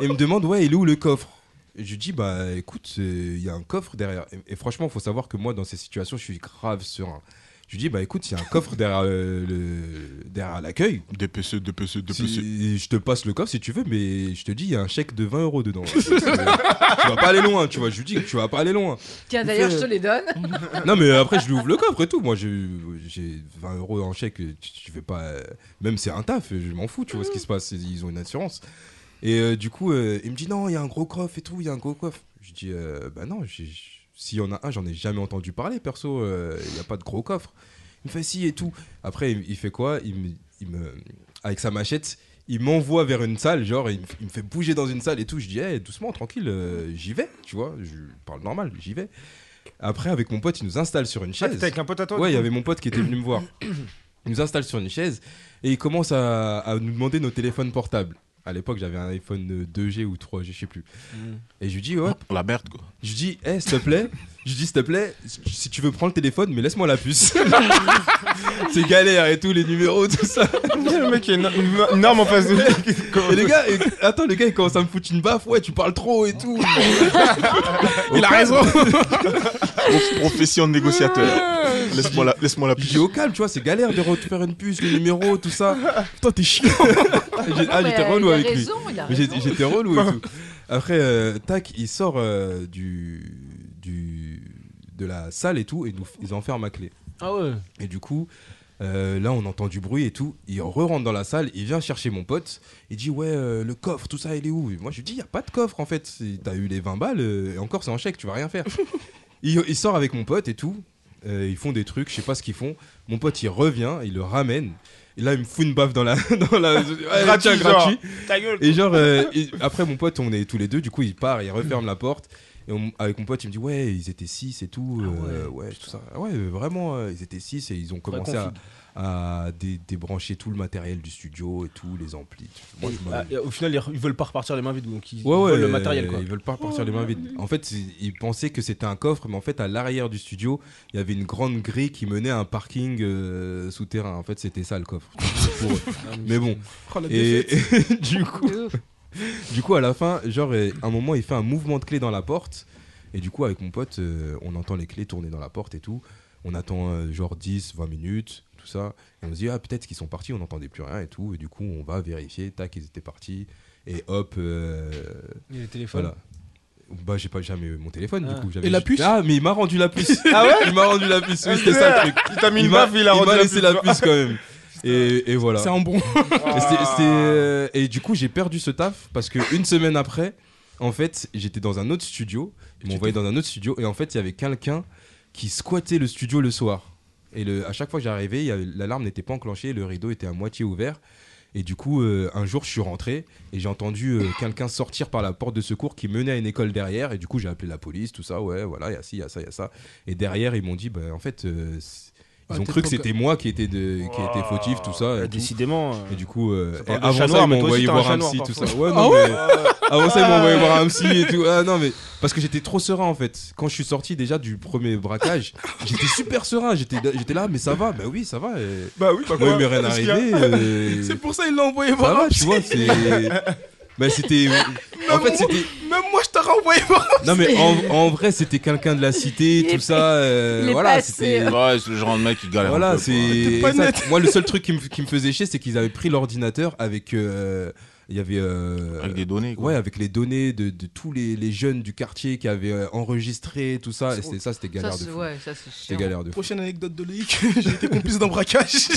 S1: Et il me demande, ouais, il est où le coffre Et Je lui dis, bah écoute, euh, il y a un coffre derrière. Et, et franchement, faut savoir que moi, dans ces situations, je suis grave serein. Je lui dis, bah écoute, il y a un coffre derrière euh, le derrière l'accueil.
S3: DPC, DPC, DPC.
S1: Si- je te passe le coffre si tu veux, mais je te dis, il y a un chèque de 20 euros dedans. tu vas pas aller loin, tu vois. Je lui dis, tu vas pas aller loin.
S5: Tiens,
S1: Il
S5: d'ailleurs,
S1: fait,
S5: je te les donne.
S1: non mais euh, après je lui ouvre le coffre et tout. Moi j'ai j'ai 20 euros en chèque. Je je vais pas. euh, Même c'est un taf. Je m'en fous. Tu vois ce qui se passe. Ils ont une assurance. Et euh, du coup euh, il me dit non il y a un gros coffre et tout. Il y a un gros coffre. Je dis euh, bah non. j'ai- S'il y en a un j'en ai jamais entendu parler perso. euh, Il n'y a pas de gros coffre. Il me fait si et tout. Après il, il fait quoi il me, il me avec sa machette. Il m'envoie vers une salle, genre il me, il me fait bouger dans une salle et tout. Je dis, Eh, doucement, tranquille, euh, j'y vais, tu vois. Je parle normal, j'y vais. Après, avec mon pote, il nous installe sur
S2: Ah,
S1: une chaise.
S13: t'étais avec un pote à toi,
S1: Ouais,
S13: du
S1: il y
S13: coup
S1: avait mon pote qui était venu me voir. Il nous installe sur une chaise et il commence à, à nous demander nos téléphones portables. À l'époque, j'avais un iPhone 2G ou 3G, je sais plus.
S2: Mm.
S1: Et je lui dis, ouais.
S3: La merde, quoi.
S1: Je lui dis, eh, s'il te plaît. Je lui dis, s'il te plaît, si tu veux prendre le téléphone, mais laisse-moi la puce. C'est galère et tout, les numéros, tout ça.
S2: le mec, il y a une, une- une arme en face de lui.
S1: Et le gars, et- attends, le gars, il commence à me foutre une baffe. Ouais, tu parles trop et tout.
S3: Il a raison. Profession de négociateur. Laisse-moi la, laisse la
S1: J'ai au calme, tu vois, c'est galère de refaire une puce, le numéro, tout ça.
S4: Putain, t'es chiant.
S1: ah,
S5: Non, mais
S1: j'étais
S5: il
S1: relou
S5: a
S1: avec
S5: raison,
S1: lui.
S5: il a
S1: Mais j'ai-
S5: raison.
S1: J'étais relou et tout. Après, euh, tac, il sort euh, du, du, de la salle et tout, et nous, ils enferment à clé.
S2: Ah ouais.
S1: Et du coup, euh, là, on entend du bruit et tout. Il re-rentre dans la salle, il vient chercher mon pote. Il dit, ouais, euh, le coffre, tout ça, il est où Et Moi, je lui dis, il n'y a pas de coffre en fait. C'est- T'as eu les 20 balles, euh, et encore, c'est en chèque, tu vas rien faire. il, il sort avec mon pote et tout. Euh, ils font des trucs, je sais pas ce qu'ils font. Mon pote, il revient, il le ramène. Et là, il me fout une baffe dans la. Dans la Ouais,
S13: Gratuit,
S1: tiens,
S13: genre.
S1: gratuit.
S13: Ta gueule,
S1: Et
S13: quoi.
S1: genre, euh, et après, mon pote, on est tous les deux. Du coup, il part, il referme la porte. Et on- avec mon pote, il me dit Ouais, ils étaient 6 et tout. euh, ouais, tout ça. Ah Ouais, euh, vraiment, euh, ils étaient 6 et ils ont commencé à,
S2: config.
S1: à dé- débrancher tout le matériel du studio et tout, les amplis. Moi, je me-
S14: Ah, et au final, ils, ils veulent pas repartir les mains vides, donc ils
S1: Ouais, ouais,
S14: volent le
S1: euh,
S14: matériel. Quoi.
S1: Ils veulent pas repartir les mains vides.
S13: Mmh.
S1: En fait, ils- ils pensaient que c'était un coffre, mais en fait, à l'arrière du studio, il y avait une grande grille qui menait à un parking euh, souterrain. En fait, c'était ça le coffre. Pour eux. mais bon.
S13: Oh, la
S1: et
S13: défaite.
S1: et du coup,
S13: De ouf.
S1: du coup, à la fin, genre, euh, un moment, il fait un mouvement de clé dans la porte. Et du coup, avec mon pote, euh, on entend les clés tourner dans la porte et tout. On attend euh, genre 10, 20 minutes, tout ça. Et on se dit, ah, peut-être qu'ils sont partis, on n'entendait plus rien et tout. Et du coup, on va vérifier, tac, ils étaient partis. Et hop. euh,
S2: Il y a les téléphones.
S1: Voilà. Bah, j'ai pas jamais eu mon téléphone,
S2: Ah.
S1: du coup.
S2: Et
S1: j'avais
S2: la
S1: juste-
S2: puce
S1: Ah, mais il m'a rendu la puce.
S2: Ah ouais
S1: Il m'a rendu la puce, oui,
S2: Ah,
S1: c'était ça le
S2: merde.
S1: truc.
S2: Il t'a mis une
S1: m'a-
S2: baffe, il a rendu
S1: m'a
S2: la
S1: laissé
S2: puce.
S1: la puce quand même. Et, et voilà.
S2: C'est un bon.
S1: Et c'est- c'est, euh, et du coup, j'ai perdu ce taf parce que une semaine après, en fait, j'étais dans un autre studio. Ils m'ont envoyé dans un autre studio et en fait, il y avait quelqu'un qui squattait le studio le soir. Et le, à chaque fois que j'arrivais, il y avait- l'alarme n'était pas enclenchée, le rideau était à moitié ouvert. Et du coup, euh, un jour, je suis rentré et j'ai entendu euh, quelqu'un sortir par la porte de secours qui menait à une école derrière. Et du coup, j'ai appelé la police, tout ça. Ouais, voilà, il y a ci, il y a ça, il y a ça. Et derrière, ils m'ont dit, bah, en fait, euh, c'est- ils
S13: Ah,
S1: ont
S13: t'es
S1: cru que
S13: trop
S1: c'était moi qui était, de, qui était fautif, tout ça. Et
S13: Bah, décidément.
S1: Et du coup, euh,
S13: ça parle
S1: et
S13: de
S1: avant
S13: chat
S1: ça,
S13: noir,
S1: ils
S13: mais
S1: m'ont
S13: toi aussi,
S1: envoyé
S13: t'as un
S1: voir
S13: chat
S1: un
S13: noir,
S1: psy, tout ça.
S13: parfois.
S1: Ouais, non,
S13: Ah ouais
S1: mais- avant ça, ils m'ont envoyé
S13: Ouais.
S1: voir un psy et tout. Ah non, mais parce que j'étais trop serein en fait. Quand je suis sorti déjà du premier braquage, j'étais super serein. J'étais j'étais là, mais ça va, bah oui, ça va. et-
S13: Bah oui, bah
S1: Moi,
S13: quoi,
S1: il m'est rien
S13: qu'est-ce qu'il y a
S1: arrivé. euh,
S13: C'est pour ça il l'a envoyé
S1: ça
S13: voir
S1: va,
S13: un
S1: tu vois, c'est. Bah, c'était. En fait, c'était.
S13: Même moi, je t'aurais envoyé voir un
S1: Non, mais
S13: psy.
S1: en, en vrai, c'était quelqu'un de la cité, tout ça. euh, voilà, c'était.
S3: Ouais, c'est le genre de mec qui galère. un
S1: Voilà,
S3: peu, quoi.
S1: c'est. ça. Moi, le seul truc qui me, qui me faisait chier, c'est qu'ils avaient pris l'ordinateur avec. euh, Il y avait. euh,
S3: Avec des données, quoi.
S1: Ouais, avec les données de, de tous les, les jeunes du quartier qui avaient euh, enregistré tout ça. Et c'était- ça, c'était galère de fou. C'était galère de fou.
S4: Prochaine anecdote de Loïc, j'ai été complice d'un braquage.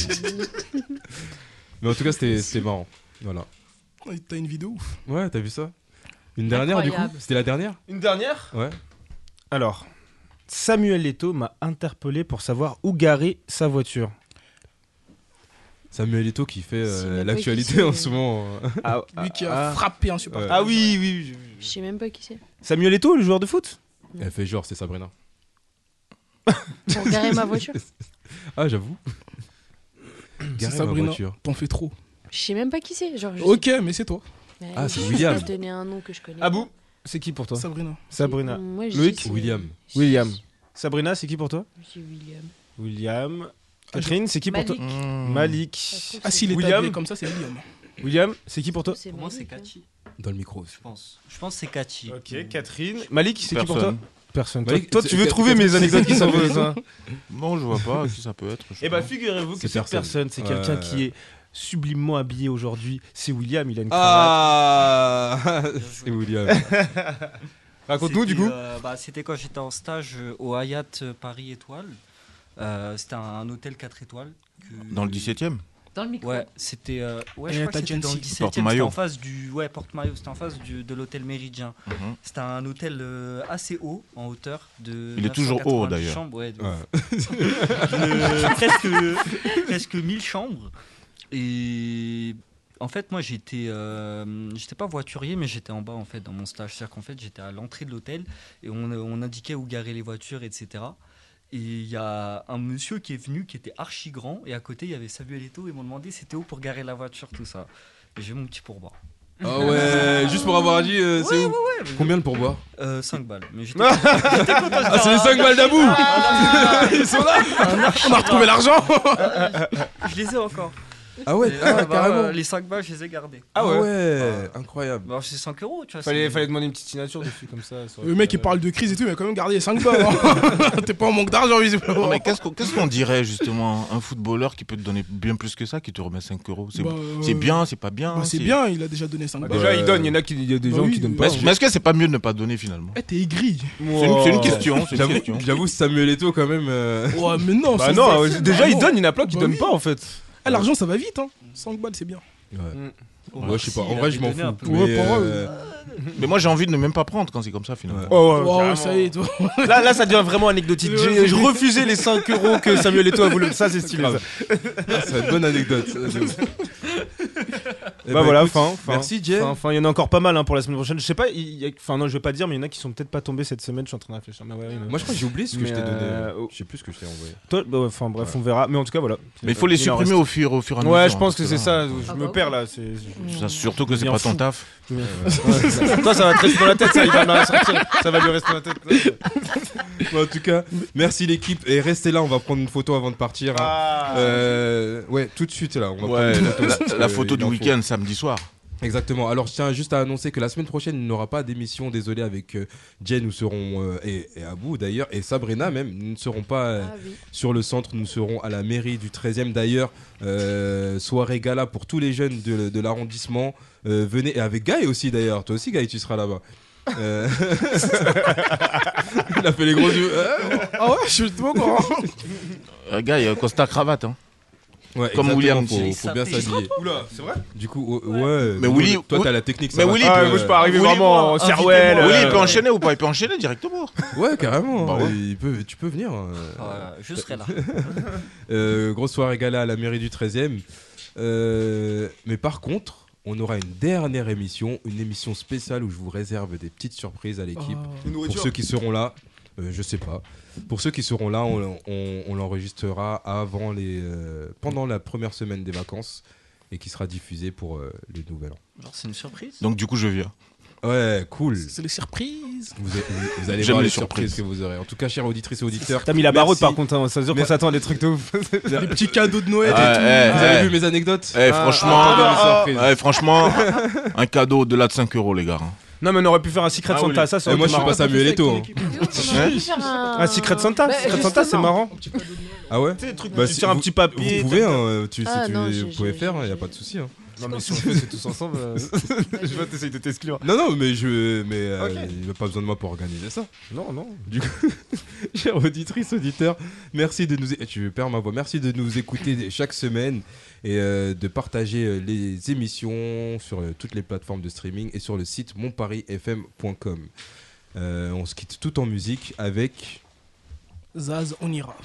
S1: Mais en tout cas, c'était c'était marrant. Voilà.
S4: Oh, T'as une vidéo ouf.
S1: Ouais, t'as vu ça Une dernière, du coup
S4: Incroyable.
S1: C'était la dernière
S13: Une dernière
S1: Ouais.
S14: Alors, Samuel Leto m'a interpellé pour savoir où garer sa voiture.
S1: Samuel Eto qui fait euh,
S14: mec
S1: l'actualité
S14: qui
S1: en
S14: se-
S1: ce moment. hein.
S13: Lui qui a frappé un
S1: Euh,
S13: supporter.
S14: Ah oui, oui, oui.
S7: Je sais même pas qui c'est.
S14: Samuel Eto, le joueur de foot
S1: Elle fait genre, c'est Sabrina.
S7: Pour garer ma voiture.
S1: Ah, j'avoue.
S4: C'est
S1: Garer ma
S4: Sabrina,
S1: voiture.
S4: t'en fais trop.
S7: Je sais même pas qui c'est. Genre, je
S4: Ok, mais c'est toi.
S7: sais-
S1: Ah, c'est
S7: Je vais
S1: William.
S7: te donner un nom que je connais.
S14: Abou, c'est qui pour toi
S4: Ah Sabrina.
S14: Sabrina.
S7: Euh, Moi, je
S14: Loïc
S7: dis c'est- William.
S14: William. Sabrina, c'est qui pour toi
S7: Je dis William.
S14: William. Catherine, c'est qui pour toi
S4: Malik.
S6: Hmm.
S14: Malik.
S4: Ah, s'il est
S14: William.
S4: habillé comme ça, c'est William.
S14: William, c'est qui pour toi
S6: Pour moi,
S7: hein.
S6: c'est Cathy.
S1: Dans le micro.
S6: Je pense. Je pense que c'est Cathy.
S14: Ok, Catherine. Mmh. Malik, c'est qui pour toi
S6: Personne.
S14: Personne. toi,
S6: Malik,
S14: toi,
S6: c'est-
S14: tu veux
S6: c'est-
S14: trouver
S6: c'est-
S14: mes
S6: c'est-
S14: anecdotes qui
S6: c'est-
S14: sont
S6: c'est-
S14: besoin
S3: Non, je vois pas qui ça peut être. je
S14: Eh bah,
S3: pense.
S14: figurez-vous que
S3: C'est
S14: c'est personne.
S3: personne.
S14: C'est
S3: Ouais.
S14: quelqu'un qui est sublimement habillé aujourd'hui. C'est William, il a une cravate.
S1: Ah C'est William.
S14: Raconte-nous, du
S6: C'était,
S14: coup.
S6: euh, bah, C'était quand j'étais en stage euh, au Hayat euh, Paris Étoile. Euh, c'était un, un hôtel 4 étoiles. que-
S3: Dans le 17ème
S5: Dans le micro.
S6: Ouais, c'était euh, ouais,
S3: Et
S6: je crois que c'était
S3: Agency.
S6: dans le
S3: Porte
S6: 17 e c'était
S3: Maillot.
S6: en face du ouais, Porte Maillot, c'était en face du- de l'hôtel Méridien.
S3: Mhm.
S6: C'était un hôtel euh, assez haut en hauteur de
S3: Il est toujours haut,
S6: 990
S3: d'ailleurs.
S6: chambres, ouais, de
S3: Ouais.
S6: ouf. De presque presque 1000 chambres et en fait, moi, j'étais, euh, j'étais pas voiturier, mais j'étais en bas, en fait, dans mon stage. C'est-à-dire qu'en fait, j'étais à l'entrée de l'hôtel et on, euh, on indiquait où garer les voitures, etc. Et il y a un monsieur qui est venu, qui était archi grand, et à côté, il y avait Samuel Eto'o, et ils m'ont demandé c'était où pour garer la voiture, tout ça. Et j'ai mon petit pourboire.
S1: Ah ouais, juste pour avoir dit, euh, c'est
S6: Ouais,
S1: où
S6: ouais, ouais, mais-
S1: Combien le pourboire
S6: euh, 5 balles. Mais j'étais
S1: Ah,
S6: j'étais content, j'étais
S1: c'est
S6: un-
S1: les 5 balles d'Abou
S6: Ah,
S1: Ils sont là
S6: un archi-
S1: On a retrouvé l'argent
S6: Ah, je- Je les ai encore.
S1: Ah ouais,
S6: Et, bah,
S1: ah, carrément.
S6: Les 5 balles, je les ai gardées.
S1: Ah ouais, incroyable.
S6: Bah, c'est 5 euros, tu vois.
S14: Fallait,
S6: c'est-
S14: fallait demander une petite signature dessus comme ça. ça aurait
S4: Le mec
S14: été-
S4: il parle de crise et tout, il a quand même gardé les 5 balles. hein. T'es pas en manque d'argent, visiblement.
S3: Non, mais qu'est-ce qu'on qu'est-ce qu'on dirait justement un footballeur qui peut te donner bien plus que ça, qui te remet 5 euros C'est
S4: Bah, euh,
S3: c'est bien, c'est pas bien.
S4: Bah, c'est bien, il a déjà donné 5
S3: Bah,
S4: balles.
S3: déjà, il donne, il y en
S2: a qui- il y a des
S4: Bah
S2: gens
S4: oui,
S2: qui donnent
S3: Mais
S2: pas.
S3: est-ce mais est-ce que c'est pas mieux de ne pas donner finalement
S4: Eh, t'es aigri.
S3: C'est une- c'est une question, c'est une
S1: J'avoue-
S3: question.
S1: J'avoue, Samuel Eto'o quand même. euh,
S4: Ouais, mais non,
S1: Bah
S4: ça,
S1: non,
S4: ça,
S1: euh,
S4: c'est-
S1: déjà,
S4: bah
S1: il
S4: non.
S1: donne, il y en a plein qui
S4: Bah
S1: donnent
S4: oui.
S1: pas en fait.
S4: Ah, l'argent ça va vite, hein. 5 balles c'est bien.
S1: Ouais.
S14: Mm.
S6: Oh,
S1: Moi, je sais pas. En vrai, je m'en fous.
S3: Ouais,
S1: Mais,
S3: pour eux.
S1: euh,
S3: Mais moi j'ai envie de ne même pas prendre quand c'est comme ça finalement.
S4: Oh, ça y est, toi.
S14: Là, là, ça devient vraiment anecdotique. J'ai- Je refusais les 5 euros que Samuel Eto'o a voulu. Ça, c'est stylé. ça.
S1: Ah, C'est une bonne anecdote. ça, j'avoue. Eh
S2: bah,
S1: ben,
S2: voilà,
S1: écoute,
S2: fin, fin.
S1: Merci, Jay.
S2: Fin, fin. Il y en a encore pas mal hein, pour la semaine prochaine. Je sais pas, il y a- enfin non, je vais pas dire, mais il y en a qui sont peut-être pas tombés cette semaine. Je suis en train de réfléchir. Mais ouais, il y en a.
S1: Moi, je crois que j'ai oublié ce que
S2: Mais,
S1: je t'ai donné.
S2: euh,
S1: Je sais plus ce que je t'ai envoyé.
S2: Toi, bah, ouais, enfin bref, on verra. Mais en tout cas, voilà.
S3: Mais il faut les
S2: Il en
S3: supprimer
S2: reste.
S3: au fur, au fur et à mesure. hein,
S2: Ouais, je pense
S3: parce
S2: que c'est
S3: là,
S2: ça. Je
S5: Ah
S2: me
S5: bah
S2: perds là. c'est-
S3: ça, Surtout que c'est
S2: Bien
S3: pas ton
S2: fou.
S3: taf.
S2: je- Toi, ça va te rester dans la tête. Ça, il va me la sortir. Ça va lui rester dans la tête.
S1: Bon, en tout cas, merci l'équipe. Et restez là, on va prendre une photo avant de partir. hein. Euh, ouais, tout de suite là. On va
S3: Ah. Ouais,
S1: prendre une
S3: la,
S1: photo, parce
S3: la- la
S1: que
S3: photo
S1: il
S3: du
S1: en faut.
S3: week-end samedi soir.
S1: Exactement. Alors, je tiens juste à annoncer que la semaine prochaine, il n'y aura pas d'émission. Désolé, avec euh, Jay, nous serons, euh, et, et Abou d'ailleurs, et Sabrina même, nous ne serons pas euh,
S7: Ah oui.
S1: sur le centre, nous serons à la mairie du 13e d'ailleurs. euh, soirée gala pour tous les jeunes de, de l'arrondissement. Euh, venez, et avec Guy aussi d'ailleurs. Toi aussi, Guy, tu seras là-bas. Euh, il a fait les gros yeux. Euh,
S4: Ah ouais, je suis tout au courant.
S3: Euh, gars, il y a Costa Cravate. Hein.
S1: ouais,
S3: Comme
S1: exactement,
S3: William
S1: faut,
S3: dit.
S1: faut bien s'habiller.
S14: Oula, c'est vrai
S1: Du coup, o- ouais.
S3: Mais
S1: Willy
S3: Willy-
S1: toi,
S3: Wi-
S1: t'as la technique. ça
S3: Mais
S1: va.
S3: Willy,
S14: Ah,
S3: peut-
S14: moi, je peux arriver
S3: euh, Willy,
S14: vraiment en
S3: invitez-moi.
S14: Sirwell.
S3: Willy, il
S14: euh,
S3: peut enchaîner ou pas Il peut enchaîner directement.
S1: Ouais, carrément.
S3: Bah ouais.
S1: Il peut, tu peux venir. euh,
S6: Ah, je serai là.
S1: Euh, grosse soirée gala à la mairie du 13e. Euh, mais par contre, on aura une dernière émission, une émission spéciale où je vous réserve des petites surprises à l'équipe.
S6: Oh.
S1: Pour ceux qui seront là, euh, je sais pas. Pour ceux qui seront là, on, on- on l'enregistrera avant les, euh, pendant la première semaine des vacances et qui sera diffusée pour euh, le nouvel an.
S6: Genre, c'est une surprise.
S3: Donc du coup, je viens.
S1: Ouais, cool.
S4: C'est les surprises.
S1: Vous, a- vous- vous allez
S3: J'aime
S1: voir
S3: les
S1: les surprises
S3: surprises.
S1: que vous aurez. En tout cas, chers auditrices et auditeurs,
S2: T'as mis la
S1: merci.
S2: barre par contre. hein, Ça veut dire qu'on
S1: Mais-
S2: s'attend à des trucs de ouf.
S4: Les petits cadeaux de Noël.
S3: Ah, eh,
S1: Vous avez
S3: eh,
S1: vu mes anecdotes
S3: eh, franchement,
S1: Ah, attendez, les surprises.
S3: eh, franchement, un cadeau au-delà de 5 euros, les gars. hein.
S2: Non, mais on aurait pu faire un Secret
S3: Ah,
S2: Santa.
S3: oui.
S2: Ça, ça aurait
S1: Et Euh, moi,
S2: été
S1: je suis
S2: marrant.
S1: pas Samuel Eto'o. hein.
S2: Un Ah, Secret Santa.
S5: Bah,
S2: Secret Santa, c'est
S5: justement.
S2: marrant.
S1: Ah ouais Bah,
S2: tu
S1: si
S2: tires un
S1: vous-
S2: petit papier.
S1: Vous pouvez, hein, euh, tu,
S7: Ah,
S1: si tu
S7: non,
S1: les-
S7: j'ai-
S1: vous pouvez
S7: j'ai-
S1: faire, il
S7: j'ai-
S1: n'y a pas de souci. hein.
S14: Non, mais si on le fait, c'est tous ensemble. euh, Je vois, t'essayes de t'exclure.
S1: Non, non, mais je, mais euh,
S14: Ok.
S1: il n'y a pas besoin de moi pour organiser ça.
S14: Non, non.
S1: Chers auditrices, auditeurs, merci de nous, é- tu perds ma voix. Merci de nous écouter chaque semaine et euh, de partager euh, les émissions sur euh, toutes les plateformes de streaming et sur le site monparisfm.com. Euh, on se quitte tout en musique avec
S4: Zaz, on ira.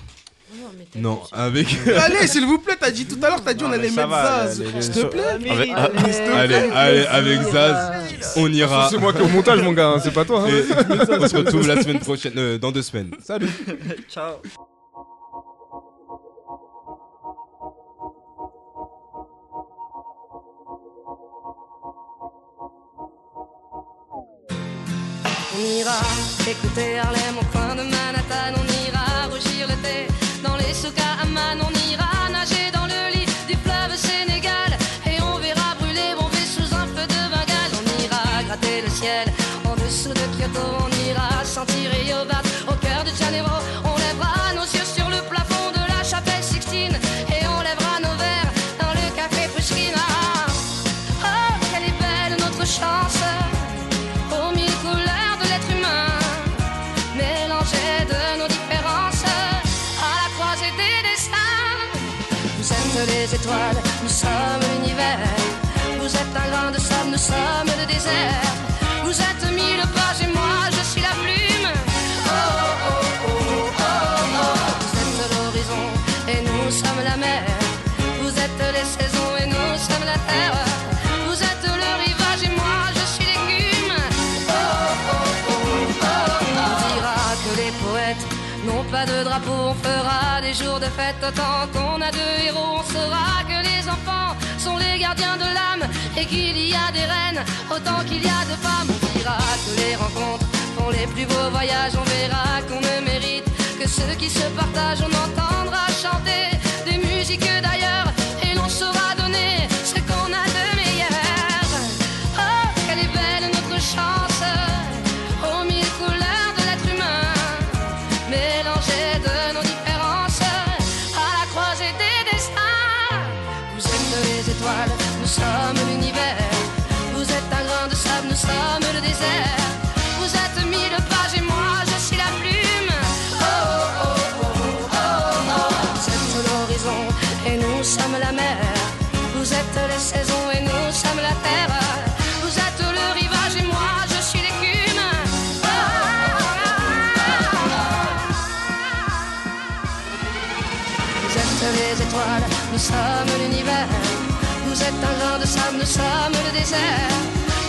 S7: Non, mais t'as
S1: non
S7: dit-
S1: avec
S4: Allez, s'il vous plaît, t'as dit tout à l'heure, t'as dit on allait
S14: ça
S4: mettre
S14: va,
S4: Zaz.
S14: les- les-
S4: S'il te plaît.
S3: Avec-
S1: Ah, allez allez avec Zaz, on ira.
S14: C'est moi qui ai au montage, mon gars, hein, c'est pas toi. hein.
S1: Et on se retrouve la semaine prochaine, euh, dans deux semaines. Salut.
S6: Ciao.
S15: On ira écouter Harlem au coin de Manhattan, on ira rougir le thé dans les souks à Amman, on ira nager dans le lit du fleuve Sénégal et on verra brûler Bombay sous un feu de Bengale, on ira gratter le ciel en dessous de Kyoto, on ira sentir Rio battre au cœur de Janeiro, on lèvera nos yeux sur le plafond de la chapelle Sixtine et on lèvera nos verres dans le café Pushkina. Oh, quelle est belle notre chance! aux mille couleurs de l'être humain, mélangées de nos différences, à la croisée des destins. Vous êtes les étoiles, nous sommes l'univers. Vous êtes un grain de sable, nous sommes le désert. Vous êtes mille pages et moi je suis la plume. Oh, oh, oh, oh, oh, oh. Vous êtes l'horizon et nous sommes la mer. Vous êtes les saisons et nous sommes la terre. Oh, de fête autant qu'on a deux héros. On saura que les enfants sont les gardiens de l'âme et qu'il y a des reines autant qu'il y a de femmes. On dira que les rencontres font les plus beaux voyages. On verra qu'on ne mérite que ceux qui se partagent. On entendra chanter des musiques d'ailleurs et l'on saura donner ce qu'on a de meilleur. Oh, quelle est belle notre chance aux mille couleurs de l'être humain. Mélangés de nos différences, à la croisée des destins. Vous êtes les étoiles, nous sommes l'univers. Vous êtes un grain de sable, nous sommes le désert. Vous êtes mille pages et moi je suis la plume. Oh oh oh oh oh oh. Vous êtes l'horizon et nous sommes la mer. Vous êtes les saisons et nous sommes la terre. Vous êtes le rivage et moi je suis l'écume. Oh, oh, oh, oh, oh. Vous êtes les étoiles, nous sommes l'univers. Vous êtes un grain de sable, nous sommes le désert.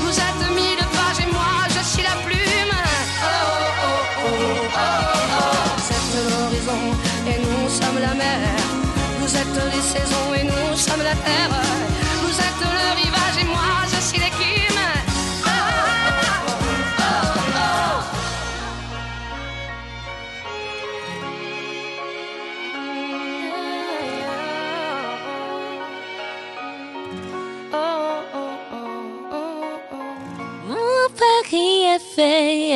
S15: Vous êtes mille pages et moi je suis la plume. Oh oh oh oh oh oh. Vous êtes l'horizon et nous sommes la mer. Vous êtes les saisons et nous sommes la terre. Vous êtes le rivage et moi je suis l'écume. Oh, oh, oh, oh, oh.
S16: Mon Paris est fait.